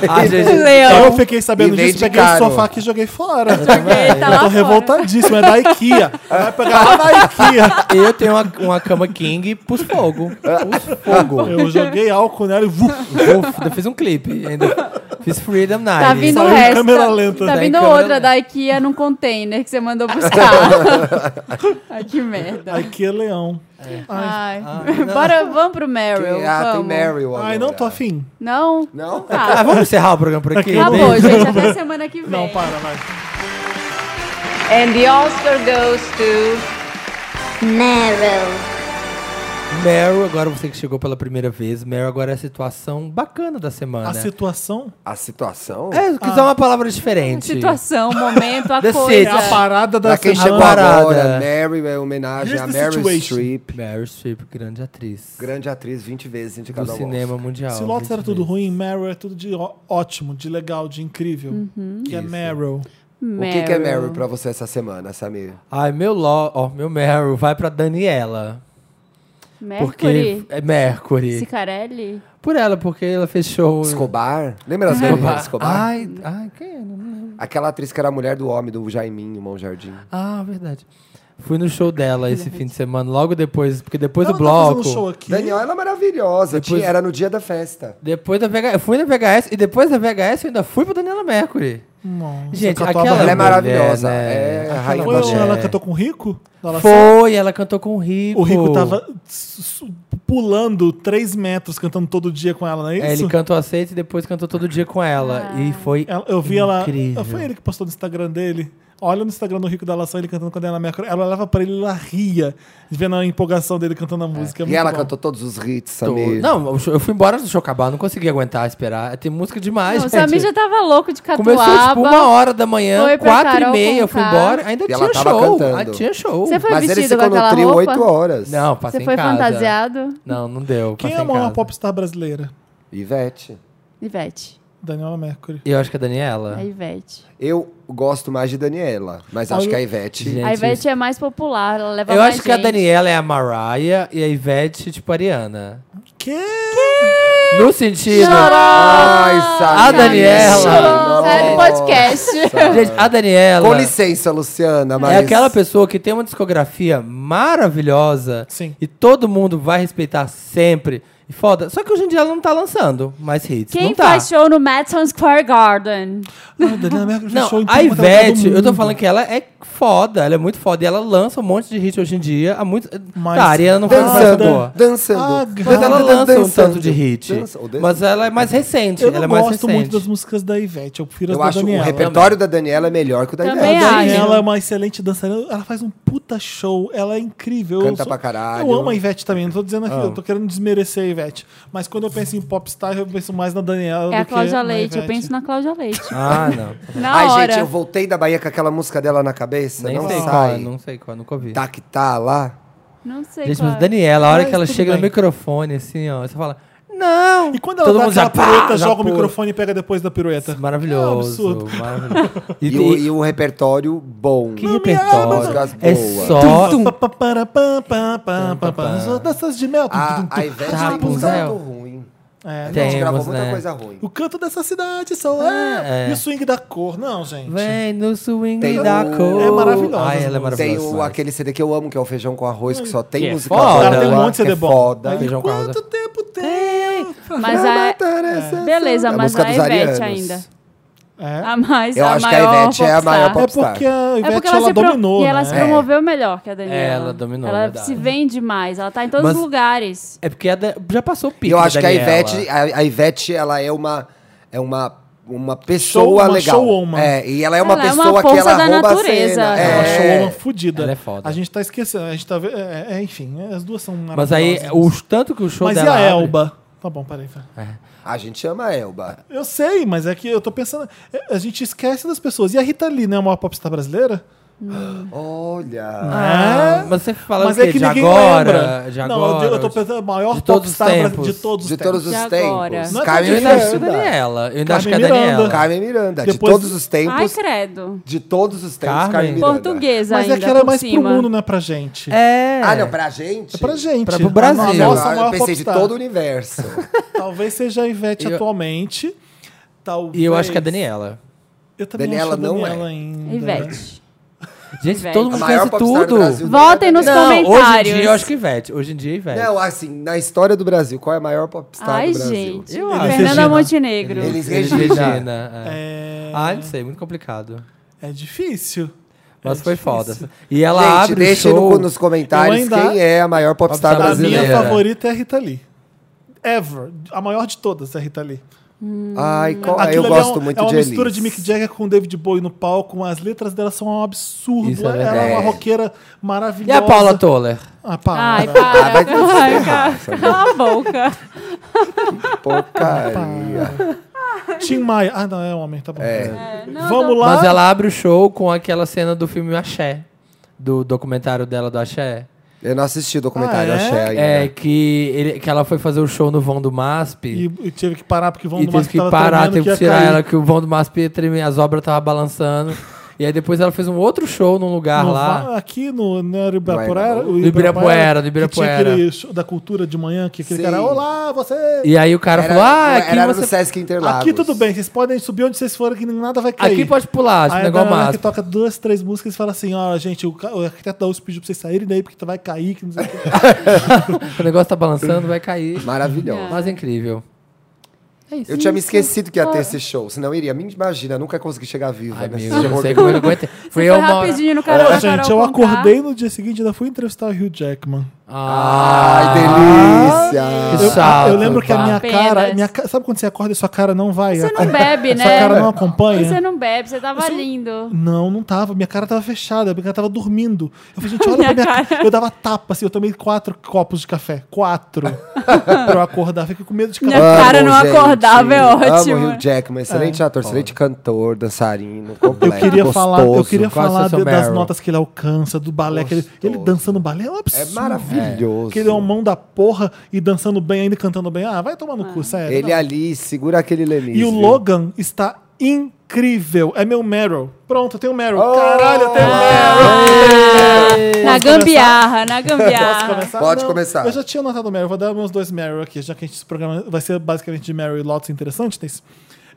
D: Ah, gente,
B: Leo.
C: Eu fiquei sabendo
A: E vende
C: disso, peguei
A: caro.
C: o sofá aqui e joguei fora.
B: Joguei, tá
C: eu
B: lá
C: tô
B: fora.
C: revoltadíssimo, é da IKEA. Vai pegar lá na IKEA.
D: eu tenho uma, uma cama king pus fogo. Pus fogo.
C: Eu joguei álcool nela e vuf,
D: Eu, eu fiz um clipe ainda. Fiz Freedom Night.
B: Tá vindo
C: Saiu
B: o
C: em
B: resto.
C: câmera lenta.
B: Tá
D: Tá em
B: vindo
D: câmera
B: outra
D: lenta.
B: da IKEA num container que você mandou buscar. Ai, que merda.
C: a IKEA é leão. Ai,
B: Ai. Bora, vamos pro Meryl.
A: Ah, tem
B: vamos.
A: Meryl
C: ai,
A: agora.
C: não tô afim.
B: Não?
A: Não?
D: Ah,
B: Tá.
D: vamos encerrar o programa por aqui?
C: Acabou,
B: Acabou, gente. Até semana que vem.
C: Não, para, vai.
F: And the Oscar goes to.
G: Meryl.
D: Meryl, agora você que chegou pela primeira vez, Meryl agora é a situação bacana da semana.
C: A situação
A: A situação...
D: É, eu quis usar uma palavra diferente.
B: Ah. Situação, momento, a
D: The
C: é
D: City.
B: coisa.
C: a parada da
A: Pra quem
C: semana.
A: chegou
D: Parada.
A: agora, Mary é homenagem
C: Here's
A: a
C: the
A: Mary
C: situation.
A: Streep,
D: Meryl Streep, grande atriz
A: grande atriz, 20 vezes
D: do
A: indicada ao
D: cinema mundial.
C: Se Lotus era
D: gente.
C: tudo ruim, Meryl é tudo de ó- ótimo, de legal, de incrível. Que é Meryl.
A: Oscar. O que, que é Mary pra você essa semana, Samir?
D: Ai, meu, lo... ó, meu Meryl vai pra Daniela.
B: Mercury.
D: Porque é Mercury.
B: Cicarelli?
D: Por ela, porque ela fechou.
A: Escobar? Lembra das Escobar. Escobar?
D: Ai, ai, quem é? Não lembro.
A: Aquela atriz que era a mulher do homem, do Jaiminho, Mão Jardim.
D: Ah, verdade. Fui no show dela esse fim de semana, logo depois, porque depois
C: Ela
D: do
C: tá
D: bloco.
C: fazendo show aqui.
A: Daniela era é maravilhosa,
D: Depois-
A: tinha- era no dia da festa.
D: Depois da VHS, eu fui na VHS e depois da VHS eu ainda fui pra Daniela Mercury.
C: Nossa,
D: Gente,
C: Catuaba
D: aquela
A: Ela é
D: mulher,
A: maravilhosa,
D: né?
A: é a rainha
C: Foi
A: da
D: mulher.
A: mulher.
C: ela que eu tô com o Rico? Da Lacerda?
D: Foi, ela cantou com o Rico.
C: O Rico tava s- s- pulando 3 metros, cantando todo dia com ela, não é isso?
D: É, ele cantou Aceita e depois cantou todo dia com ela.
B: Ah.
D: E foi.
C: Ela- eu vi
D: incrível.
C: ela. Foi ele que postou no Instagram dele. Olha no Instagram do Rico da Lação, ele cantando com a Daniela Mercury. Ela olhava pra ele e ela ria, vendo a empolgação dele cantando a música. É
A: E
C: muito
A: ela
C: bom.
A: cantou todos os hits, Samir.
D: Não, o show- eu fui embora do show acabar, não consegui aguentar, esperar. Tem música demais,
B: Não, o
D: Ah, gente.
B: Samir já tava louco de catuaba.
D: Começou tipo uma hora da manhã,
B: Foi pra um
D: quatro e
B: Carol
D: meia, eu fui
B: Conká.
D: embora, ainda
A: E
D: tinha
A: ela tava
D: show.
A: cantando.
D: Ainda tinha show.
B: Você foi
A: Mas eles
B: vestido com
A: ficam no
B: aquela
A: trio
B: roupa?
A: 8 horas.
D: Não, passei
B: Você
D: em
B: foi
D: casa.
B: fantasiado?
D: Não, não deu.
C: Quem
D: passei
C: é a
D: em
C: maior
D: casa.
C: popstar brasileira?
A: Ivete.
B: Ivete.
C: Daniela Mercury.
D: Eu acho que é a Daniela.
B: A Ivete.
A: Eu gosto mais de Daniela, mas acho
C: Olha-
A: que a Ivete...
D: Gente,
B: A Ivete é mais popular, ela leva
D: Eu
B: mais
D: acho que é a
B: gente.
D: Daniela é a Mariah e a Ivete, tipo, a Ariana.
C: Que?
D: No sentido.
A: Ai, sabe?
D: Ah,
B: Tá,
D: A Daniela.
A: Nossa.
B: Sério, podcast.
D: Gente, a Daniela.
A: Com licença, Luciana, mas...
D: É aquela pessoa que tem uma discografia maravilhosa
C: Sim.
D: e todo mundo vai respeitar sempre. E foda. Só que hoje em dia ela não tá lançando mais hits.
B: Quem
D: não tá.
B: faz show no Madison Square Garden?
C: Ai, Daniela Mercury
D: Não,
C: fechou em tudo
D: a
C: quanto é lugar do
D: Ivete, eu tô
C: mundo.
D: falando que ela é foda, ela é muito foda. E ela lança um monte de hit hoje em dia. Há muito...
C: Mas-
D: Tá, a Ariana não foi lançada boa.
A: Dançando, dançando.
C: Ah,
D: Mas ela lança um
A: Dançando.
D: tanto de hit.
A: Dança- ou dança-
D: Mas ela é mais recente.
C: Eu
D: ela é
C: não
D: mais
C: gosto
D: recente.
C: muito das músicas da Ivete, eu prefiro as
A: Eu
C: da
A: acho o
C: Daniela.
A: repertório da Daniela é melhor que o da
B: Também
A: Ivete.
B: acho.
C: A Daniela
B: Ai.
C: é uma excelente dançarina, ela faz um puta show, ela é incrível. Eu
A: Canta pra caralho.
C: Eu amo a Ivete também, não tô dizendo aqui, eu tô querendo desmerecer a Ivete. Mas quando eu penso em popstar, eu penso mais na Daniela.
B: É a
C: do que
B: Cláudia
C: na
B: Leite. Eu
C: Ivete.
B: penso na Cláudia Leite.
D: Ah, não.
B: Na
A: Ai,
B: hora.
A: gente, eu voltei da Bahia com aquela música dela na cabeça.
D: Nem
A: não
D: sei qual, é,
A: sai.
D: não sei qual, nunca ouvi.
A: Tá que tá lá.
B: Não sei
D: Gente,
B: qual. é.
D: mas Daniela, a hora
C: Mas
D: que ela
C: tudo
D: chega no
C: bem.
D: microfone, assim, ó, você fala, não!
C: E quando ela dá aquela
D: pá,
C: pirueta,
D: já
C: joga o
D: pula.
C: microfone e pega depois da pirueta. É um
D: Maravilhoso,
C: absurdo.
D: maravilhoso. E,
A: E, o,
D: tem-
A: e o repertório bom.
D: que repertório.
A: Músicas
D: É
A: boas.
D: só...
C: Tum, tum, pa, pa, para, pam, pam, pam, pam, pam. As danças de mel.
A: A,
C: Tum, tum, tum.
A: a Ivete
D: Tá,
A: tem música
D: Rapunzel.
A: muito ruim.
C: É,
A: A
D: Tem.
C: não.
A: gente gravou
D: Temos,
A: muita
D: né?
A: coisa ruim.
C: O canto dessa cidade só é.
D: É.
C: E o swing da cor. Não, gente.
D: Vem no swing
A: Tem
D: da
A: o-
D: cor.
C: É maravilhosa
D: Ai, ela é
C: as
D: maravilhosa.
A: Tem o,
D: demais.
A: aquele CD que eu amo, que é o Feijão com Arroz, que só tem
D: Que é
A: música
D: foda.
A: boa.
D: Cara, tem um
C: monte de
A: que é
C: CD bom.
A: foda.
C: Aí,
D: Feijão com arroz.
C: Quanto tempo tem?
B: Mas a... Beleza,
A: É a
B: mas
A: música
B: a
A: dos
B: Ivete
A: arianos.
B: ainda.
C: É.
B: A mais,
A: Eu
B: a
A: acho que a
B: maior
A: Ivete é a maior
C: É
B: popstar.
A: popstar.
C: porque a Ivete,
B: É porque
C: ela,
B: ela, se pro-
C: dominou,
B: e ela
C: né?
B: se
A: É.
B: promoveu melhor que a Daniela.
D: Ela dominou,
B: Ela
D: verdade.
B: se vende mais, ela tá em todos
D: Mas-
B: os lugares.
D: É porque a da- já passou o pico
A: E eu acho
D: da
A: que a
D: Daniela.
A: Ivete, é a, a Ivete, ela é uma, é uma, uma pessoa
C: uma
A: legal.
C: showwoman.
A: É, e ela é uma
B: Ela é uma
A: pessoa que
B: força
A: ela
B: da
A: rouba
B: natureza.
A: a cena.
C: É uma showwoman
A: É,
C: fodida.
D: Ela é foda.
C: A gente tá esquecendo. A gente tá vendo. É, é, enfim, as duas são maravilhosas.
D: Mas aí, o tanto que o show
C: Mas e a
D: dela abre- É.
C: Elba? Tá bom, peraí. peraí.
A: a gente ama a Elba.
C: Eu sei, mas é que eu tô pensando. é, A gente esquece das pessoas. E a Rita Lee, né? É a maior popstar brasileira?
A: Olha.
D: Ah, mas você fala
C: mas
D: o quê?
C: é que
D: de
C: ninguém
D: agora?
C: lembra.
D: De
C: não, eu-
D: agora?
C: eu, tô pensando, a maior
D: de todos os
C: popstar brasileira
D: tempos.
C: de todos os
A: De
C: tempos.
A: todos os
B: De agora.
A: tempos.
C: Não é
A: Carmen
D: Eu ainda acho que a
A: Miranda.
D: Daniela. Eu ainda acho que é a
C: Carmen Miranda.
D: Daniela.
A: Carmen Miranda. De
C: Depois-
A: todos os
B: Ai,
A: tempos.
B: credo.
A: De todos os tempos,
D: Carmen.
A: Carmen Miranda.
B: Portuguesa
C: Mas
B: ainda,
C: é que ela é
B: por
C: mais
B: cima.
C: pro mundo, não é pra gente.
D: É.
A: Ah, não, pra gente?
C: pra gente.
D: Pra- pro Brasil.
C: A
A: Nossa,
C: nossa
A: eu
C: maior
A: pensei de
C: popstar.
A: todo o universo.
C: Talvez seja a Ivete
D: Eu-
C: atualmente. Talvez...
D: E eu acho que é a Daniela.
C: Eu também
A: Daniela
C: acho a
A: não é.
C: Daniela ainda.
B: Ivete.
D: Gente,
B: Ivete.
D: todo
A: A
D: mundo
A: maior
D: conhece
A: popstar
D: tudo.
A: do Brasil.
B: Votem nos
D: Não, hoje em
B: comentários.
D: dia eu acho que Ivete. Hoje em dia é Ivete.
A: Não, assim, na história do Brasil, qual é a maior popstar
B: Ai,
A: do Brasil?
B: gente.
D: Eu acho.
B: Fernanda
C: Regina.
B: Montenegro.
A: Elis
D: Elis
A: Regina.
D: é.
C: É...
D: Ah, não sei, muito complicado.
C: é difícil.
D: Mas
C: É
D: foi
C: difícil.
D: foda. E ela
A: gente,
D: abre o
A: deixa
D: show.
A: no- nos comentários
C: Eu ainda-
A: quem é a maior popstar
D: Popstar
C: A minha
A: brasileira.
C: favorita é a Rita Lee. Ever. A maior de todas é a Rita Lee.
A: Ai, qual...
C: Aquilo
A: eu
C: ali é
A: gosto
C: um-
A: muito
C: É uma
A: de
C: mistura
A: Elis.
C: de Mick Jagger com David Bowie no palco. As letras dela são um absurdo.
D: Isso é
C: ela
D: verdade.
C: é uma roqueira
D: E
C: maravilhosa.
D: a Paula Toller?
C: Ah, Paula.
B: Ai,
A: Ah,
B: para.
A: vai um te
B: Ai, cara. Cala a boca.
A: Porcaria.
C: Tim Maia. Ah, não, é homem, tá bom.
A: É.
B: não,
C: Vamos lá.
D: Mas ela abre o show com aquela cena do filme Axé. Do documentário dela do Axé.
A: Eu não assisti o documentário,
C: Ah, é?
A: achei ainda.
D: É, que, ele- que ela foi fazer o show no vão do MASP.
C: E, e teve que parar porque vão
D: e
C: do
D: teve
C: Masp
D: que
C: tava
D: parar,
C: tremendo
D: teve que
C: ia
D: tirar
C: cair.
D: ela, que o vão do MASP tremia, as obras tava balançando. e aí depois ela fez um outro show num lugar
C: No
D: lá.
C: va- aqui no, né, no Ibirapuera.
A: No
C: o
D: Ibirapuera, no
C: que tinha
D: Ibirapuera.
C: aquele show da cultura de manhã, que aquele
A: Sim.
C: cara, olá, você.
D: E aí o cara
A: Era,
D: falou: Ah,
A: era
D: aqui
A: no
D: você.
A: Sesc Interlagos.
C: é Aqui tudo bem, vocês podem subir onde vocês forem, que nada vai cair.
D: Aqui pode pular, esse
C: Aí
D: negócio
C: a galera que
D: massa.
C: toca duas, três músicas e fala assim, ó, gente, o, ca- o arquiteto da USP pediu pra vocês saírem daí porque vai cair, que não sei o que.
D: O negócio tá balançando, vai cair.
B: Ah,
A: Maravilhoso.
D: Mas é incrível. É isso.
A: Eu tinha me esquecido que ia
B: Ah.
A: ter esse show, senão eu iria. Me imagina, eu nunca ia conseguir chegar viva
D: Ai,
A: nesse
D: amigo, eu não
A: show.
C: é
D: sei como eu não aguentei. Foi
B: Foi
D: eu uma. hora-
B: rapidinho no
C: Ô,
B: canal.
C: É, gente, eu acordei no dia seguinte e ainda fui entrevistar o Hugh Jackman.
D: Ah,
A: Ai, delícia!
D: que
C: Eu,
D: salto.
C: eu lembro que a
D: tá?
C: minha
B: Apenas.
C: cara, minha ca- Sabe quando você acorda e sua cara não vai?
B: Você não
C: Acom-
B: bebe,
C: Sua
B: né?
C: cara não acompanha?
B: Você não bebe, você tava
C: Eu sou- um
B: lindo.
C: Não, não tava. Minha cara tava fechada, minha cara tava dormindo. Eu falei, gente, olha
B: Minha
C: pra minha cara.
B: cara.
C: Eu dava tapa, assim, eu tomei quatro copos de café. Quatro. pra eu acordar. Fiquei com medo de
B: Minha
C: acabar.
B: cara não acordava, é
A: Amo o
B: ótimo.
A: Hugh Jackman, excelente ator, excelente cantor, dançarino, completo,
C: É. Eu queria
A: gostoso.
C: falar, eu queria
D: quase
C: falar
D: Sassou
C: de- das
D: Meryl.
C: notas que ele alcança, do balé. Que ele, ele
A: Gostoso.
C: dançando balé é um
A: É
C: absurdo.
A: maravilhoso.
C: Que ele é um mão da porra e dançando bem ainda e cantando bem. Ah, vai tomar no cu, sério.
A: Ele é
C: Não.
A: ali segura aquele Lemis.
C: E o
A: viu?
C: Logan está incrível. É meu Meryl. Pronto, tem o Meryl.
A: Oh!
C: Caralho, eu tenho o Meryl. Posso
B: Na
C: começar?
B: gambiarra,
C: Posso
B: na gambiarra.
C: começar?
A: Pode começar.
C: Eu já tinha anotado o Meryl. Vou dar meus dois Meryl aqui, já que a gente, esse programa vai ser basicamente de Meryl e lotes interessantes.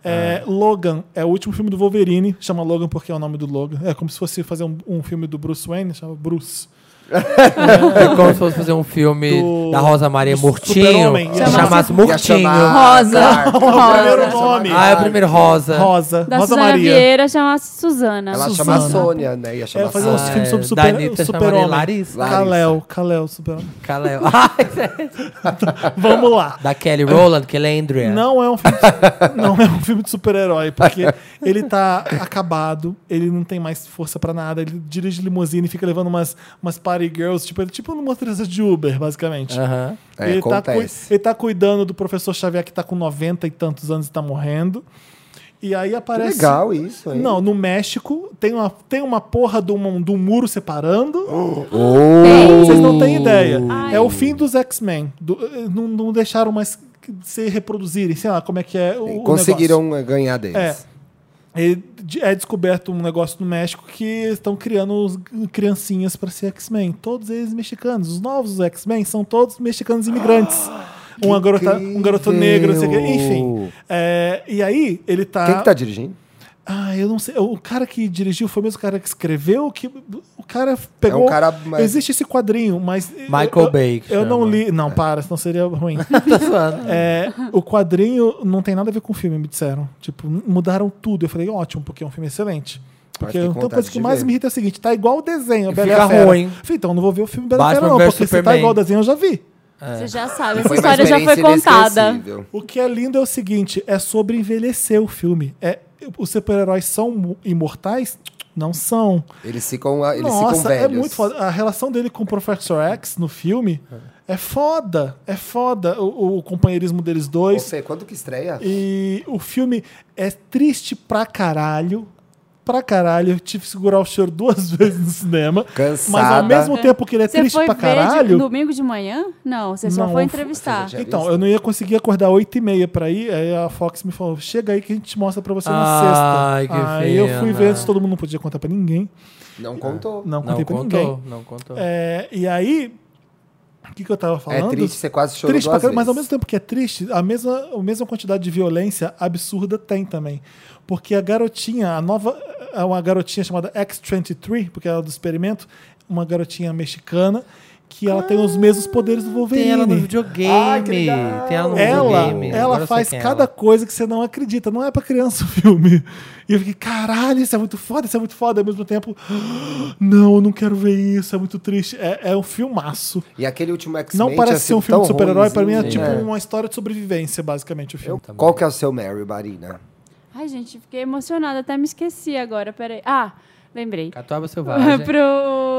C: É,
D: Ah.
C: Logan é o último filme do Wolverine. Chama Logan porque é o nome do Logan. É como se fosse fazer um, um filme do Bruce Wayne. Chama Bruce.
D: É como se fosse fazer um filme
C: Do-
D: da Rosa Maria
C: do
D: Murtinho,
C: Super-Homem.
D: chamasse, chamasse
A: Ia
D: Murtinho.
A: chamar-
B: Rosa.
A: Clark.
C: o primeiro
B: Rosa.
C: nome.
D: Ah, é o primeiro Rosa.
C: Rosa.
B: Da
C: Rosa
B: Suzana
C: Maria.
B: Vieira chama-se Suzana.
A: Ela
C: Suzana.
A: chama Sônia, né? Ia chamar
C: É, fazer uns
D: Ah,
C: filmes sobre
D: é.
C: super,
D: Da Anitta
C: super
D: chamaria
C: homem.
D: Larissa.
A: Larissa.
C: Kalel, Kalel, super homem.
D: Kalel. Ah,
C: Vamos lá.
D: da Kelly Rowland, que ele é Andrea.
C: Não é um filme de, não é um filme de super-herói, porque ele tá acabado, ele não tem mais força pra nada, ele dirige limusine e fica levando umas, umas party girls, tipo, ele é tipo um motorista de Uber, basicamente.
D: Aham.
A: É,
C: ele, tá cui-
A: acontece.
C: ele tá cuidando do professor Xavier que tá com 90 e tantos anos e tá morrendo. E aí
A: Que
C: aparece
A: legal isso, hein?
C: Não, no México tem uma, tem uma porra de um, de um muro separando.
A: Oh.
C: Vocês não têm ideia. É o fim dos X-Men. Do- eh, Não, não deixaram mais que- se reproduzirem, sei lá como é que é o- o
A: Conseguiram ganhar deles.
C: negócio. É. E de- É descoberto um negócio no México que estão criando os- criancinhas para ser X-Men. Todos eles mexicanos. Os novos X-Men são todos mexicanos imigrantes.
A: Ah,
C: Uma garota, um garoto
A: incrível!
C: negro, não sei o quê. Enfim. É, e aí, ele tá.
A: Quem que tá dirigindo?
C: Ah, eu não sei. O cara que dirigiu foi o mesmo cara que escreveu? Que, o cara
D: É
C: pegou.
A: cara, mas-
C: Existe esse quadrinho, mas.
D: um Michael
C: eu- eu-
D: Bay, que
C: Eu, não
D: chama. É.
C: li. Não, para, senão seria ruim.
D: Tá zoando.
C: É, o quadrinho não tem nada a ver com o filme, me disseram. Tipo, mudaram tudo. Eu falei, ótimo, porque é um filme excelente. Porque
A: fiquei
C: a
A: com
C: única
A: vontade
C: coisa que
A: de
C: mais
A: ver.
C: me irrita é o seguinte: tá igual o desenho, a
D: E
C: Bela e
D: fica
C: a Fera.
D: ruim.
C: Falei, então, eu não vou ver o filme Bela e a Fera,
D: Batman
C: não,
D: versus
C: porque se tá
D: Superman.
C: igual o desenho, eu já vi.
B: Você já sabe, essa história já foi contada.
C: O que é lindo é o seguinte: é sobre envelhecer o filme. É, os super-heróis são imortais? Não são.
A: Eles ficam, ah, eles ficam
C: Nossa, é
A: velhos.
C: muito foda. A relação dele com o Professor X no filme é foda. É foda o, o companheirismo deles
A: Não
C: dois.
A: sei, quando que estreia?
C: E o filme é triste pra caralho. Pra caralho. Eu tive que segurar o choro duas vezes no cinema. Mas ao
A: Cansada.
C: mesmo tempo que ele é
B: Você
C: triste
B: foi
C: pra
B: ver
C: caralho.
B: de- domingo de manhã? Não, você só
C: Não,
B: foi
C: eu-
B: entrevistar.
A: Você já-
C: Então, eu não ia conseguir acordar 8 e meia pra ir, aí a Fox me falou, chega aí que a gente mostra pra você na
D: Ai,
C: sexta.
D: que
C: aí eu fui
D: pena.
C: ver, se todo mundo não podia contar pra ninguém.
A: Não contou.
C: Não contei
D: Não
C: pra ninguém.
D: contou, não contou.
C: É, e aí, o que, que eu tava falando?
A: É triste, você quase chorou
C: Triste pra
A: duas
C: caralho, mas ao mesmo
A: vezes.
C: tempo que é triste, a mesma, a mesma quantidade de violência absurda tem também. Porque a garotinha, a nova. É uma garotinha chamada X-23, porque ela é do experimento, uma garotinha mexicana, que ela tem os mesmos poderes do Wolverine.
D: Tem ela no videogame.
A: Ai, que legal.
D: tem ela no
C: Ela,
D: videogame. Agora eu
C: ela
D: sei
C: faz
D: quem é
C: cada
D: ela.
C: coisa que você não acredita. Não é pra criança o filme. E eu fiquei, caralho, isso é muito foda, isso é muito foda. Ao mesmo tempo, "Ah, não, eu não quero ver isso, é muito triste. É, é um filmaço.
A: E aquele último X-Men
C: Não
A: tinha
C: parece ser um
A: sido
C: filme de
A: tão
C: super-herói, pra mim é
A: ruinzinho,
C: tipo
A: né?
C: uma história de sobrevivência, basicamente, o filme.
A: Qual que é o seu Mary, Marina?
B: Ai, gente, fiquei emocionada, até me esqueci agora, peraí. Ah, lembrei.
D: Catuaba Selvagem.
B: Pro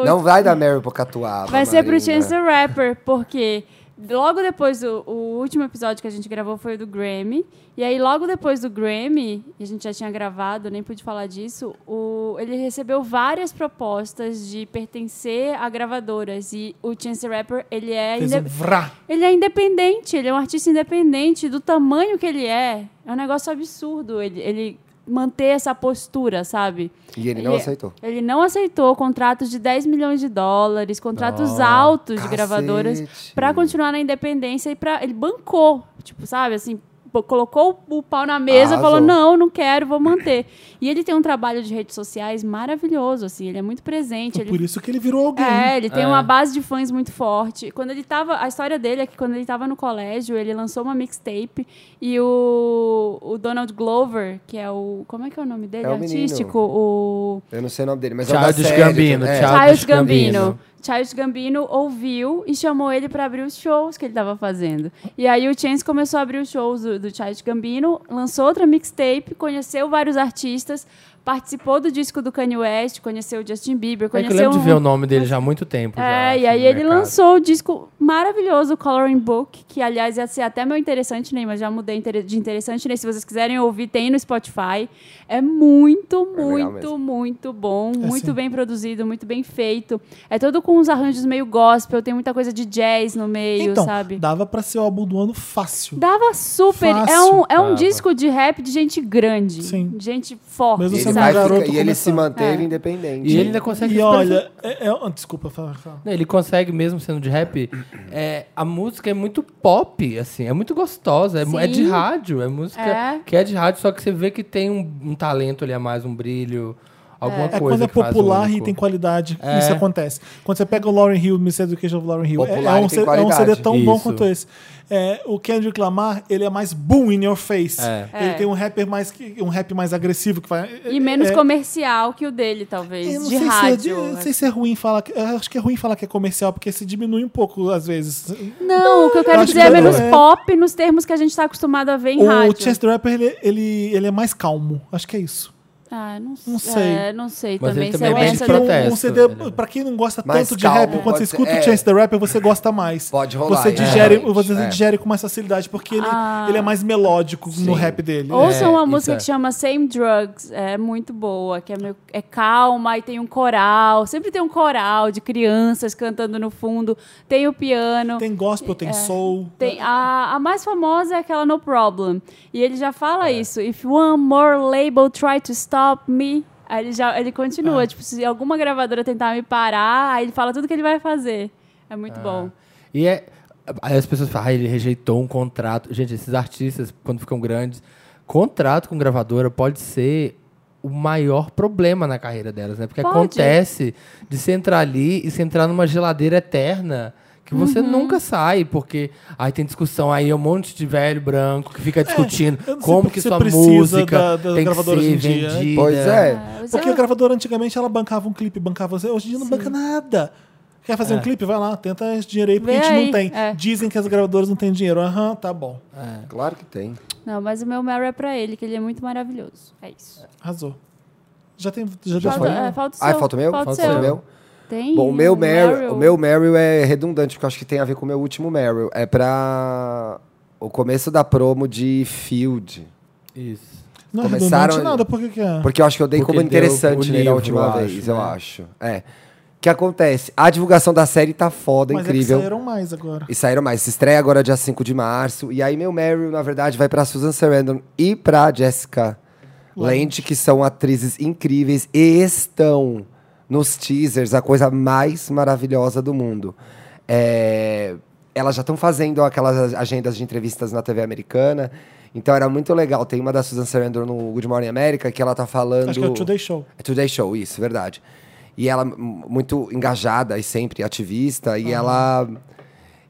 A: Não vai dar Mary pro Catuaba,
B: Vai ser pro
A: Marina.
B: Chance the Rapper, porque logo depois, do, o último episódio que a gente gravou foi o do Grammy. E aí, logo depois do Grammy, e a gente já tinha gravado, nem pude falar disso, o- ele recebeu várias propostas de pertencer a gravadoras. E o Chance the Rapper, ele é...
C: Fez
B: inde-
C: um vrá.
B: Ele é independente, ele é um artista independente do tamanho que ele é. É um negócio absurdo ele, ele manter essa postura, sabe?
A: E ele não aceitou.
B: Ele não aceitou contratos de 10 milhões de dólares, contratos
D: Nossa,
B: altos
A: cacete.
B: de gravadoras pra continuar na independência e para ele bancou, tipo, sabe, assim, pô, colocou o pau na mesa,
A: Arrasou.
B: falou: "Não, não quero, vou manter". E ele tem um trabalho de redes sociais maravilhoso, assim, ele é muito presente,
C: Foi
B: ele
C: por isso que ele virou alguém.
B: é, ele tem
D: É.
B: uma base de fãs muito forte. Quando ele tava. A história dele é que quando ele tava no colégio, ele lançou uma mixtape e o, o Donald Glover, que é o. Como é que é o nome dele?
A: É o menino.
B: Artístico? O.
A: Eu não sei o nome dele, mas é o da
D: Childish
A: série.
D: Gambino.
A: É.
D: Childish
B: Charles Gambino.
D: Gambino.
B: Charles Gambino ouviu e chamou ele pra abrir os shows que ele tava fazendo. E aí o Chance começou a abrir os shows do, do Charles Gambino, lançou outra mixtape, conheceu vários artistas, participou do disco do Kanye West, conheceu o Justin Bieber,
D: É que eu
B: conheceu
D: lembro de ver
B: um-
D: o nome dele já há muito tempo. já,
B: É, e
D: assim,
B: aí
D: no
B: ele
D: mercado.
B: lançou o disco maravilhoso, o Coloring Book, que aliás ia ser até meu interessante nem, mas já mudei inter- de interessante nem. Se vocês quiserem ouvir, tem no Spotify. É muito, muito,
A: mesmo.
B: muito bom,
C: É,
B: muito
C: sim.
B: bem produzido, muito bem feito. É todo com uns arranjos meio gospel, tem muita coisa de jazz no meio,
C: Então,
B: sabe?
C: dava pra ser o álbum do ano fácil.
B: Dava super. É
C: Fácil.
B: um, é um
D: Dava.
B: disco de rap de gente grande.
C: Sim.
B: de Gente forte.
C: Mesmo
A: E ele,
C: sendo
A: vai
B: sabe?
C: um garoto
A: ficar- e ele se
C: começando.
A: manteve
B: É.
A: independente.
D: E ele ainda consegue.
C: E olha, é, é- desculpa, fala, fala.
D: Não, Ele consegue, mesmo sendo de rap, é, a música é muito pop, assim, é muito gostosa, é, mu- é de
B: Sim.
D: rádio, é música
B: É.
D: que é de rádio, só que você vê que tem um, um talento ali a mais, um brilho, alguma
C: É
D: coisa
C: quando é
D: que faz
C: popular
D: único.
C: e tem qualidade,
A: É.
C: isso acontece. Quando você pega o Lauren Hill, Miss Education of Lauren Hill, é-
A: Popular
C: é,
A: e
C: um,
A: tem
C: C- é um
A: qualidade.
C: CD tão bom
D: Isso.
C: quanto esse. É, o Kendrick Lamar, ele é mais boom in your face.
D: É.
C: Ele
B: É.
C: tem um rapper mais que- um rap mais agressivo que vai
B: E menos
C: é,
B: comercial que o dele, talvez.
C: eu não sei
B: de
C: Se é,
B: rádio. né?
C: de- eu não sei se é ruim falar. que- eu acho que é ruim falar que é comercial, porque se diminui um pouco às vezes.
B: Não, o que eu quero
C: acho
B: dizer é
C: que
B: menos
C: é.
B: pop nos termos que a gente tá acostumado a ver em
C: O
B: rádio.
C: Chance the Rapper, ele, ele, ele é mais calmo. Acho que é isso.
B: Ah, não,
C: Não
B: sei.
C: sei.
B: É, não sei
D: Mas
B: também.
D: ele
B: se
A: Então,
D: também
B: eu
D: é bem
B: essa
D: de
C: que
B: do-
D: protesto.
C: um, um CD,
D: né?
C: pra quem não gosta
A: Mais
C: tanto de
A: calmo,
C: rap, quando
A: pode
C: você
A: ser-
C: escuta
A: é.
C: o Chance the Rapper, você gosta mais.
A: Pode rolar,
C: Você
A: é,
C: digere,
A: realmente,
C: você
A: é.
C: digere com mais facilidade, porque ele,
B: Ah.
C: ele é mais melódico no rap dele.
B: Ouça
D: É,
B: uma
D: isso
B: música
D: é.
B: que chama Same Drugs, é muito boa, que é, meio- é calma e tem um coral, sempre tem um coral de crianças cantando no fundo, tem o piano.
C: Tem gospel,
B: É.
C: tem soul.
B: Tem- a, a mais famosa é aquela No Problem. E ele já fala isso. If one more label try to stop me. Aí ele, já, ele continua. Tipo, se alguma gravadora tentar me parar, aí ele fala tudo que ele vai fazer. É muito bom.
D: E é. Aí as pessoas falam, ah, ele rejeitou um contrato. Gente, esses artistas, quando ficam grandes, contrato com gravadora pode ser o maior problema na carreira delas, né? Porque
B: Pode.
D: acontece de você entrar ali e você entrar numa geladeira eterna que você
C: Uhum.
D: nunca sai, porque aí tem discussão, aí é um monte de velho branco que fica discutindo
C: É, eu não sei
D: como
C: porque
D: que
C: você
D: sua
C: precisa
D: música
C: da- da
D: tem que
C: gravadora hoje
D: ser
C: em dia. né?
D: vendida.
A: Pois é.
D: né?
B: É,
C: Porque a gravadora antigamente ela bancava um clipe, bancava você. Hoje em dia não banca nada. Quer fazer um
A: É.
C: clipe? Vai lá, tenta esse dinheiro aí, porque
B: Vê
C: a gente
B: aí,
C: não tem.
B: é.
C: Dizem que as gravadoras não têm dinheiro. Aham, tá bom.
A: é, Claro que tem.
B: Não, mas o meu Mary é pra ele, que ele é muito maravilhoso. É isso.
C: Arrasou. Já tem. Já,
A: Já
C: deu
A: foi?
B: Falta, é, falta o seu.
A: Ah, falta o meu?
B: Falta o
A: o
B: seu.
A: meu.
B: Tem
A: Bom, o meu
B: um
A: Meryl,
B: Meryl.
A: o meu Meryl é redundante, porque eu acho que tem a ver com o meu último Meryl. É pra o começo da promo de Field.
D: Isso.
C: Não
A: Começaram-
C: Começaram... redundante nada, por que, que é?
A: Porque eu acho que eu dei
D: Porque
A: como
D: deu
A: interessante
D: o
A: nele
D: livro,
A: a última
D: eu
A: vez,
D: acho,
A: eu
D: né?
A: acho. É. O que acontece? A divulgação da série tá foda,
C: Mas é
A: incrível.
C: que saíram mais agora.
A: E saíram mais. Se estreia agora dia 5 de março. E aí, meu Meryl, na verdade, vai pra Susan Sarandon e pra Jessica Lange, que são atrizes incríveis e estão nos teasers, a coisa mais maravilhosa do mundo. É, Elas já estão fazendo aquelas agendas de entrevistas na TV americana. Então era muito legal. Tem uma da Susan Sarandon no Good Morning America que ela tá falando.
C: Acho que é o Today Show.
A: É Today Show, isso, verdade. E ela m- muito engajada e sempre ativista. E ela.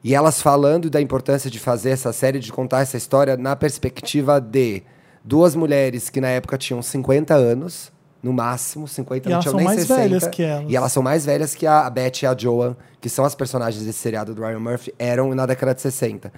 A: E elas falando da importância de fazer essa série, de contar essa história na perspectiva de duas mulheres que na época tinham 50 anos, no máximo, 50
C: E
A: não
C: elas
A: tinham
C: são
A: nem
C: mais
A: 60.
C: velhas que elas.
A: E elas são mais velhas que a Beth e a Joan, que são as personagens desse seriado do Ryan Murphy, eram na década de 60.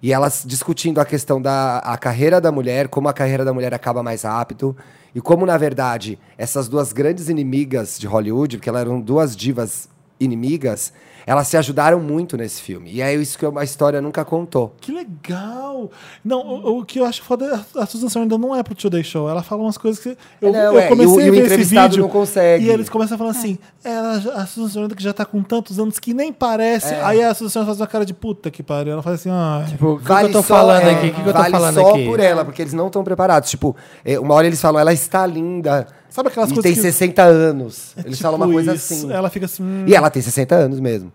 A: E elas discutindo a questão da a carreira da mulher, como a carreira da mulher acaba mais rápido. E como, na verdade, essas duas grandes inimigas de Hollywood, porque elas eram duas divas inimigas, elas se ajudaram muito nesse filme. E é isso que a história nunca contou.
C: Que legal! Não,
A: Hum.
C: o, o que eu acho foda é a Susan Sarandon não é pro Today Show. Ela fala umas coisas que. Eu,
A: Não,
C: eu
A: é, e o-
C: comecei
A: e o
C: a ver esse
A: entrevistado
C: vídeo.
A: não consegue. É.
C: E eles começam a falar assim: ela, já- a Susan Sarandon que já tá com tantos anos que nem parece.
A: É.
C: Aí a Susan Sarandon faz uma cara de puta que pariu. Ela faz assim: ah,
D: Tipo, o que, que eu tô falando
A: é,
D: aqui? O que, que eu tô
A: vale
D: falando
A: só
D: aqui?
A: por ela, porque eles não estão preparados. Tipo, é, uma hora eles falam, ela está linda.
C: Sabe aquelas
A: e
C: coisas
A: tem
C: que-
A: 60 anos.
D: É
A: Eles
C: tipo
A: falam uma coisa
C: isso.
A: assim.
C: Ela fica assim. hum,
A: E ela tem 60 anos mesmo.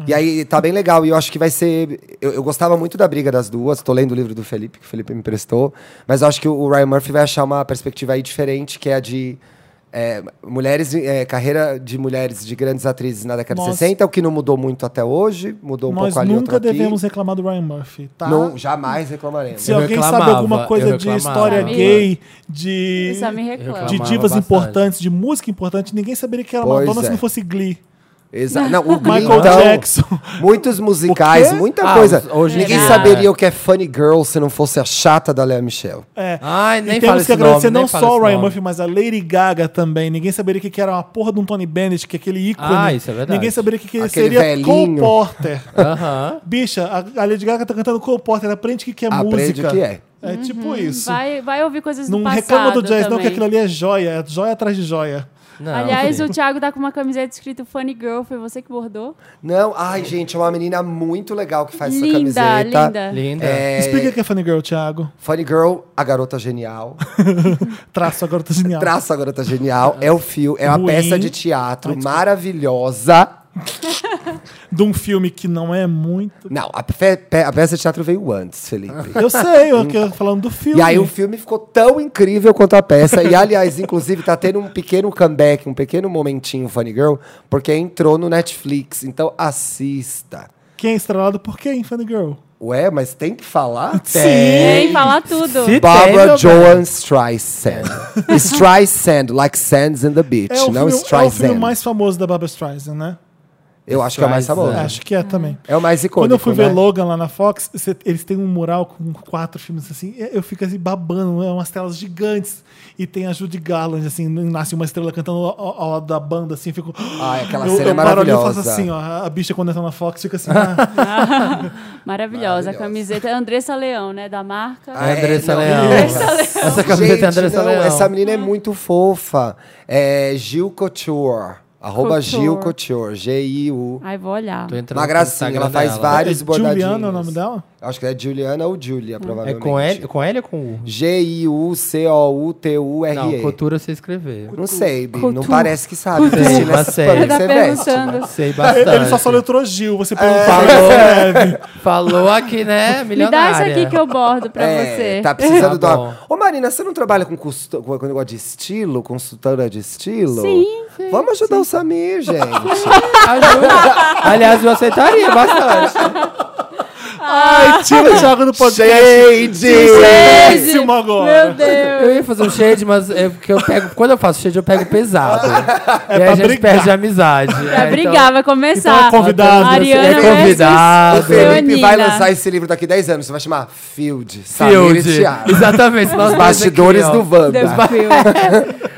D: Hum.
A: E aí tá bem legal, e eu acho que vai ser. Eu, eu gostava muito da briga das duas, tô lendo o livro do Felipe, que o Felipe me emprestou, mas eu acho que o Ryan Murphy vai achar uma perspectiva aí diferente, que é a de. é, mulheres, é, carreira de mulheres de grandes atrizes na década
C: Nós-
A: de 60, o que não mudou muito até hoje, mudou um
C: Nós
A: pouco ali outro
C: nunca
A: aqui.
C: devemos reclamar do Ryan Murphy, tá?
A: Não, jamais reclamaremos.
C: Se
D: Eu
C: alguém sabe
D: reclamava,
C: alguma
D: eu
C: coisa de
D: reclamava.
C: história
B: Samir.
C: gay, de.
B: Isso me reclama.
D: Eu
C: de
D: amava
C: divas
D: bastante.
C: importantes, de música importante, ninguém saberia que era
A: Pois
C: Madonna se
A: é.
C: não fosse Glee.
A: Exa não, o gringo,
C: Michael
A: então,
C: Jackson.
A: Muitos musicais,
C: O quê?
A: muita
D: Ah,
A: coisa.
D: os- hoje em
A: Ninguém
D: dia,
A: saberia
D: é.
A: o que é Funny Girl se não fosse a chata da Lea Michelle.
C: É.
D: Ai, nem
C: e temos
D: fala
C: que
D: esse nome,
C: agradecer
D: nem
C: não
D: fala
C: só o
D: esse
C: Ryan
D: nome.
C: Murphy, mas a Lady Gaga também. Ninguém saberia o que que era uma porra de um Tony Bennett, que é aquele ícone.
D: Ah, isso é verdade.
C: Ninguém saberia o que, que
A: Aquele
C: seria Cole
A: velhinho.
C: Porter.
D: Aham.
C: Bicha, a, a Lady Gaga tá cantando Cole Porter, aprende o que, que é
A: Aprende
C: música.
A: o que é.
C: É tipo isso.
B: Vai, vai ouvir coisas
C: Não
B: Uhum. do passado
C: reclama do jazz, não, que
B: também.
C: aquilo ali é joia. É joia atrás de joia.
D: Não,
B: Aliás,
D: sim.
B: o Thiago tá com uma camiseta escrito Funny Girl, foi você que bordou?
A: Não, ai, gente, é uma menina muito legal que faz
B: Linda,
A: essa camiseta.
B: linda.
D: Linda.
A: É,
C: Explica o que é Funny Girl, Thiago.
A: Funny Girl, a garota genial.
C: Traço agora tá genial.
A: Traça a garota genial. É o fio, é uma
C: Ruim.
A: peça de teatro maravilhosa.
C: De um filme que não é muito.
A: Não, a, fe- pe- a peça de teatro veio antes, Felipe.
C: Eu sei, eu tô falando do filme.
A: E aí o filme ficou tão incrível quanto a peça. E, aliás, inclusive, tá tendo um pequeno comeback, um pequeno momentinho Funny Girl, porque entrou no Netflix. Então assista.
C: Quem é estrelado por quem, Funny Girl?
A: Ué, mas tem que falar?
C: Sim!
B: Vem falar tudo.
D: Se-
A: Barbara
D: Tem,
A: Joan Streisand. Streisand, like sands in the beach,
C: É o, filme,
A: não
C: é o filme
A: Streisand.
C: mais famoso da Barbra Streisand, né?
A: Eu acho que é o mais famoso.
D: É.
C: Acho que é também.
A: É o mais icônico,
C: Quando eu fui
A: né?
C: ver Logan lá na Fox, cê- eles têm um mural com quatro filmes assim, e eu fico assim babando, é umas telas gigantes. E tem a Judy Garland, assim, nasce uma estrela cantando ao, ao lado da banda, assim, eu fico.
A: Ah, aquela
C: eu,
A: cena
C: eu
A: é
C: paro ali, eu faço
A: maravilhosa.
C: assim, ó, a bicha quando entra na Fox fica assim, ah,
B: Maravilhosa a camiseta. É Andressa Leão, né? Da marca.
A: Ah, é,
D: Andressa
A: não,
D: Leão.
A: Andressa
D: Essa camiseta é Andressa
A: não,
D: Leão.
A: Essa menina é muito fofa. É Gil Couture. Arroba Gil Couture. G-I-U.
B: Ai, vou olhar.
D: Tô entrando
A: Uma
D: no
A: gracinha.
D: Instagram
A: Ela faz
D: dela.
C: é
A: vários bordadinhos.
C: Juliana é o nome dela?
A: Acho que é Juliana ou Julia,
B: Hum.
D: É
A: provavelmente.
D: com L, com L ou com U? Não,
A: G-I-U-C-O-U-T-U-R-E.
D: cultura você escrever.
A: Não sei, Bi. Não
B: Couture.
A: parece que sabe.
D: Sei,
A: Cristina,
D: mas
A: essas
D: sei.
A: panas
B: Você
A: que
B: tá
A: você veste.
B: perguntando.
D: Sei
C: Ele
A: Tá,
D: bastante.
C: ele só soletrou Gil,
A: É.
C: você perguntou.
D: Falou, falou aqui, né?
B: Me dá isso
D: Milionária.
B: aqui que eu bordo pra
A: É,
B: você.
A: Tá precisando
D: Tá
A: do.
D: bom.
A: Ô, Marina, você não trabalha com, custo... com negócio de estilo? Consultora de estilo?
B: Sim, sim,
A: Vamos ajudar o Samir, gente.
D: Ajuda. Aliás, eu aceitaria bastante.
C: Ai, tira o Thiago do podcast.
B: Gente,
C: Péssimo agora.
B: Meu Deus.
D: Eu ia fazer um shade, mas é porque eu pego. Quando eu faço shade, eu pego pesado.
A: É
D: e aí
C: pra
D: a gente
C: brigar.
D: perde a amizade.
B: Vai
D: É,
B: brigar,
D: então-
B: vai Tá, começar.
C: então é convidado, né?
B: Ariana
D: É
B: versus
D: convidado.
A: O Felipe vai
B: Leonina.
A: lançar esse livro daqui 10 anos. Você vai chamar Field, Samir e
D: Field.
A: Thiago.
D: Exatamente. Nós
A: Os bastidores
D: dois aqui,
A: do
D: ó.
A: Wanda.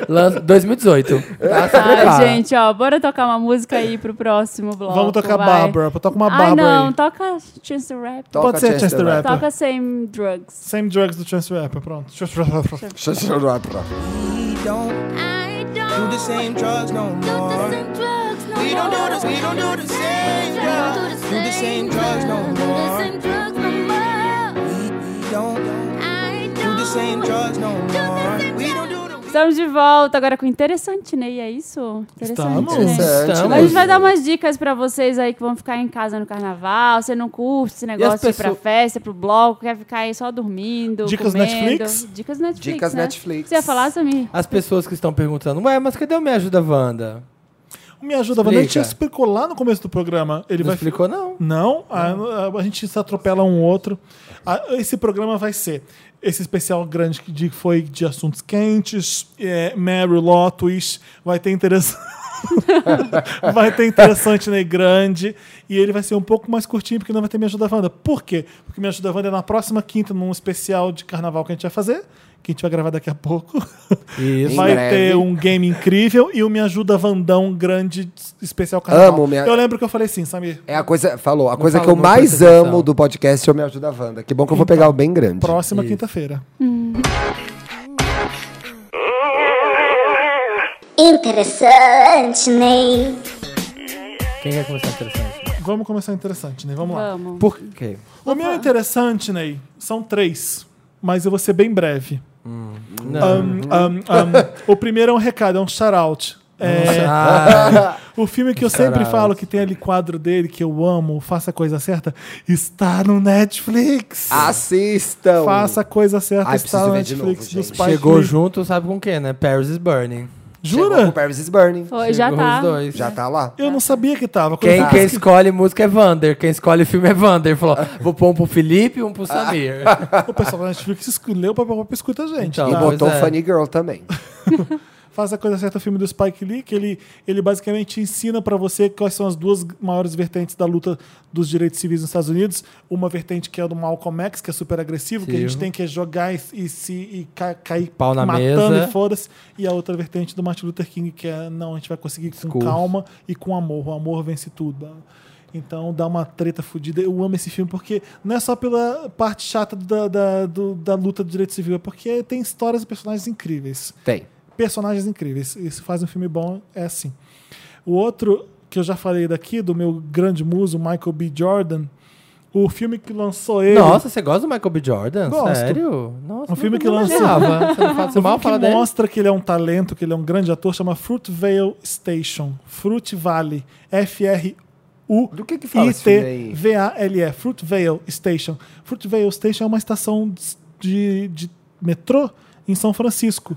D: Lança- 2018. Tá? Se
B: Ai,
D: prepara.
B: gente, ó, bora tocar uma música aí pro próximo bloco.
C: Vamos tocar
B: vai.
C: Bárbara. Toca uma
B: Ai,
C: Bárbara
B: não, tá-
C: aí.
B: toca Chance the Rap.
A: Toca
C: Pode ser Chester
A: Rap.
C: Rapper.
B: Toca Same Drugs.
C: Same Drugs do Chance the Rapper, pronto.
A: Chester Rapper.
H: We don't
G: I
H: do
G: don't
H: the same drugs no more.
G: do drugs no
H: We don't do this, we don't do the same drugs. Do the same drugs no more.
G: drugs no more.
H: We don't
G: I
H: do the same drugs no more. We don't do the
B: Estamos de volta agora com Interessante Ney, é isso? Interessante,
C: Estamos. é
B: Ney.
C: então.
D: Estamos.
B: A gente vai dar umas dicas pra vocês aí que vão ficar em casa no carnaval, você não curte esse negócio de ir pra
D: pessoas-
B: festa, pro bloco, quer ficar aí só dormindo,
C: Dicas
B: comendo.
C: Netflix?
B: Dicas Netflix,
A: Dicas
B: né?
A: Netflix.
B: Você ia falar, Samir?
D: As pessoas que estão perguntando, ué, mas cadê o Me Ajuda Wanda?
C: Me ajuda, Wanda. A gente
D: Explica.
C: explicou lá no começo do programa. Ele
D: Não
C: vai
D: explicou, não.
C: Não, a, a- a gente se atropela um outro. A- esse programa vai ser esse especial grande que de- foi de assuntos quentes, é, Mary Lotus, vai ter interessante. vai ter interessante Ney grande e ele vai ser um pouco mais curtinho porque não vai ter Me Ajuda Wanda. Por quê? Porque Me Ajuda Wanda é na próxima quinta, num especial de carnaval que a gente vai fazer, que a gente vai gravar daqui a pouco.
D: Isso.
C: Vai
A: Em breve.
C: ter um game incrível e o Me Ajuda Vandão grande especial carnaval.
A: Amo Me-
C: Eu lembro que eu falei assim, Samir.
A: É a coisa, falou, a coisa que
D: fala,
A: eu
D: não
A: mais
D: presta atenção.
A: amo do podcast é o Me Ajuda Wanda. Que bom que eu vou pegar o bem grande.
C: Próxima quinta-feira.
G: Interessante, Ney.
D: Quem quer começar interessante?
C: Vamos começar interessante, Ney. Vamos lá.
B: Vamos.
D: Por quê?
C: O meu é interessante, Ney, são três, mas eu vou ser bem breve. Um,
D: Não.
A: Uhum.
C: um, um, o primeiro é um recado, é um shout-out. É,
D: Ah,
C: o filme que eu sempre falo que tem ali quadro dele, que eu amo, Faça a Coisa Certa, está no Netflix.
A: Assistam!
C: Faça a Coisa Certa,
A: Ah, Ai,
C: está
A: preciso
C: no
A: ver de
C: Netflix.
A: novo,
C: dos
A: gente.
C: pais
D: chegou
C: Lee.
D: junto, sabe com quem, né? Paris is Burning.
A: Chegou
C: Jura?
A: com Paris is Burning.
B: Foi, já
D: Chegou
B: tá.
D: os dois.
A: Já tá lá.
C: Eu não sabia que tava. Quando eu
D: Quem,
C: fiz
D: quem escolhe música é Vander. Quem escolhe filme é Vander. Falou,
A: Ah.
D: vou pôr um pro Felipe e um pro Samir.
C: O pessoal da Netflix escu- leu o papel pop escuta a gente.
D: Então,
A: E
C: tá?
D: pois
A: botou
D: é.
A: Funny Girl também.
C: Faça a Coisa Certa, o filme do Spike Lee, que ele, ele basicamente ensina pra você quais são as duas maiores vertentes da luta dos direitos civis nos Estados Unidos. Uma vertente que é a do Malcolm X, que é super agressivo, que a gente
D: Sim.
C: tem que é jogar e, e se, e ca- cair
D: Pau na
C: matando
D: mesa.
C: e foda-se. E a outra vertente do Martin Luther King, que é não, a gente vai conseguir com
D: Discurso.
C: calma e com amor. O amor vence tudo. Então dá uma treta fodida. Eu amo esse filme porque não é só pela parte chata da, da, do- da luta do direito civil, é porque tem histórias e personagens incríveis.
A: Tem.
C: Personagens incríveis. Isso faz um filme bom, é assim. O outro que eu já falei daqui, do meu grande muso, Michael B. Jordan, o filme que lançou ele.
D: Nossa, você gosta do Michael B. Jordan?
C: Gosto.
D: Sério? Nossa,
C: Um filme
D: nunca
C: que lançou.
D: imaginava. Você, não fala, você
C: O
D: mal
C: filme
D: fala
C: que
D: dele?
C: mostra que ele é um talento, que ele é um grande ator, chama Fruitvale Station. Fruit Valley. F-R-U.
A: Do que que fala esse filme aí?
C: I-T-V-A-L-E. Fruitvale Station. Fruitvale Station é uma estação de, de metrô em São Francisco.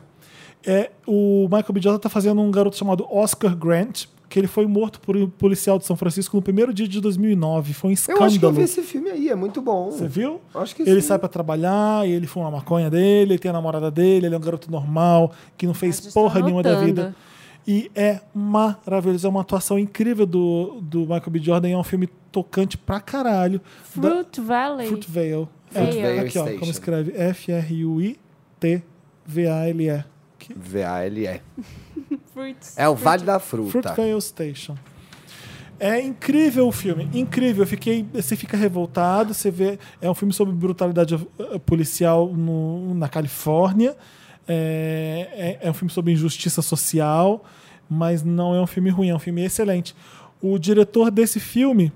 C: É, o Michael B. Jordan está fazendo um garoto chamado Oscar Grant, que ele foi morto por um policial de São Francisco no primeiro dia de 2009. Foi um
A: Eu
C: escândalo.
A: acho que eu vi esse filme aí, é muito bom.
C: Você viu?
A: Acho que
C: ele
A: sim.
C: sai pra trabalhar, e ele fuma a maconha dele, ele tem a namorada dele, ele é um garoto normal, que não fez
B: gente tá
C: porra nenhuma da
B: anotando.
C: vida. E é maravilhoso, é uma atuação incrível do, do Michael B. Jordan, é um filme tocante pra caralho. Da-
B: Fruit Valley.
C: Fruitvale.
B: Fruitvale
C: É, aqui, ó,
A: Station.
C: como escreve? F-R-U-I-T-V-A-L-E. Que-
A: V-A-L-E.
B: Fruits.
A: É o Vale da Fruta.
C: Fruitvale Station. É incrível o filme, incrível. Eu fiquei, você fica revoltado, você vê, é um filme sobre brutalidade eh, policial no- na Califórnia. É, é- é um filme sobre injustiça social, mas não é um filme ruim, é um filme excelente. O diretor desse filme,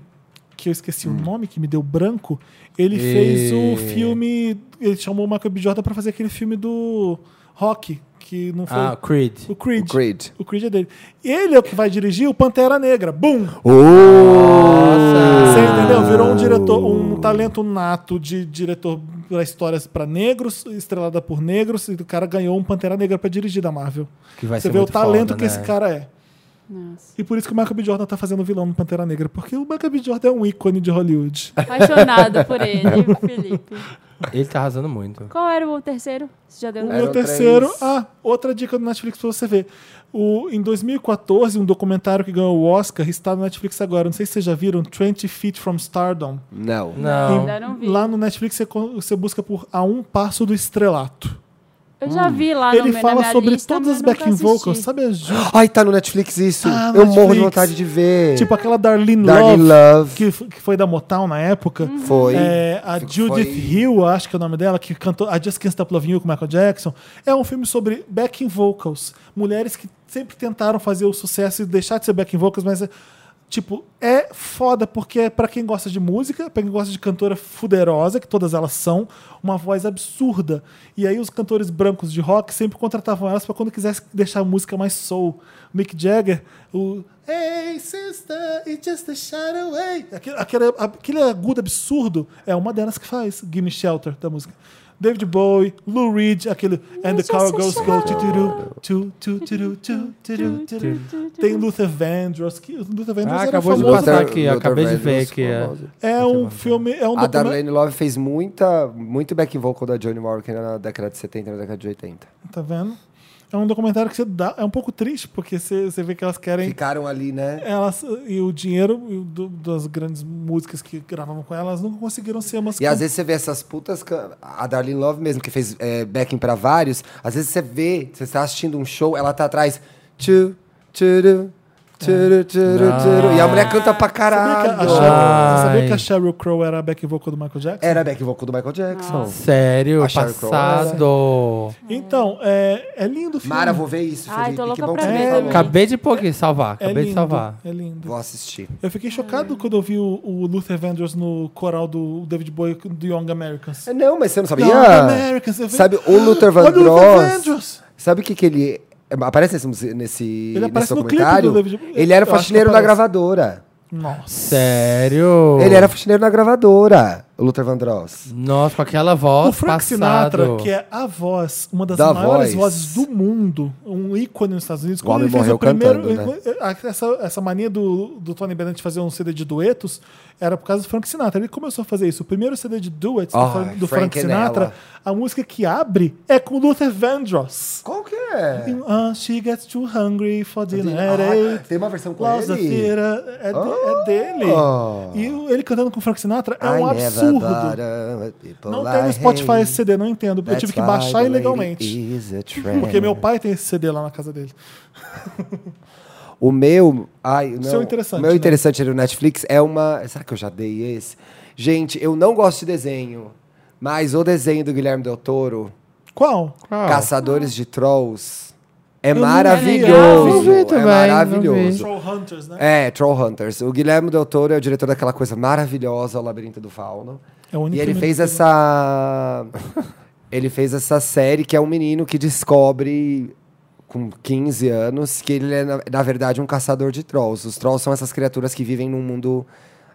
C: que eu esqueci o nome, que me deu branco, ele fez o filme, ele chamou o Michael B. Jordan para fazer aquele filme do Rock, que não foi
D: Ah, Creed.
C: o Creed.
A: O Creed.
C: O Creed é dele. Ele é o que vai dirigir o Pantera Negra. Bum! Você
D: Nossa!
C: entendeu? Virou um diretor, um talento nato de diretor para histórias para negros, estrelada por negros, e o cara ganhou um Pantera Negra para dirigir da Marvel.
D: Que vai
C: Você
D: ser
C: vê o
D: muito
C: talento
D: foda,
C: que
D: né?
C: esse cara é.
B: Nossa.
C: E por isso que o Michael B. Jordan tá fazendo vilão no Pantera Negra, porque o Michael B. Jordan é um ícone de Hollywood.
B: Apaixonado por ele, Felipe.
D: Ele tá arrasando muito.
B: Qual era o terceiro? Você já deu
C: O
A: Eram
C: meu terceiro.
A: três.
C: Ah, outra dica do Netflix pra você ver. O, em 2014, um documentário que ganhou o Oscar está no Netflix agora. Não sei se vocês já viram 20 Feet from Stardom.
A: Não.
D: Não.
B: Ainda não vi.
C: Lá no Netflix você, con- você busca por A Um Passo do Estrelato.
B: Eu
A: um-
B: já vi lá no
C: Ele
B: meu- Ah, na
C: fala
B: minha
C: sobre
B: lista,
C: todas
B: mas
C: as
B: nunca
C: backing vocals,
B: assisti.
C: sabe? as ju-
A: Ai, tá no Netflix isso.
C: Ah,
A: eu
C: Netflix.
A: morro de vontade de ver.
C: Tipo aquela Darlene,
A: Darlene
C: Love,
A: Love.
C: Que, f- que foi da Motown na época.
A: Foi.
C: É, a
A: Foi-
C: Judith Hill, acho que é o nome dela, que cantou A Just Can't Stop Loving You com Michael Jackson. É um filme sobre backing vocals. Mulheres que sempre tentaram fazer o sucesso e deixar de ser backing vocals, mas... é, Tipo, é foda porque é pra quem gosta de música, pra quem gosta de cantora fuderosa, que todas elas são, uma voz absurda. E aí os cantores brancos de rock sempre contratavam elas pra quando quisesse deixar a música mais soul. Mick Jagger, o Hey sister, it's just a shadow away. Aquele, aquele, aquele agudo absurdo é uma delas que faz Gimme Shelter da música. David Bowie, Lou Reed, aquele And the car goes go to to to to to to to to Tem Luther Vandross, que o Luther Vandross
D: Ah,
C: era
D: acabou de
C: tá famoso.
D: passar
A: Dr.
D: aqui,
A: Dr.
D: acabei de ver
A: Vandross,
D: aqui. é.
A: famoso.
C: É um filme, é um
A: A
C: documento.
A: Darlene Love fez muita, muito back vocal da Johnny Walker na década de 70 e na década de 80.
C: Tá vendo? É um documentário que você dá, é um pouco triste porque você, você vê que elas querem
A: Ficaram ali, né?
C: elas e o dinheiro e o do- das grandes músicas que gravavam com elas não conseguiram ser umas
A: E às vezes você vê essas putas. can- A Darlene Love mesmo, que fez é, backing pra vários. Às vezes você vê, você tá assistindo um show, ela tá atrás. Tchu, tchuru, tchuru, tchuru, tchuru. E a mulher canta pra
C: É. Sabia é que a- a Sheryl-
A: caralho.
C: Você sabia
D: Ai.
C: que a Sheryl Crow era a back vocal do Michael Jackson?
A: Era back vocal do Michael Jackson.
D: Sério,
A: A Sheryl Crow,
D: passado.
C: Então, é, é lindo o filme.
A: Mara, vou ver isso, Felipe.
B: Ai, tô
A: que
B: louca
A: bom que
B: pra
A: você
B: ver
A: me
B: também.
A: falou.
D: Acabei de pôr aqui, salvar.
C: é
D: Acabei de
C: lindo,
D: salvar.
C: É lindo.
A: Vou assistir.
C: Eu fiquei chocado quando eu vi o, o Luther Vandross no coral do David Bowie do Young Americans.
A: É, Não, mas você não sabia?
C: Young Americans. eu vi-
A: Sabe, o Luther
C: Olha o Luther
A: Vandross.
C: Vandross.
A: Sabe o que, que ele. é, Aparece nesse, muse- nesse,
C: Ele aparece
A: nesse
C: no clipe
A: documentário?
C: do David-
A: Ele era o
C: Eu acho que
A: faxineiro da
C: aparece.
A: gravadora.
C: Nossa.
D: Sério?
A: Ele era faxineiro da gravadora. Luther Vandross.
D: Nossa, com aquela voz
C: O Frank
D: passado.
C: Sinatra, que é a voz, uma das
A: Da
C: maiores
A: voz.
C: vozes do mundo, um ícone nos Estados Unidos.
A: O homem morreu cantando, né?
C: eh, Essa, essa mania do, do Tony Bennett de fazer um CD de duetos era por causa do Frank Sinatra. Ele começou a fazer isso. O primeiro CD de duets do
A: Ah,
C: Fra- do Frank,
A: Frank
C: Sinatra,
A: Sinatra.
C: a música que abre é com Luther Vandross.
A: Qual que é?
C: Ah, she gets too hungry for dinner.
A: Ah, tem uma versão com
C: Plaza
A: ele?
C: Theater é, de- é dele.
A: Oh.
C: E o- ele cantando com o Frank Sinatra é um
A: I never
C: absurdo.
A: thought of people
C: Não tem no
A: I
C: Spotify
A: hate.
C: esse CD, não entendo. Eu tive
A: That's
C: que
A: why
C: baixar
A: the
C: ilegalmente.
A: lady is a trend.
C: Porque meu pai tem esse CD lá na casa dele.
A: O meu. Ai, não.
C: seu interessante,
A: O meu
C: né?
A: interessante ali no Netflix é uma. Será que eu já dei esse? Gente, eu não gosto de desenho, mas o desenho do Guilherme Del Toro,
C: Qual?
D: Ah.
A: Caçadores de Trolls, é
C: não vi.
A: maravilhoso.
D: Não vi
A: é
D: também, não
A: maravilhoso.
C: Troll Hunters, né?
A: É, Trollhunters. O Guilherme Del Toro é o diretor daquela coisa maravilhosa, O Labirinto do Fauno.
C: É o único
A: E ele
C: filme
A: fez
C: que-
A: essa. ele fez essa série que é um menino que descobre com 15 anos que ele é, na, na verdade, um caçador de trolls. Os trolls são essas criaturas que vivem num mundo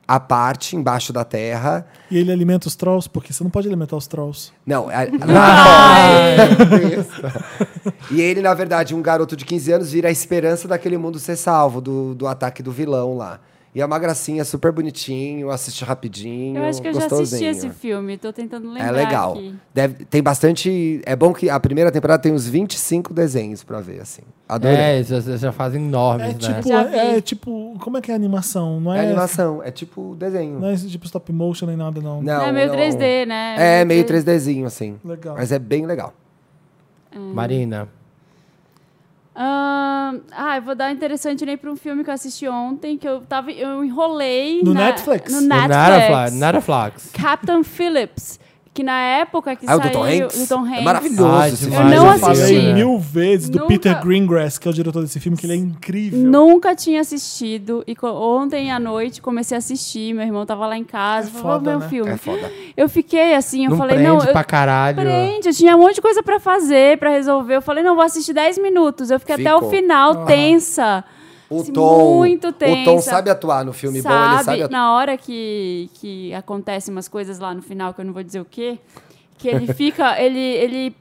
A: à parte, embaixo da terra.
C: E ele alimenta os trolls, porque você não pode alimentar os trolls.
A: Não, é, a- lá fora. Isso. E ele, na verdade, um garoto de 15 anos vira a esperança daquele mundo ser salvo do, do ataque do vilão lá. E é uma gracinha, super bonitinho, assiste rapidinho,
B: Eu acho que eu já assisti
A: gostosinho.
B: esse filme, tô tentando lembrar
A: É legal.
B: aqui.
A: Deve- tem bastante. É bom que a primeira temporada tem uns 25 desenhos pra ver, assim. Adorei.
D: É, já, já fazem enormes,
C: É
D: né?
C: tipo,
B: Já vi.
C: é, tipo. Como é que é a animação? Não
A: É
C: é,
A: animação, é tipo desenho.
C: não é esse tipo stop motion nem nada, não.
A: Não,
B: é meio
A: não.
B: 3D, né?
A: É, meio 3Dzinho, assim.
C: Legal.
A: Mas é bem legal.
C: um
D: Marina.
B: É. Ahn, ah, eu vou dar um interessante nem pra um filme que eu assisti ontem, que eu tava. Eu enrolei.
C: No Netflix?
B: No
C: No
B: Netflix.
D: Nada Flax.
B: Captain Phillips. Que na época que
A: Ah, o do
B: saiu
A: Tom Hanks?
B: do Tom
A: É
B: Hanks.
A: maravilhoso
D: Ai,
A: esse
D: demais,
A: filme.
B: Eu não
C: Eu falei
B: assisti.
C: mil vezes do
B: Nunca-
C: Peter Greengrass, que é o diretor desse filme, que ele é incrível.
B: Nunca tinha assistido. E co- ontem à noite comecei a assistir. Meu irmão tava lá em casa.
C: É
B: falou, vamos
C: foda,
B: ver um
C: né?
B: filme.
A: É foda.
B: Eu fiquei assim, eu
D: não
B: falei,
D: prende
B: não. eu-
D: pra caralho.
B: Prende, eu tinha um monte de coisa pra fazer, pra resolver. Eu falei, não, vou assistir 10 minutos. Eu fiquei até
A: Ficou.
B: o final tensa.
A: O
B: Assim,
A: Tom.
B: muito
A: O Tom
B: tensa.
A: sabe atuar no filme bom, ele sabe atuar.
B: na hora que, que acontecem umas coisas lá no final, que eu não vou dizer o quê, que ele fica, ele, ele...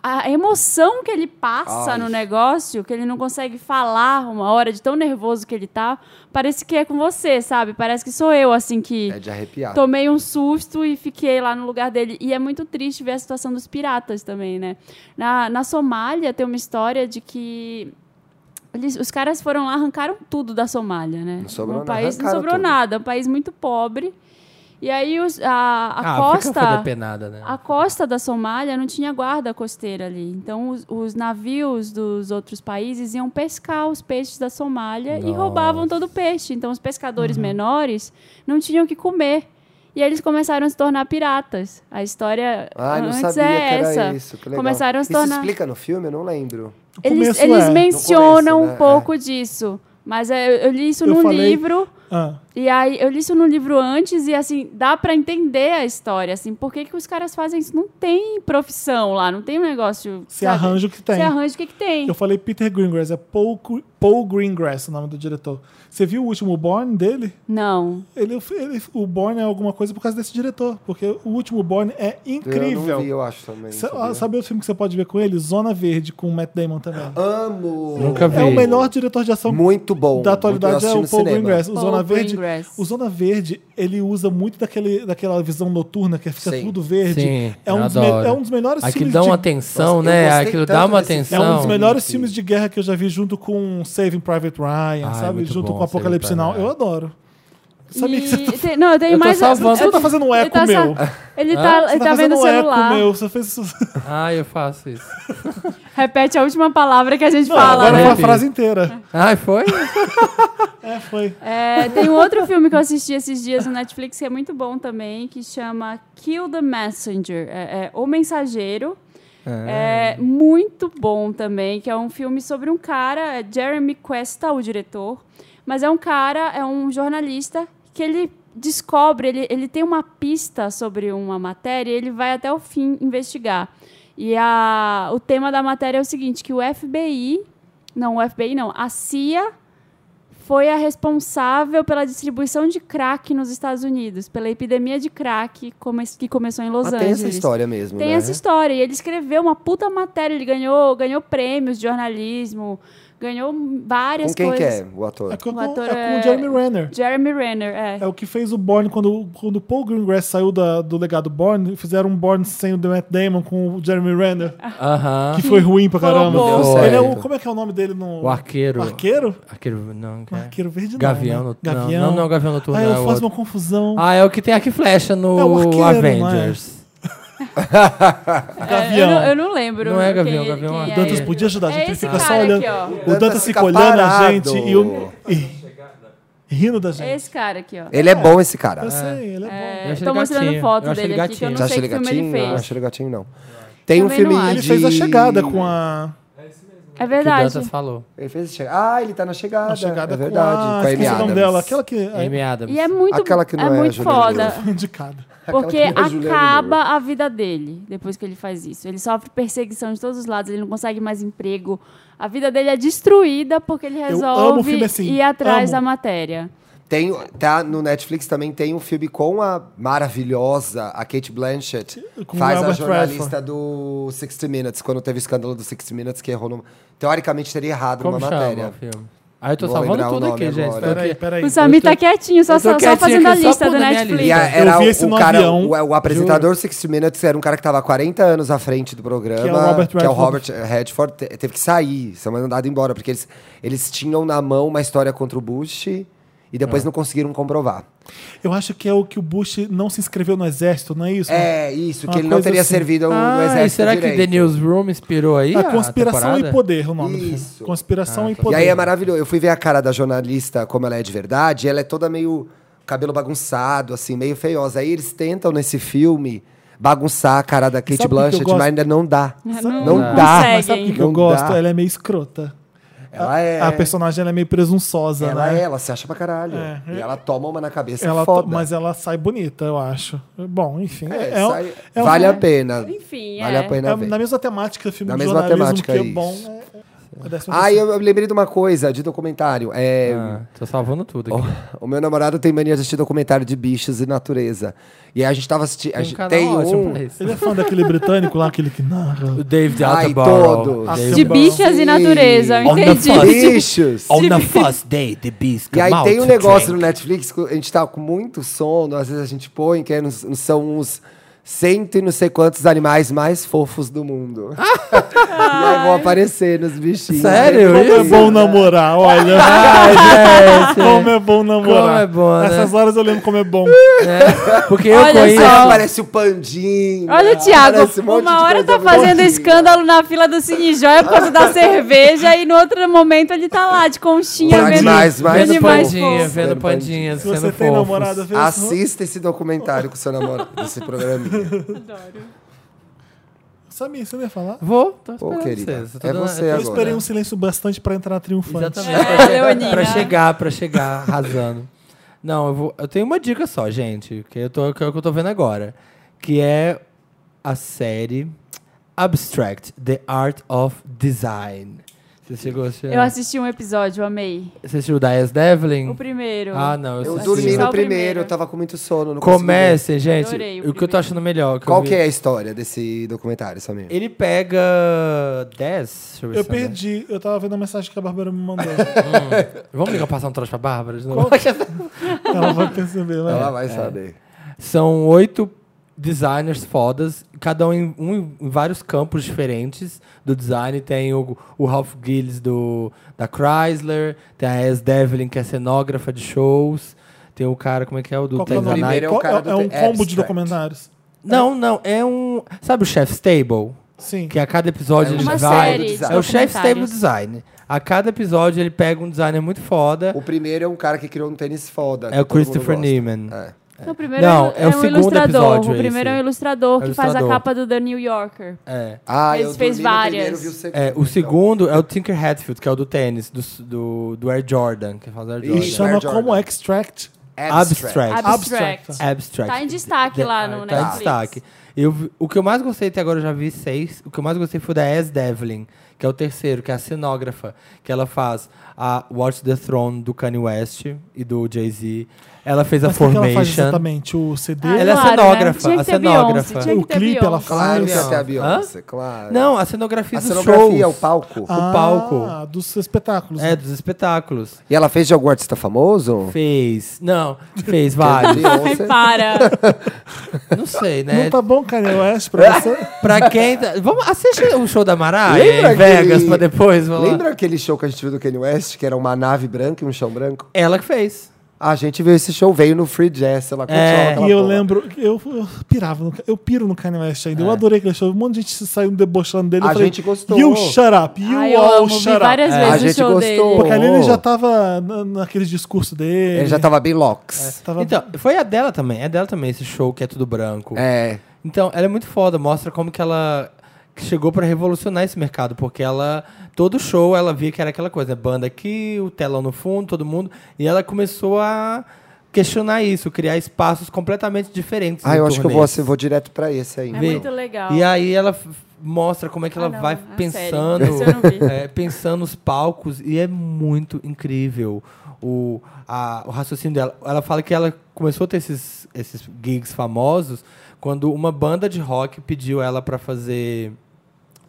B: A emoção que ele passa
A: Ai.
B: no negócio, que ele não consegue falar uma hora de tão nervoso que ele tá, parece que é com você, sabe? Parece que sou eu, assim, que...
A: É de arrepiar.
B: Tomei um susto e fiquei lá no lugar dele. E é muito triste ver a situação dos piratas também, né? Na, na Somália tem uma história de que. eles- os caras foram lá, arrancaram tudo da Somália, né?
A: Não sobrou
B: um
A: nada,
B: país, Não
A: arrancaram
B: sobrou
A: tudo.
B: nada. Um país muito pobre. E aí os- a, a
D: Ah, por que
B: costa.
D: que foi depenada, né?
B: A costa da Somália não tinha guarda costeira ali. Então, os, os navios dos outros países iam pescar os peixes da Somália e
D: Nossa.
B: roubavam todo o peixe. Então, os pescadores
A: Uhum.
B: menores não tinham o que comer. E aí eles começaram a se tornar piratas. A história
A: Ai, Ah, não
B: antes
A: sabia
B: é
A: que era
B: essa.
A: isso. Que legal.
B: Começaram a se
A: Isso
B: tornar.
A: explica no filme? Eu não lembro.
C: No
B: Eles,
C: começo
B: eles
C: é.
A: No
B: mencionam
A: começo, né?
B: um pouco disso. Mas é, eu, eu li isso
C: Eu
B: num
C: falei-
B: livro.
C: Ah,
B: E aí, eu li isso no livro antes e, assim, dá pra entender a história, assim, por que, que os caras fazem isso? Não tem profissão lá, não tem um negócio...
C: se arranja o que tem.
B: Se arranja o que que tem.
C: Eu falei Peter Greengrass, é Paul, Gr- Paul Greengrass o nome do diretor. Você viu o último Born dele?
B: Não.
C: Ele, ele- o Born é alguma coisa por causa desse diretor, porque o último Born é
A: Eu não
C: incrível.
A: vi, eu acho também.
C: Sa- ah,
A: sabia?
C: sabe o filme que você pode ver com ele? Zona Verde, com o Matt Damon também.
A: Amo!
D: Nunca vi.
C: É o melhor diretor de ação
A: Muito bom.
C: Então, da
A: Muito-
C: atualidade
A: eu
C: é
A: assisti
C: o
A: no
C: Paul
A: cinema.
C: Greengrass. O
B: Paul
C: Zona Verde,
B: Greengrass.
C: o Zona Verde, ele usa muito daquele, daquela visão noturna que fica
A: Sim.
C: tudo verde.
D: Sim,
C: é, um
D: eu
C: dos me-
D: adoro.
C: é um dos melhores
D: Aquilo
C: filmes
D: dá uma
C: de...
D: atenção,
A: Nossa, eu
D: né?
A: gostei
D: Aquilo
A: tanto
D: dá uma
A: desse filme.
C: É
D: atenção.
C: um dos melhores
A: Sim.
C: filmes de guerra que eu já vi junto com Saving Private Ryan,
D: Ah, é
C: sabe?
D: muito
C: Junto
D: bom,
C: com Apocalipse
D: Saving
C: Now.
D: Private
C: Eu
D: Ryan.
C: adoro. Sabia
B: E
C: que você tá,
B: tem- não, eu tenho
D: Eu tô
B: mais...
D: salvando-
C: você tá fazendo um
B: Ele
C: eco
B: tá sa-
C: meu.
B: Ele tá,
C: Você
B: ele tá vendo
C: fazendo
B: o
C: um
B: celular.
C: eco meu. Você fez isso.
D: Ah, eu faço isso.
B: Repete a última palavra que a gente
C: Não,
B: fala,
C: agora
B: né?
C: foi a
D: né?
C: frase inteira.
D: Ai, foi?
C: É, foi.
B: É, tem um outro filme que eu assisti esses dias no Netflix que é muito bom também, que chama Kill the Messenger, é, é, O Mensageiro. É muito bom também, que é um filme sobre um cara, é Jeremy Cuesta, o diretor, mas é um cara, é um jornalista que ele descobre, ele, ele tem uma pista sobre uma matéria e ele vai até o fim investigar. E a, o tema da matéria é o seguinte, que o FBI, não, o FBI não, a CIA foi a responsável pela distribuição de crack nos Estados Unidos, pela epidemia de crack come- que começou em Los
A: Mas
B: Angeles.
A: Ah, tem essa história mesmo,
B: Tem
A: né?
B: essa história. E ele escreveu uma puta matéria. Ele ganhou, ganhou prêmios de jornalismo, ganhou várias
A: Com quem que
B: coisas.
A: é o ator?
C: É com,
B: O ator
C: é com
B: é-
C: o Jeremy Renner.
B: Jeremy Renner, é.
C: É o que fez o Bourne quando, quando o Paul Greengrass saiu da- do legado Bourne, fizeram um Bourne sem o Matt Damon com o Jeremy Renner,
D: Aham.
C: que foi ruim pra caramba.
B: Colocou.
D: Deu
C: Ele é o,
A: certo.
C: como é que é o nome dele no
D: O arqueiro.
C: Arqueiro?
D: Arqueiro, não. que é-
C: Arqueiro Verde não,
D: Gavião
C: né?
D: Noturno. Não, não, Gavião Noturno,
C: Ah,
D: é
C: eu
D: o
C: faço
D: outro.
C: uma confusão.
D: Ah, é o que tem aqui flecha no
C: É o arqueiro,
D: Avengers.
B: É, eu,
C: Gavião.
B: não, eu não lembro.
D: Não é Gavião,
B: quem-
D: Gavião é
B: quem
D: o
B: é
C: Dantas
B: ele.
C: podia ajudar, a gente
B: É
C: ele
B: esse
C: fica só
B: cara
C: olhando.
B: aqui, ó.
C: o Dantas
A: fica
C: fica olhando a
A: parado.
C: gente e, o- e rindo da gente.
B: É esse cara aqui, ó.
A: Ele é bom esse cara.
C: Eu sei, ele é, bom.
D: Eu achei
B: Tô
D: ele
B: mostrando
D: gatinho. Eu
B: foto
D: achei ele
B: dele aqui, que eu
D: gatinho.
A: Você
B: não sei
A: acha
B: que
A: ele
B: filme ele
A: gatinho? Não,
B: fez.
A: acho ele gatinho, não. Tem um
B: Também não
A: filme.
B: acho.
C: Ele
A: de-
C: fez a chegada com a.
B: É
D: Que o
B: verdade.
D: Dantas falou.
A: Ele fez a chegada. Ah, ele tá na chegada.
C: A chegada
A: é verdade.
C: com a.
A: Com a,
C: esqueci
A: Amy
C: o nome
A: Adams.
C: dela. Aquela que.
D: Amy Adams.
B: E é muito,
A: Aquela que não
B: é
A: é a
B: muito
A: Juliana
B: foda.
C: Foi indicada.
A: Aquela
B: Porque
A: que não é a Juliana
B: acaba a vida dele depois que ele faz isso. Ele sofre perseguição de todos os lados, ele não consegue mais emprego. A vida dele é destruída porque ele
C: amo
B: resolve
C: filme assim,
B: ir atrás
C: amo.
B: da matéria.
A: Tem, tá no Netflix também tem um filme com a maravilhosa, a Kate Blanchett,
C: Com
A: faz a
C: Robert
A: jornalista
C: Redford.
A: do 60 Minutes, quando teve o escândalo do 60 Minutes, que errou no, teoricamente teria errado
D: Como
A: numa
D: chama
A: matéria.
D: o filme? Aí eu tô
A: Vou
D: salvando
A: lembrar o
D: tudo
A: nome
D: aqui, gente.
A: agora.
D: Tô
C: Peraí,
D: aqui.
C: peraí.
B: O Samir tá quietinho, só,
D: eu tô
B: só, só
D: quietinho
B: fazendo a
D: aqui, só
B: lista
D: pondo
B: do
D: na minha
B: Netflix.
A: E a-
D: lista.
A: era
C: vi
A: o-
C: esse
A: o,
C: no
A: cara,
C: avião,
A: o, o apresentador 60 Minutes era um cara que tava há 40 anos à frente do programa,
C: Que é o Robert
A: que é o
C: Redford.
A: Robert Redford, te- teve que sair, ser mandado embora, porque eles, eles tinham na mão uma história contra o Bush e
C: É.
A: depois não conseguiram comprovar.
C: Eu acho que é o que o Bush não se inscreveu no exército, não é isso?
A: É, isso, que
C: Uma
A: ele não
C: coisa
A: teria
C: assim.
A: servido ao- no
D: Ah,
A: exército
D: e será que
A: direito.
D: The Newsroom inspirou aí?
C: Ah,
D: a
C: conspiração
D: temporada?
C: e poder é o nome do
A: Isso.
C: filme. Conspiração e
A: E
C: poder.
A: aí é maravilhoso. Eu fui ver a cara da jornalista, como ela é de verdade, e ela é toda meio cabelo bagunçado, assim, meio feiosa. Aí eles tentam nesse filme bagunçar a cara da Kate
C: Sabe o que eu
A: Blanchett,
C: gosto?
A: mas ainda não dá.
B: Não,
A: Não
B: não
A: dá.
C: Mas sabe o que,
B: conseguem.
C: que eu
A: Não
C: gosto?
A: dá.
C: Ela é meio escrota.
A: Ela
C: a,
A: é.
C: a personagem ela é meio presunçosa,
A: ela
C: né?
A: é, ela se acha pra caralho.
C: É.
A: E ela toma uma na cabeça
C: Ela to-
A: foda.
C: mas ela sai bonita, eu acho. Bom, enfim.
A: É,
C: é-
A: sai-
C: é um-
A: vale a pena.
B: Enfim,
A: Vale
B: é.
A: a pena
C: é
A: ver.
C: na mesma temática, filme
A: Na
C: de
A: mesma
C: jornalismo
A: temática,
C: que é
A: isso.
C: bom. É, é a décima
A: Ah,
C: terceira.
A: eu eu lembrei de uma coisa, de documentário. É,
D: Ah, tô salvando tudo aqui.
A: O meu namorado tem mania de assistir documentário de bichos e natureza. E aí a gente tava assistindo.
D: um
A: Tem,
D: canal
A: tem
D: ótimo
A: um.
D: pra isso.
C: Ele é fã daquele britânico lá, aquele que narra.
D: O David
A: Ai,
D: Attenborough.
A: todos.
D: David-
B: De bichas e natureza, eu
D: On the
B: entendi.
A: Bichos!
D: On the first day, the beast
A: E aí
D: come
A: tem um
D: out
A: negócio
D: to
A: no Netflix, que a gente tá com muito sono, às vezes a gente põe, que é nos- nos- são uns cento e não sei quantos animais mais fofos do mundo. e aí vão aparecer nos bichinhos.
D: Sério?
C: Como é
D: Isso.
C: bom namorar, olha. como é bom namorar.
D: É. Ah, Como é bom, né?
C: Essas horas eu lembro como é bom.
D: drink, né? Porque eu
B: Olha
A: Aí
D: conheço.
B: só.
A: aparece o pandinho.
B: Olha o
A: aparece
B: Thiago,
A: um monte de
B: uma hora
A: coisa
B: tá fazendo
A: bonitinha.
B: escândalo na fila do Cine Joia por causa da cerveja e no outro momento ele tá lá de conchinha
A: Pra
B: vendo.
A: demais, mas-
B: vendo
D: Vendo
A: Animais
D: pandinha,
B: fofos.
D: vendo
A: Vendo
D: pandinha,
C: Se você
D: sendo Assim-
C: tem namorada,
D: fofos.
C: vê isso.
A: Assista esse documentário com seu namorado, esse programa.
C: Samir, você não ia falar?
D: Vou, tô
A: Ô,
D: esperando
A: querida,
D: vocês. Eu tô
A: é
D: dando-
A: você
D: eu
C: Eu
A: agora.
C: esperei um silêncio bastante pra entrar triunfante.
D: Exatamente.
B: É,
D: pra, che-
B: Leonina.
D: pra chegar, pra chegar arrasando. Não, eu, vou, eu tenho uma dica só, gente, que, eu tô, que é o que eu tô vendo agora. Que é a série Abstract, The Art of Design. Você chegou a assistir?
B: Eu assisti um episódio, eu amei.
D: Você assistiu Dias Devlin?
B: O primeiro.
D: Ah, não, eu
A: Eu
B: Assim,
D: assisti.
A: dormi
B: só
A: no
B: o
A: primeiro,
B: primeiro.
A: eu tava com muito sono. não consegui ver.
D: Comecem, gente.
B: Adorei o
D: o que eu
B: primeiro.
D: tô achando melhor. que eu
A: Qual
D: vi.
A: que é a história desse documentário, Samir?
D: Ele pega 10. Deixa eu ver
C: Eu
D: se é 10.
C: perdi, eu tava vendo a mensagem que a Bárbara me mandou.
D: Vamos ligar passar um troço pra Bárbara? de novo?
C: Ela vai perceber, né?
A: Ela vai saber.
D: São oito designers fodas, cada um em, um em vários campos diferentes do design. Tem o, o Ralph Gilles do, da Chrysler, tem a S. Devlin, que é cenógrafa de shows. Tem o cara, como é que é? O do
C: Qual que é o
D: Tenzanite.
C: nome?
A: Primeiro é o
C: Qual-
A: cara do
C: é um
A: The
C: combo de
A: Abstract.
C: documentários.
D: Não, não, é um. Sabe o Chef's Table?
C: Sim.
D: Que a cada episódio
A: É
D: ele
A: uma
D: vai.
A: série de
D: é o Chef's Table
B: documentários.
D: Design. A cada episódio ele pega um designer muito foda.
A: O primeiro é um cara que criou um tênis foda. que
D: é o
A: todo mundo
D: Christopher
A: gosta.
D: Neiman.
A: É.
B: O primeiro
D: Não,
B: é,
D: é o
B: um
D: segundo
B: ilustrador.
D: episódio
B: o primeiro é
D: esse.
B: um ilustrador
D: É
B: que
D: o
B: faz a
D: ilustrador.
B: capa do The New Yorker.
D: É.
A: Ah,
B: Eles
A: eu
B: fez
A: dormi no
B: várias.
A: primeiro, vi o segundo.
C: Então.
A: então.
D: É, o segundo é o Tinker Hatfield, que é o do tênis, do, do, do Air Jordan, que faz Air Jordan.
A: Ixi,
C: Chama
A: Air Jordan.
C: como Extract.
A: Abstract.
D: Abstract.
B: Abstract.
C: Abstract.
D: É, Abstract.
B: Tá em destaque lá no
D: Tá em
B: Netflix.
D: destaque. Eu, vi- o que eu mais gostei até agora, eu já vi seis. O que eu mais gostei foi da S. Devlin, que é o terceiro, que é a cenógrafa, que ela faz a Watch the Throne do Kanye West e do Jay-Z. Ela fez a
C: Mas o que que ela faz
D: Formation.
C: exatamente? O CD?
B: Ah,
D: Ela é
B: claro,
D: cenógrafa,
B: Tinha que
D: a
B: ter
D: cenógrafa.
B: Beyoncé, tinha
C: O
B: que ter
C: clipe, ela
B: Beyoncé.
A: Claro que
D: Beyoncé.
A: até a Beyoncé, claro.
D: Não, a cenografia
A: a
D: dos
A: cenografia
D: shows.
A: é o palco.
C: Ah,
D: palco.
C: Dos espetáculos.
D: É, dos espetáculos.
A: E ela fez de algum artista famoso? é
D: Fez. Não, fez vários.
B: Ai,
C: assim,
B: para.
D: Não sei, né?
C: Não tá bom, Kanye West, pra você?
D: Pra quem. tá- Vamos assistir o show da Mariah
A: Lembra
D: em Vegas
A: aquele-
D: pra depois. vamos lá.
A: Lembra aquele show que a gente viu do Kanye West, que era uma nave branca e um chão branco? Ah,
D: Ela que fez.
A: A gente viu esse show, veio no Free Jazz, sei lá quantos
D: É.
A: shows aquela
C: E eu
A: porra.
C: lembro, eu, eu pirava, no, eu piro no Kanye West ainda. Eu adorei aquele show. Um monte de gente saiu debochando dele.
A: É. A
C: eu falei,
A: gente gostou.
C: You shut up, you
B: Ai, Ah, eu
C: all
B: amo, vi
C: shut up.
B: várias
A: A
B: vezes o
A: gente
B: show
A: gostou.
B: dele.
C: Porque ali ele
A: Oh.
C: já tava na, naquele discurso dele.
A: Ele já tava bem locks.
C: tava-
D: Então, foi a dela também. É dela também esse show que é tudo branco.
A: É.
D: Então, ela é muito foda. Mostra como que ela chegou pra revolucionar esse mercado. Porque ela, todo show, ela via que era aquela coisa. né? Banda aqui, o telão no fundo, todo mundo. E ela começou a questionar isso. Criar espaços completamente diferentes.
A: Ah,
D: em
A: eu acho que eu vou,
D: turnês.
A: assim, vou direto pra esse ainda.
B: É
D: Vê.
B: muito legal.
D: E aí ela f- mostra como é que
B: Ah,
D: ela
B: não,
D: vai
B: a
D: pensando,
B: série. Esse eu não vi.
D: é, pensando os palcos e é muito incrível o, a- o raciocínio dela. Ela fala que ela começou a ter esses, esses gigs famosos quando uma banda de rock pediu ela para fazer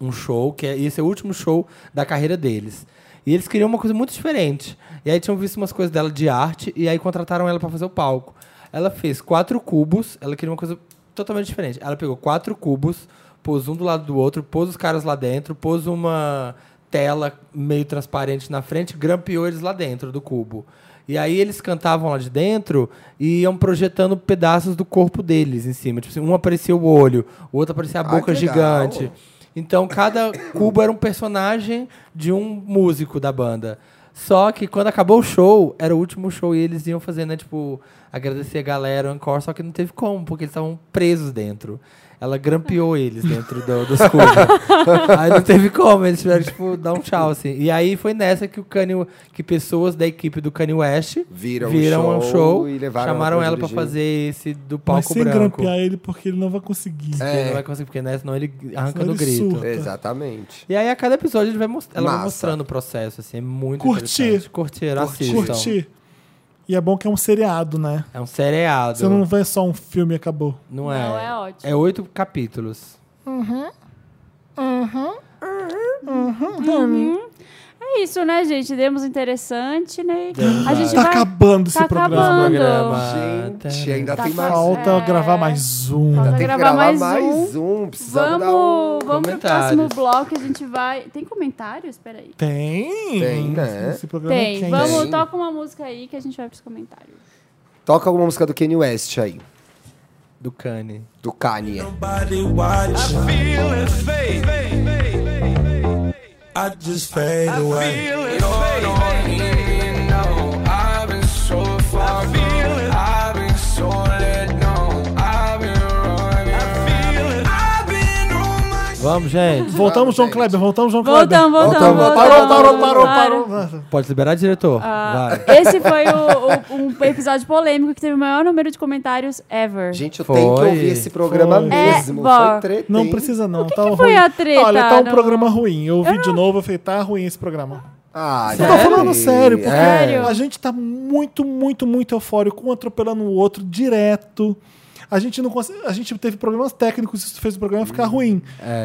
D: um show, que é- ia ser o último show da carreira deles. E eles queriam uma coisa muito diferente. E aí tinham visto umas coisas dela de arte e aí contrataram ela para fazer o palco. Ela fez quatro cubos, ela queria uma coisa totalmente diferente. Ela pegou quatro cubos, pôs um do lado do outro, pôs os caras lá dentro, pôs uma tela meio transparente na frente, grampeou eles lá dentro do cubo. E aí eles cantavam lá de dentro e iam projetando pedaços do corpo deles em cima. Tipo assim, um aparecia o olho, o outro aparecia a
A: Ah,
D: boca
A: que legal.
D: gigante. Então cada cubo era um personagem de um músico da banda. Só que quando acabou o show, era o último show e eles iam fazer, né? Tipo, agradecer a galera, o encore, só que não teve como, porque eles estavam presos dentro. Ela grampeou eles dentro do, dos cubos. aí não teve como, eles tiveram, tipo, dar um tchau, assim. E aí foi nessa que o Kanye, que pessoas da equipe do Kanye West
A: Viram o
D: um
A: show
D: show,
A: e levaram ela
D: chamaram
A: pra
D: ela pra
A: dirigir.
D: fazer esse do
C: mas
D: palco
C: sem
D: branco.
C: grampear ele, porque ele não vai conseguir.
A: É
D: Porque ele não vai conseguir, porque né, senão ele arranca
C: Senão
D: no
C: ele
D: grito.
C: surta.
A: Exatamente.
D: E aí a cada episódio ele vai most- ela vai
A: Massa.
D: mostrando o processo, assim, é muito
C: Curtir.
D: interessante. Curtir. Curtir, assistam.
C: Curti. E é bom que é um seriado, né?
D: É um seriado.
C: Você não vê só um filme e acabou.
D: Não é.
B: Não, é ótimo.
D: É oito capítulos.
B: É isso, né, gente? Demos interessante, né? A gente
C: Tá
B: vai...
C: acabando esse
B: tá
C: programa.
B: acabando.
D: Programa.
A: Gente, ainda
B: Tá
A: tem mais. Tá.
B: fácil.
C: Falta
B: É.
C: gravar mais um.
B: Falta
A: Tem que
B: gravar
A: gravar
B: mais
A: mais,
B: um.
A: um. Precisamos dar um.
B: Vamos, vamos pro
D: Comentários.
B: próximo bloco. A gente vai... Tem comentários? Peraí.
C: Tem.
A: Tem, né?
C: Esse programa é
B: Tem.
C: quente.
B: Vamos,
A: Tem.
B: toca uma música aí que a gente vai pros comentários.
A: Toca alguma música do Kanye West aí.
D: Do Cane.
A: Do Kanye.
H: Nobody watching. I feel it fade. I just fade
B: Ah,
H: away.
D: Vamos, gente.
C: Voltamos, João Kleber. Voltamos, João Kleber.
B: Voltamos, voltamos,
A: Voltamos, parou,
B: voltamos.
A: parou,
B: Claro.
D: Pode liberar, diretor?
B: Ah.
D: Vai.
B: Esse foi o- o- um episódio polêmico que teve o maior número de comentários ever.
A: Gente, eu
D: Foi.
A: tenho que ouvir esse programa
C: Foi.
A: mesmo.
B: É, bom.
A: foi treta.
C: Não
A: hein?
C: precisa, não. tá
B: que foi
C: ruim.
B: a treta,
C: Olha, tá um
B: não?
C: programa ruim. Eu ouvi de novo, eu falei, tá ruim esse programa.
A: Ah,
C: Eu tô tá falando sério, porque
B: Sério?
C: a gente tá muito, muito, muito eufórico, um atropelando o outro direto. A gente não consegue. A gente teve problemas técnicos, isso fez o programa ficar ruim.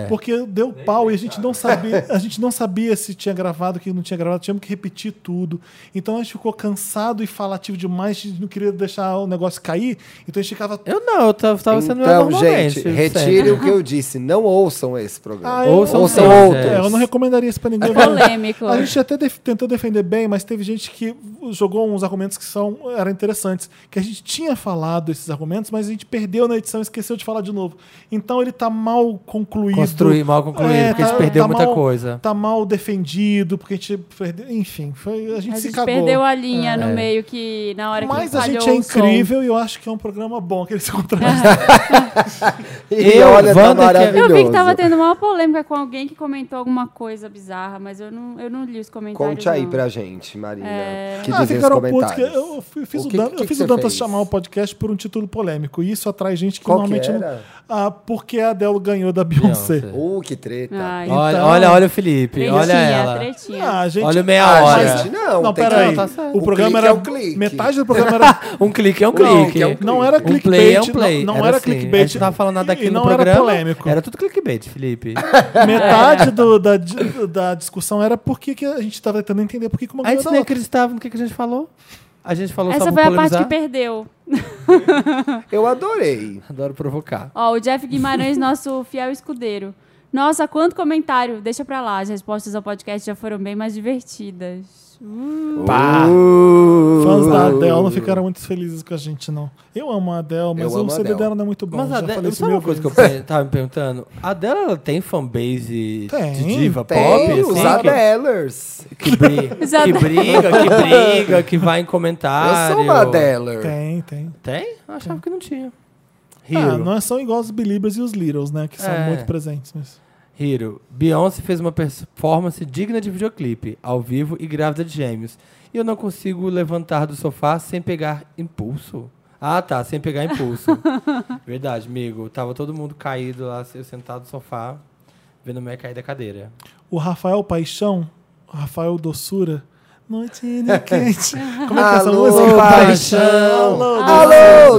C: Porque deu pau e a gente não sabia. A gente não sabia se tinha gravado, que não tinha gravado, tínhamos que repetir tudo. Então a gente ficou cansado e falativo demais, a gente não queria deixar o negócio cair, então a gente ficava.
D: Eu não, é eu tava, tava sendo meu
A: Então,
D: normalmente.
A: gente,
D: sempre.
A: retire o que eu disse. Não ouçam esse programa.
C: Ah, eu-
D: Ouçam
A: Ouçam
D: sempre.
A: outros.
C: É, eu não recomendaria isso pra ninguém.
B: Polêmico.
C: A gente até def- tentou defender bem, mas teve gente que jogou uns argumentos que são, eram interessantes. Que a gente tinha falado esses argumentos, mas a gente perdeu na edição e esqueceu de falar de novo. Então ele tá mal concluído.
D: Construí- mal concluído, porque a gente perdeu muita
C: mal-
D: coisa.
C: Tá mal defendido, porque a gente perdeu. Enfim, foi, a gente
B: A
C: se
B: gente
C: cagou.
B: perdeu a linha no
D: É.
B: meio que na hora
C: mas
B: que
C: a
B: falhou
C: gente é
B: o som.
C: incrível e eu acho que é um programa bom que eles contrataram.
A: E
D: Eu,
A: olha, tá
D: Wanda, que-
C: é
B: Eu
A: maravilhoso.
B: vi que tava tendo uma polêmica com alguém que comentou alguma coisa bizarra, mas eu não, eu não li os comentários.
A: Conte aí
B: não.
A: pra gente, Marina.
B: É.
A: Que
C: Ah,
A: dizem os
C: ficaram putos
A: comentários.
C: que eu f- fiz
A: O
C: o,
A: que-
C: Dan-
A: que
C: eu
A: que
C: fiz
A: você
C: o Dantas
A: fez?
C: chamar o podcast por um título polêmico. E isso isso atrai gente que
A: Qual que
C: normalmente
A: era?
C: não. Ah, porque a Adele ganhou da Beyoncé.
D: Beyoncé.
A: Uh, que treta.
B: Ai,
D: Olha,
C: Então-
D: olha, olha o Felipe,
B: tretinha,
D: olha ela.
B: tretinha.
C: Ah, gente.
D: Olha o meia
A: Ah,
D: hora.
A: gente, não,
C: não,
A: tem
C: peraí.
A: que-
D: Não, tá certo.
C: O
A: O
C: programa
A: clique
C: era.
A: é o clique.
C: Metade do programa era
D: Um clique é um
A: Não,
D: clique.
A: que é um clique.
C: Não era
D: Um
C: clickbait.
D: play é um play.
C: Não, não era,
D: assim,
C: clickbait.
D: A gente tava falando nada aqui
C: e
D: no
C: não
D: programa.
C: era polêmico.
D: Era tudo clickbait, Felipe.
C: Metade do- da, di- da discussão era por que que a gente tava tentando entender por que que uma
D: a
C: ganhou
D: gente
C: da
D: nem
C: outra.
D: acreditava no que, que a gente falou. A gente falou só
B: Essa
D: pra
B: foi a parte
D: polemizar.
B: que perdeu.
A: Eu adorei.
D: Adoro provocar.
B: Ó, o Jeff Guimarães, nosso fiel escudeiro. Nossa, quanto comentário. Deixa pra lá. As respostas ao podcast já foram bem mais divertidas.
A: Uh.
C: Fãs da Adele não ficaram muito felizes com a gente, não. Eu amo a Adele, mas
A: Eu amo
C: o
A: a
C: CD
A: Adele.
C: dela não é muito bom.
D: Mas
C: já
D: a Adele,
C: falei isso
D: sabe
C: mil
D: uma coisa que eu
C: vezes.
D: pe- tava me perguntando? A Adele, ela tem fanbase
C: Tem,
D: de diva
A: Tem
D: pop?
A: os
D: assim, que-
A: Adelers.
D: que, briga, que briga, que briga, que vai em comentário.
A: Eu sou uma Adeler.
C: Tem, tem.
D: Tem? Eu achava que não tinha. Hero.
C: Ah, não é- são igual os Beliebers e os Littles, né? Que são
D: É.
C: muito presentes. Mas...
D: Hero, Beyoncé fez uma performance digna de videoclipe, ao vivo e grávida de gêmeos. E eu não consigo levantar do sofá sem pegar impulso. Ah, tá, sem pegar impulso. Verdade, amigo. Tava todo mundo caído lá, eu sentado no sofá, vendo a mulher cair da cadeira.
C: O Rafael Paixão, o Rafael Doçura. Noitinha quente. Como é que é essa
A: Alô,
C: música?
A: paixão.
C: Alô,
A: Alô,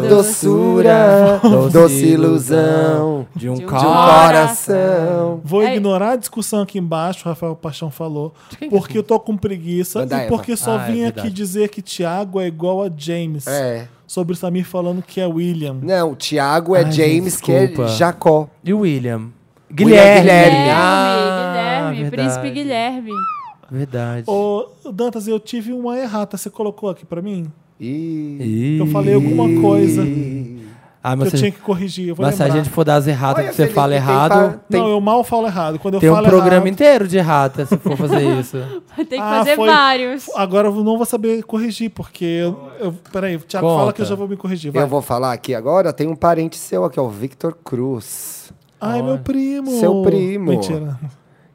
A: doçura. Doce ilusão.
D: De um,
B: De
A: De
B: um
A: um
D: cara.
A: coração.
C: Vou
B: É-
C: ignorar a discussão aqui embaixo, o Rafael Paixão falou,
D: quem que é
C: porque eu tô com preguiça
A: Da
C: e
A: Eva.
C: porque só
D: Ah, é
C: vim aqui
D: verdade.
C: dizer que Tiago é igual a James.
A: É.
C: Sobre o Samir falando que é William.
A: Não, Tiago é
D: Ai,
A: James,
D: gente,
A: que é
D: desculpa.
A: Jacó.
D: E o William?
A: Guilherme.
B: Guilherme,
D: É. Ah,
B: Guilherme,
D: verdade.
B: Príncipe Guilherme.
D: Verdade.
C: Ô, Dantas, eu tive uma errata. Você colocou aqui pra mim?
A: Ih.
D: Ih.
C: Eu falei alguma coisa
D: Ah,
C: que
D: mas,
C: eu
D: se,
C: tinha que corrigir. Eu vou
D: mas se a
C: lembrar.
D: gente for dar as erratas
A: Olha,
D: que você
A: Felipe,
D: fala
A: tem
D: errado,
A: pa- tem-
C: Não, eu mal falo errado. Quando eu
D: tem um
C: falo
D: programa
C: errado,
D: inteiro de errata se for fazer isso.
B: Tem que
C: Ah,
B: fazer
C: foi-
B: vários.
C: Agora eu não vou saber corrigir, porque... Eu, eu- peraí, o Thiago
D: Conta.
C: fala que eu já vou me corrigir. Vai.
A: Eu vou falar aqui agora, tem um parente seu aqui, ó, o Victor Cruz.
C: Ai, meu primo!
A: Seu primo.
C: Mentira.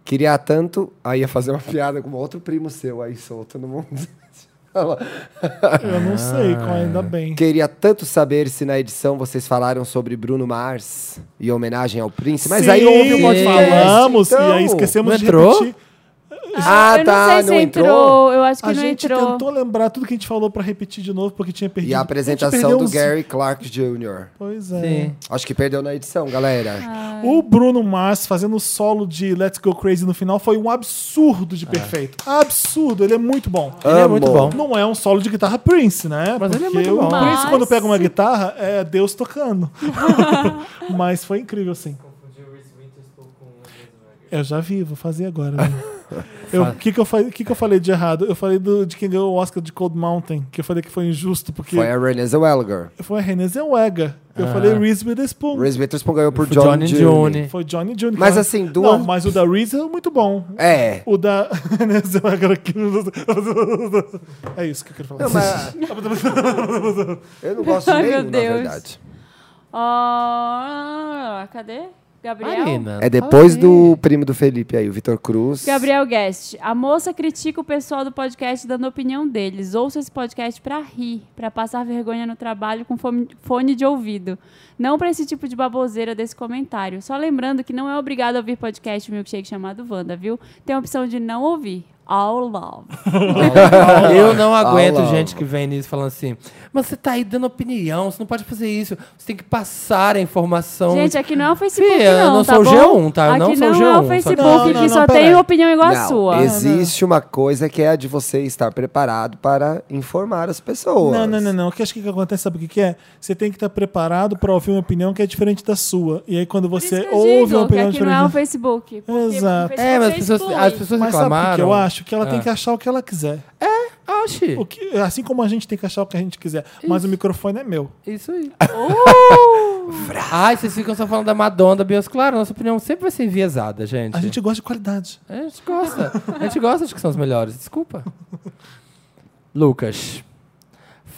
A: Queria tanto. Aí ia fazer uma piada com outro primo seu aí solto no mundo. Olha lá.
C: Eu não
A: Ah.
C: sei, qual- ainda bem.
A: Queria tanto saber se na edição vocês falaram sobre Bruno Mars e homenagem ao príncipe, mas
C: Sim,
A: aí houve um podcast.
C: falamos e
A: então.
C: aí esquecemos
D: Não
C: de
D: entrou?
C: repetir.
A: Ah,
B: eu
A: tá,
B: não sei se
A: não
B: entrou.
A: entrou?
B: Eu acho que
C: A
B: não
C: gente
B: entrou.
C: tentou lembrar tudo que a gente falou pra repetir de novo, porque tinha perdido.
A: E a
C: gente
A: apresentação
C: perdeu
A: do
C: uns-
A: Gary Clark Jr.
C: Pois é.
D: Sim.
A: Acho que perdeu na edição, galera.
B: Ah.
C: O Bruno Mars fazendo o solo de Let's Go Crazy no final foi um absurdo
A: Ah.
C: de perfeito. Absurdo, ele é muito bom.
D: Ele é muito bom.
C: Não é um solo de guitarra Prince, né?
D: Mas ele é
C: Porque
D: muito bom.
C: o Prince,
B: Mas-
C: quando pega uma guitarra, é Deus tocando. Mas foi incrível, sim.
E: Confundiu o Reese Witherspoon com a Miss Wagner.
C: Eu já vi, vou fazer agora. né? Eu- O que, que, eu fa- que, que eu falei de errado? Eu falei do- de quem ganhou o Oscar de Cold Mountain, que eu falei que foi injusto, porque
A: Foi a Renée Zellweger.
C: foi a Renée Zellweger. Eu falei Reese Witherspoon.
A: Reese Witherspoon ganhou por
D: Foi
A: Johnny
D: Johnny
A: June.
D: June.
C: Foi Johnny Jr.
A: Mas
C: Claro.
A: assim, duas-
C: Não, mas o da Reese é muito bom.
A: É.
C: O da Renée Zellweger aqui. É isso que eu quero falar.
A: Não, mas- eu não gosto de
B: Ai,
A: nenhum,
B: meu
A: na
B: Deus.
A: verdade.
B: Ó, Ah, cadê? Gabriel?
D: Marina.
A: É depois
D: fala aí.
A: do primo do Felipe aí, o Vitor Cruz.
B: Gabriel Guest, a moça critica o pessoal do podcast dando a opinião deles. Ouça esse podcast pra rir, pra passar vergonha no trabalho com fome- fone de ouvido. Não pra esse tipo de baboseira desse comentário. Só lembrando que não é obrigado a ouvir podcast milkshake chamado Wanda, viu? Tem a opção de não ouvir. All love.
D: Eu não aguento
A: Aula.
D: gente que vem nisso falando assim, mas você tá aí dando opinião, você não pode fazer isso, você tem que passar a informação.
B: Gente, aqui não é o Facebook,
D: Fih,
B: não,
D: eu não
B: tá
D: sou o
B: bom?
D: G1, tá? Eu
B: Aqui
D: não sou o
B: é o
D: G1,
C: só
B: Facebook
C: que- Não, não,
B: que
C: não,
B: só
C: pera
B: tem
C: aí.
B: opinião igual a
A: Não,
B: sua.
A: Existe uma coisa que é a de você estar preparado para informar as pessoas.
C: Não, não, não, não. O que acho que que acontece, sabe o que, que é? Você tem que estar preparado pra ouvir uma opinião que é diferente da sua. E aí, quando
B: Por isso
C: você
B: que eu
C: ouve uma
B: digo
C: opinião
B: que aqui não
C: diferente.
B: é
C: da-
B: o Facebook. porque no
C: Exato.
B: Facebook
D: É, mas
B: você
D: as pessoas,
B: exclui.
D: as pessoas
C: Mas sabe o que
D: reclamaram.
C: eu acho? Que ela tem
D: Ah.
C: que achar o que ela quiser.
D: Ache.
C: O que, assim como a gente tem que achar o que a gente quiser. Mas o microfone é meu.
D: Isso aí.
B: Uh!
D: Ai, vocês ficam só falando da Madonna, da Beyoncé. Claro, nossa opinião sempre vai ser enviesada, gente.
C: A gente gosta de qualidade.
D: É, A gente gosta. A gente gosta de que são os melhores. Desculpa. Lucas.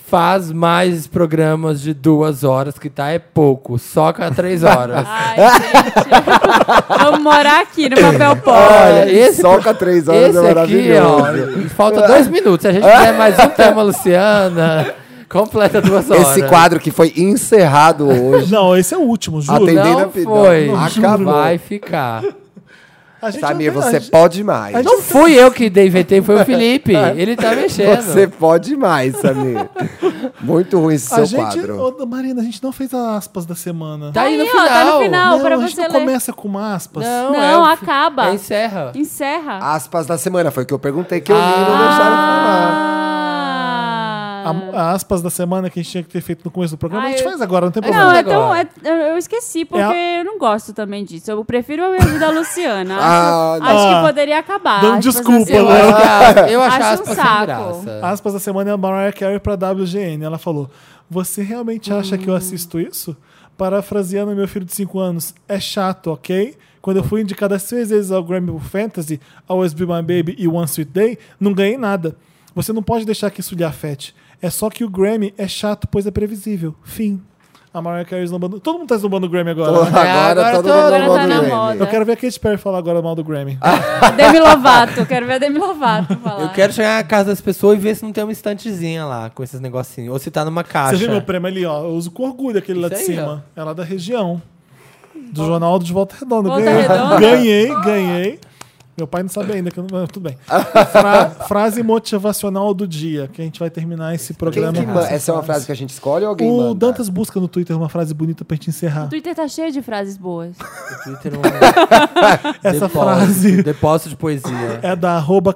D: Faz mais programas de duas horas, que tá é pouco. Soca três horas.
B: Ai, gente. Vamos morar aqui no papel pop.
A: É,
D: Olha, esse
A: Soca três horas
D: Esse
A: é
D: aqui,
A: maravilhoso.
D: ó, falta dois minutos. Se a gente der mais um tema, Luciana, Completa duas horas.
A: Esse quadro que foi encerrado hoje.
C: Não, esse é o último, juro.
A: Atendei
D: não
A: na-
D: foi.
A: não, acabou.
D: Vai ficar.
C: A gente
A: Samir,
C: não tem-
A: você é
C: a gente-
A: pode mais.
C: a gente
D: Não fui eu que dei VT, foi o Felipe. Ele tá mexendo.
A: É. Você pode mais, Samir. Muito ruim esse
C: a
A: seu
C: gente-
A: quadro.
C: Ô, Marina, a gente não fez a aspas da semana.
D: Tá aí, no
B: Aí, ó,
D: final.
B: tá no final.
C: não,
B: pra
C: a gente
B: você
C: não
B: ler.
C: começa com uma aspas.
D: Não,
B: Não,
D: é o-
B: acaba.
D: é encerra.
B: Encerra.
A: Aspas da semana, foi o que eu perguntei que eu li e não
D: Ah.
A: deixaram falar.
C: A, a aspas da semana que a gente tinha que ter feito no começo do programa,
B: Ah,
C: a gente
B: eu-
C: faz agora, não tem problema.
B: Não,
D: Vamos
B: é tão,
D: agora.
B: é- eu esqueci, porque
C: É
B: eu não gosto também disso. Eu prefiro a minha da Luciana.
A: Ah,
B: acho, acho
C: não.
B: que poderia acabar.
C: Dando
B: Aspas,
C: desculpa,
B: assim,
D: Eu,
C: né?
D: acho que a- eu acho
B: Acho um
D: aspas sem
B: saco.
D: graça.
C: Aspas da semana é a Mariah Carey pra WGN. Ela falou: Você realmente acha que eu assisto isso? Parafraseando meu filho de 5 anos, é chato, ok? Quando eu fui indicada seis vezes ao Grammy por Fantasy, Always Be My Baby e One Sweet Day, não ganhei nada. Você não pode deixar que isso lhe afete. É só que o Grammy é chato, pois é previsível. Fim. A Mariah Carey zombando. Todo mundo tá zombando o Grammy agora. né?
A: Agora,
D: agora
A: todo
D: tô-
A: mundo
D: agora
B: tá
A: no
B: na
A: Grammy.
B: moda.
C: Eu quero ver a Katy Perry falar agora mal do Grammy.
B: Demi Lovato, quero ver a Demi Lovato falar.
D: Eu quero chegar na casa das pessoas e ver se não tem uma estantezinha lá com esses negocinhos. Ou se tá numa caixa.
C: Você viu meu prêmio ali, ó? Eu uso com orgulho aquele lá de
D: Isso aí,
C: cima. Ela é da região. Do jornal de Volta Redonda.
B: Volta
C: ganhei,
B: Redonda?
C: ganhei, ganhei. Meu pai não sabe ainda, que eu não, mas tudo bem. Fra- frase motivacional do dia, que a gente vai terminar esse
A: Quem
C: programa.
A: que
C: com
A: ma-
C: essa
A: Essa é uma frase que a gente escolhe ou alguém
C: O
A: manda?
C: Dantas busca no Twitter uma frase bonita pra gente encerrar.
B: O Twitter tá cheio de frases boas.
D: O Twitter é um
C: Essa
D: depósito-
C: frase
D: Depósito de poesia.
C: é da arroba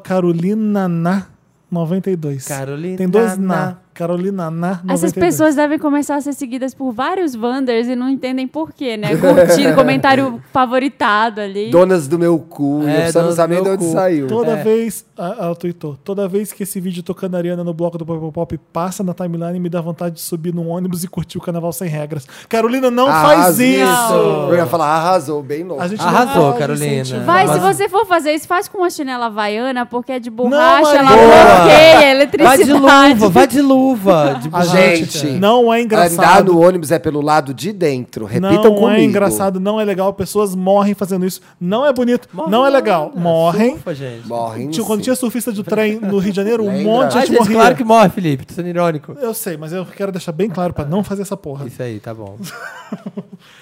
C: carolinana92.
D: Carolina
C: Tem dois
D: Na.
C: na. Carolinana92.
B: Essas pessoas devem começar a ser seguidas por vários Wanders e não entendem por quê, né? Curtido, comentário favoritado ali.
A: Donas do meu cu.
D: É,
A: eu só não
D: donas
A: sabia
D: do
A: de
D: meu
A: onde
D: cu.
A: saiu.
C: Toda
D: É.
C: vez, ah, ela tweetou, toda vez que esse vídeo tocando a Ariana no bloco do Pop Pop passa na timeline, me dá vontade de subir num ônibus e curtir o carnaval sem regras. Carolina, não
D: Ah,
C: faz
A: Arrasou.
C: isso!
A: Eu ia falar, arrasou, bem louco.
C: A gente
D: Arrasou,
C: fala,
D: Carolina.
C: incentiva.
B: Vai,
D: Mas-
B: se você for fazer isso, faz com uma chinela havaiana, porque é de
C: Não,
B: borracha, ela
C: Maria.
B: bloqueia a
D: Vai
B: eletricidade.
D: de luva, vai de luva. De
C: A
D: borracha.
C: gente,
A: Gente,
C: não é
A: Andar
C: engraçado.
A: no ônibus é pelo lado de dentro. Repitam
C: não
A: comigo.
C: é engraçado, não é legal. Pessoas morrem fazendo isso. Não é bonito,
D: Morre
C: não é legal.
D: nada,
C: Morrem.
D: surfa, gente.
A: Morrem.
C: Tinha- Quando
A: sim.
C: tinha surfista de trem no Rio de Janeiro, um
A: Lembra?
C: monte de
D: Ai,
C: gente
D: gente,
C: morria.
D: é claro que morre, Felipe. Tô sendo irônico.
C: Eu sei, mas eu quero deixar bem claro pra não fazer essa porra.
D: Isso aí, tá bom.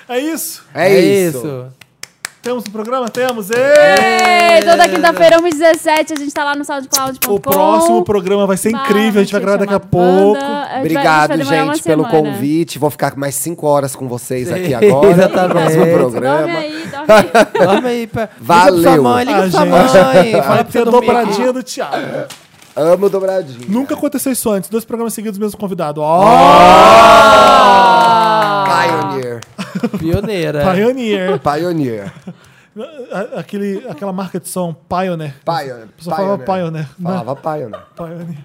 C: É isso.
A: É, isso.
C: Temos um programa? Temos.
D: É.
C: Êêêê!
B: Ei, É, toda quinta-feira, 1h17, a gente tá lá no soundcloud.com.
C: O próximo programa vai ser incrível, a gente vai gravar daqui a pouco.
A: Obrigado, gente, pelo convite. Vou ficar mais cinco horas com vocês aqui agora.
D: exatamente.
A: Próximo
B: Dorme
A: programa.
B: aí, dorme aí.
D: Dorme aí. Pra... Liga pra sua
A: Valeu.
D: mãe, liga
C: A
D: pra sua
C: Ah, gente-
D: mãe. Fala
C: Vai
D: pra
C: ter
D: você
C: a
D: dormir aqui.
C: dobradinha do Thiago.
A: Amo dobradinho.
C: Nunca aconteceu isso antes, dois programas seguidos, mesmo convidado. Ó,
D: É.
A: Pioneer.
D: Pioneira.
C: Pioneer.
A: Pioneer.
C: A- Aquele, aquela marca de som, Pioneer.
A: Pioneer.
C: Só falava Pioneer. né?
A: Falava Pioneer.
C: Pioneer.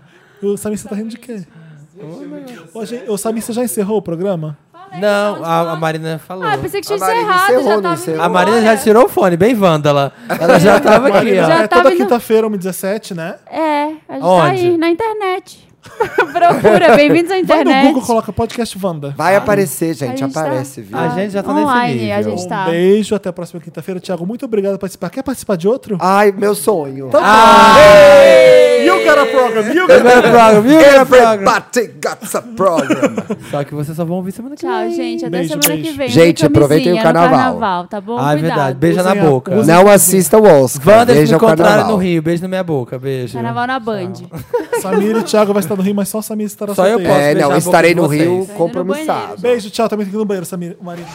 C: O Samir, você tá rindo de quê? Ô, gente, O Samir, você já encerrou o programa?
D: Não, a, a Marina falou.
B: Ah, pensei que tinha
A: A Marina
B: encerrado,
A: encerrou,
B: já
A: não
B: tava
A: encerrou.
D: A Marina já tirou o fone, bem vândala. Ela já tava aqui, ó.
B: Já
C: é
B: tava
C: toda
B: indo-
C: quinta-feira, 1h17, né?
B: É, a gente tá
D: Onde?
B: aí, na internet. Procura, bem-vindos à
C: Vai no
B: internet.
C: Google, coloca podcast Wanda.
A: Vai aparecer, gente.
B: gente tá-
A: aparece, viu?
C: Ah.
D: A gente já tá nesse
B: Online, a
D: nível.
B: gente tá.
C: Um beijo, até a próxima quinta-feira. Thiago, muito obrigado por participar. Quer participar de outro?
A: Ai, meu sonho.
C: Então tá You got a program, you got
D: Primeiro programa, é viu? Primeiro programa.
A: Everybody got a program.
D: Só que vocês só vão ouvir semana que vem.
B: Tchau, gente. Até
C: Beijo,
B: semana
C: beijo.
B: que vem.
A: Gente,
B: Vem
A: aproveitem o
B: camisinha no
A: carnaval.
B: carnaval, tá bom?
D: Ah, é verdade.
B: Cuidado.
D: Beija na
C: Usem a-
D: boca.
C: usem-
A: Não assista o Oscar.
D: Wanda, me
A: Veja o
D: encontraram
A: carnaval.
D: no Rio. Beijo na minha boca. Beijo.
B: Carnaval na Band.
C: Samir e Thiago vai estar no Rio, mas só o Samir estará
D: Só eu
C: solteiro.
D: posso.
A: É,
D: beijar
A: não,
D: a boca
A: estarei
D: de
A: no
D: vocês.
A: Rio
B: no
A: compromissado.
C: Beijo, tchau. Também tem que ir no banheiro, Samir, o marido.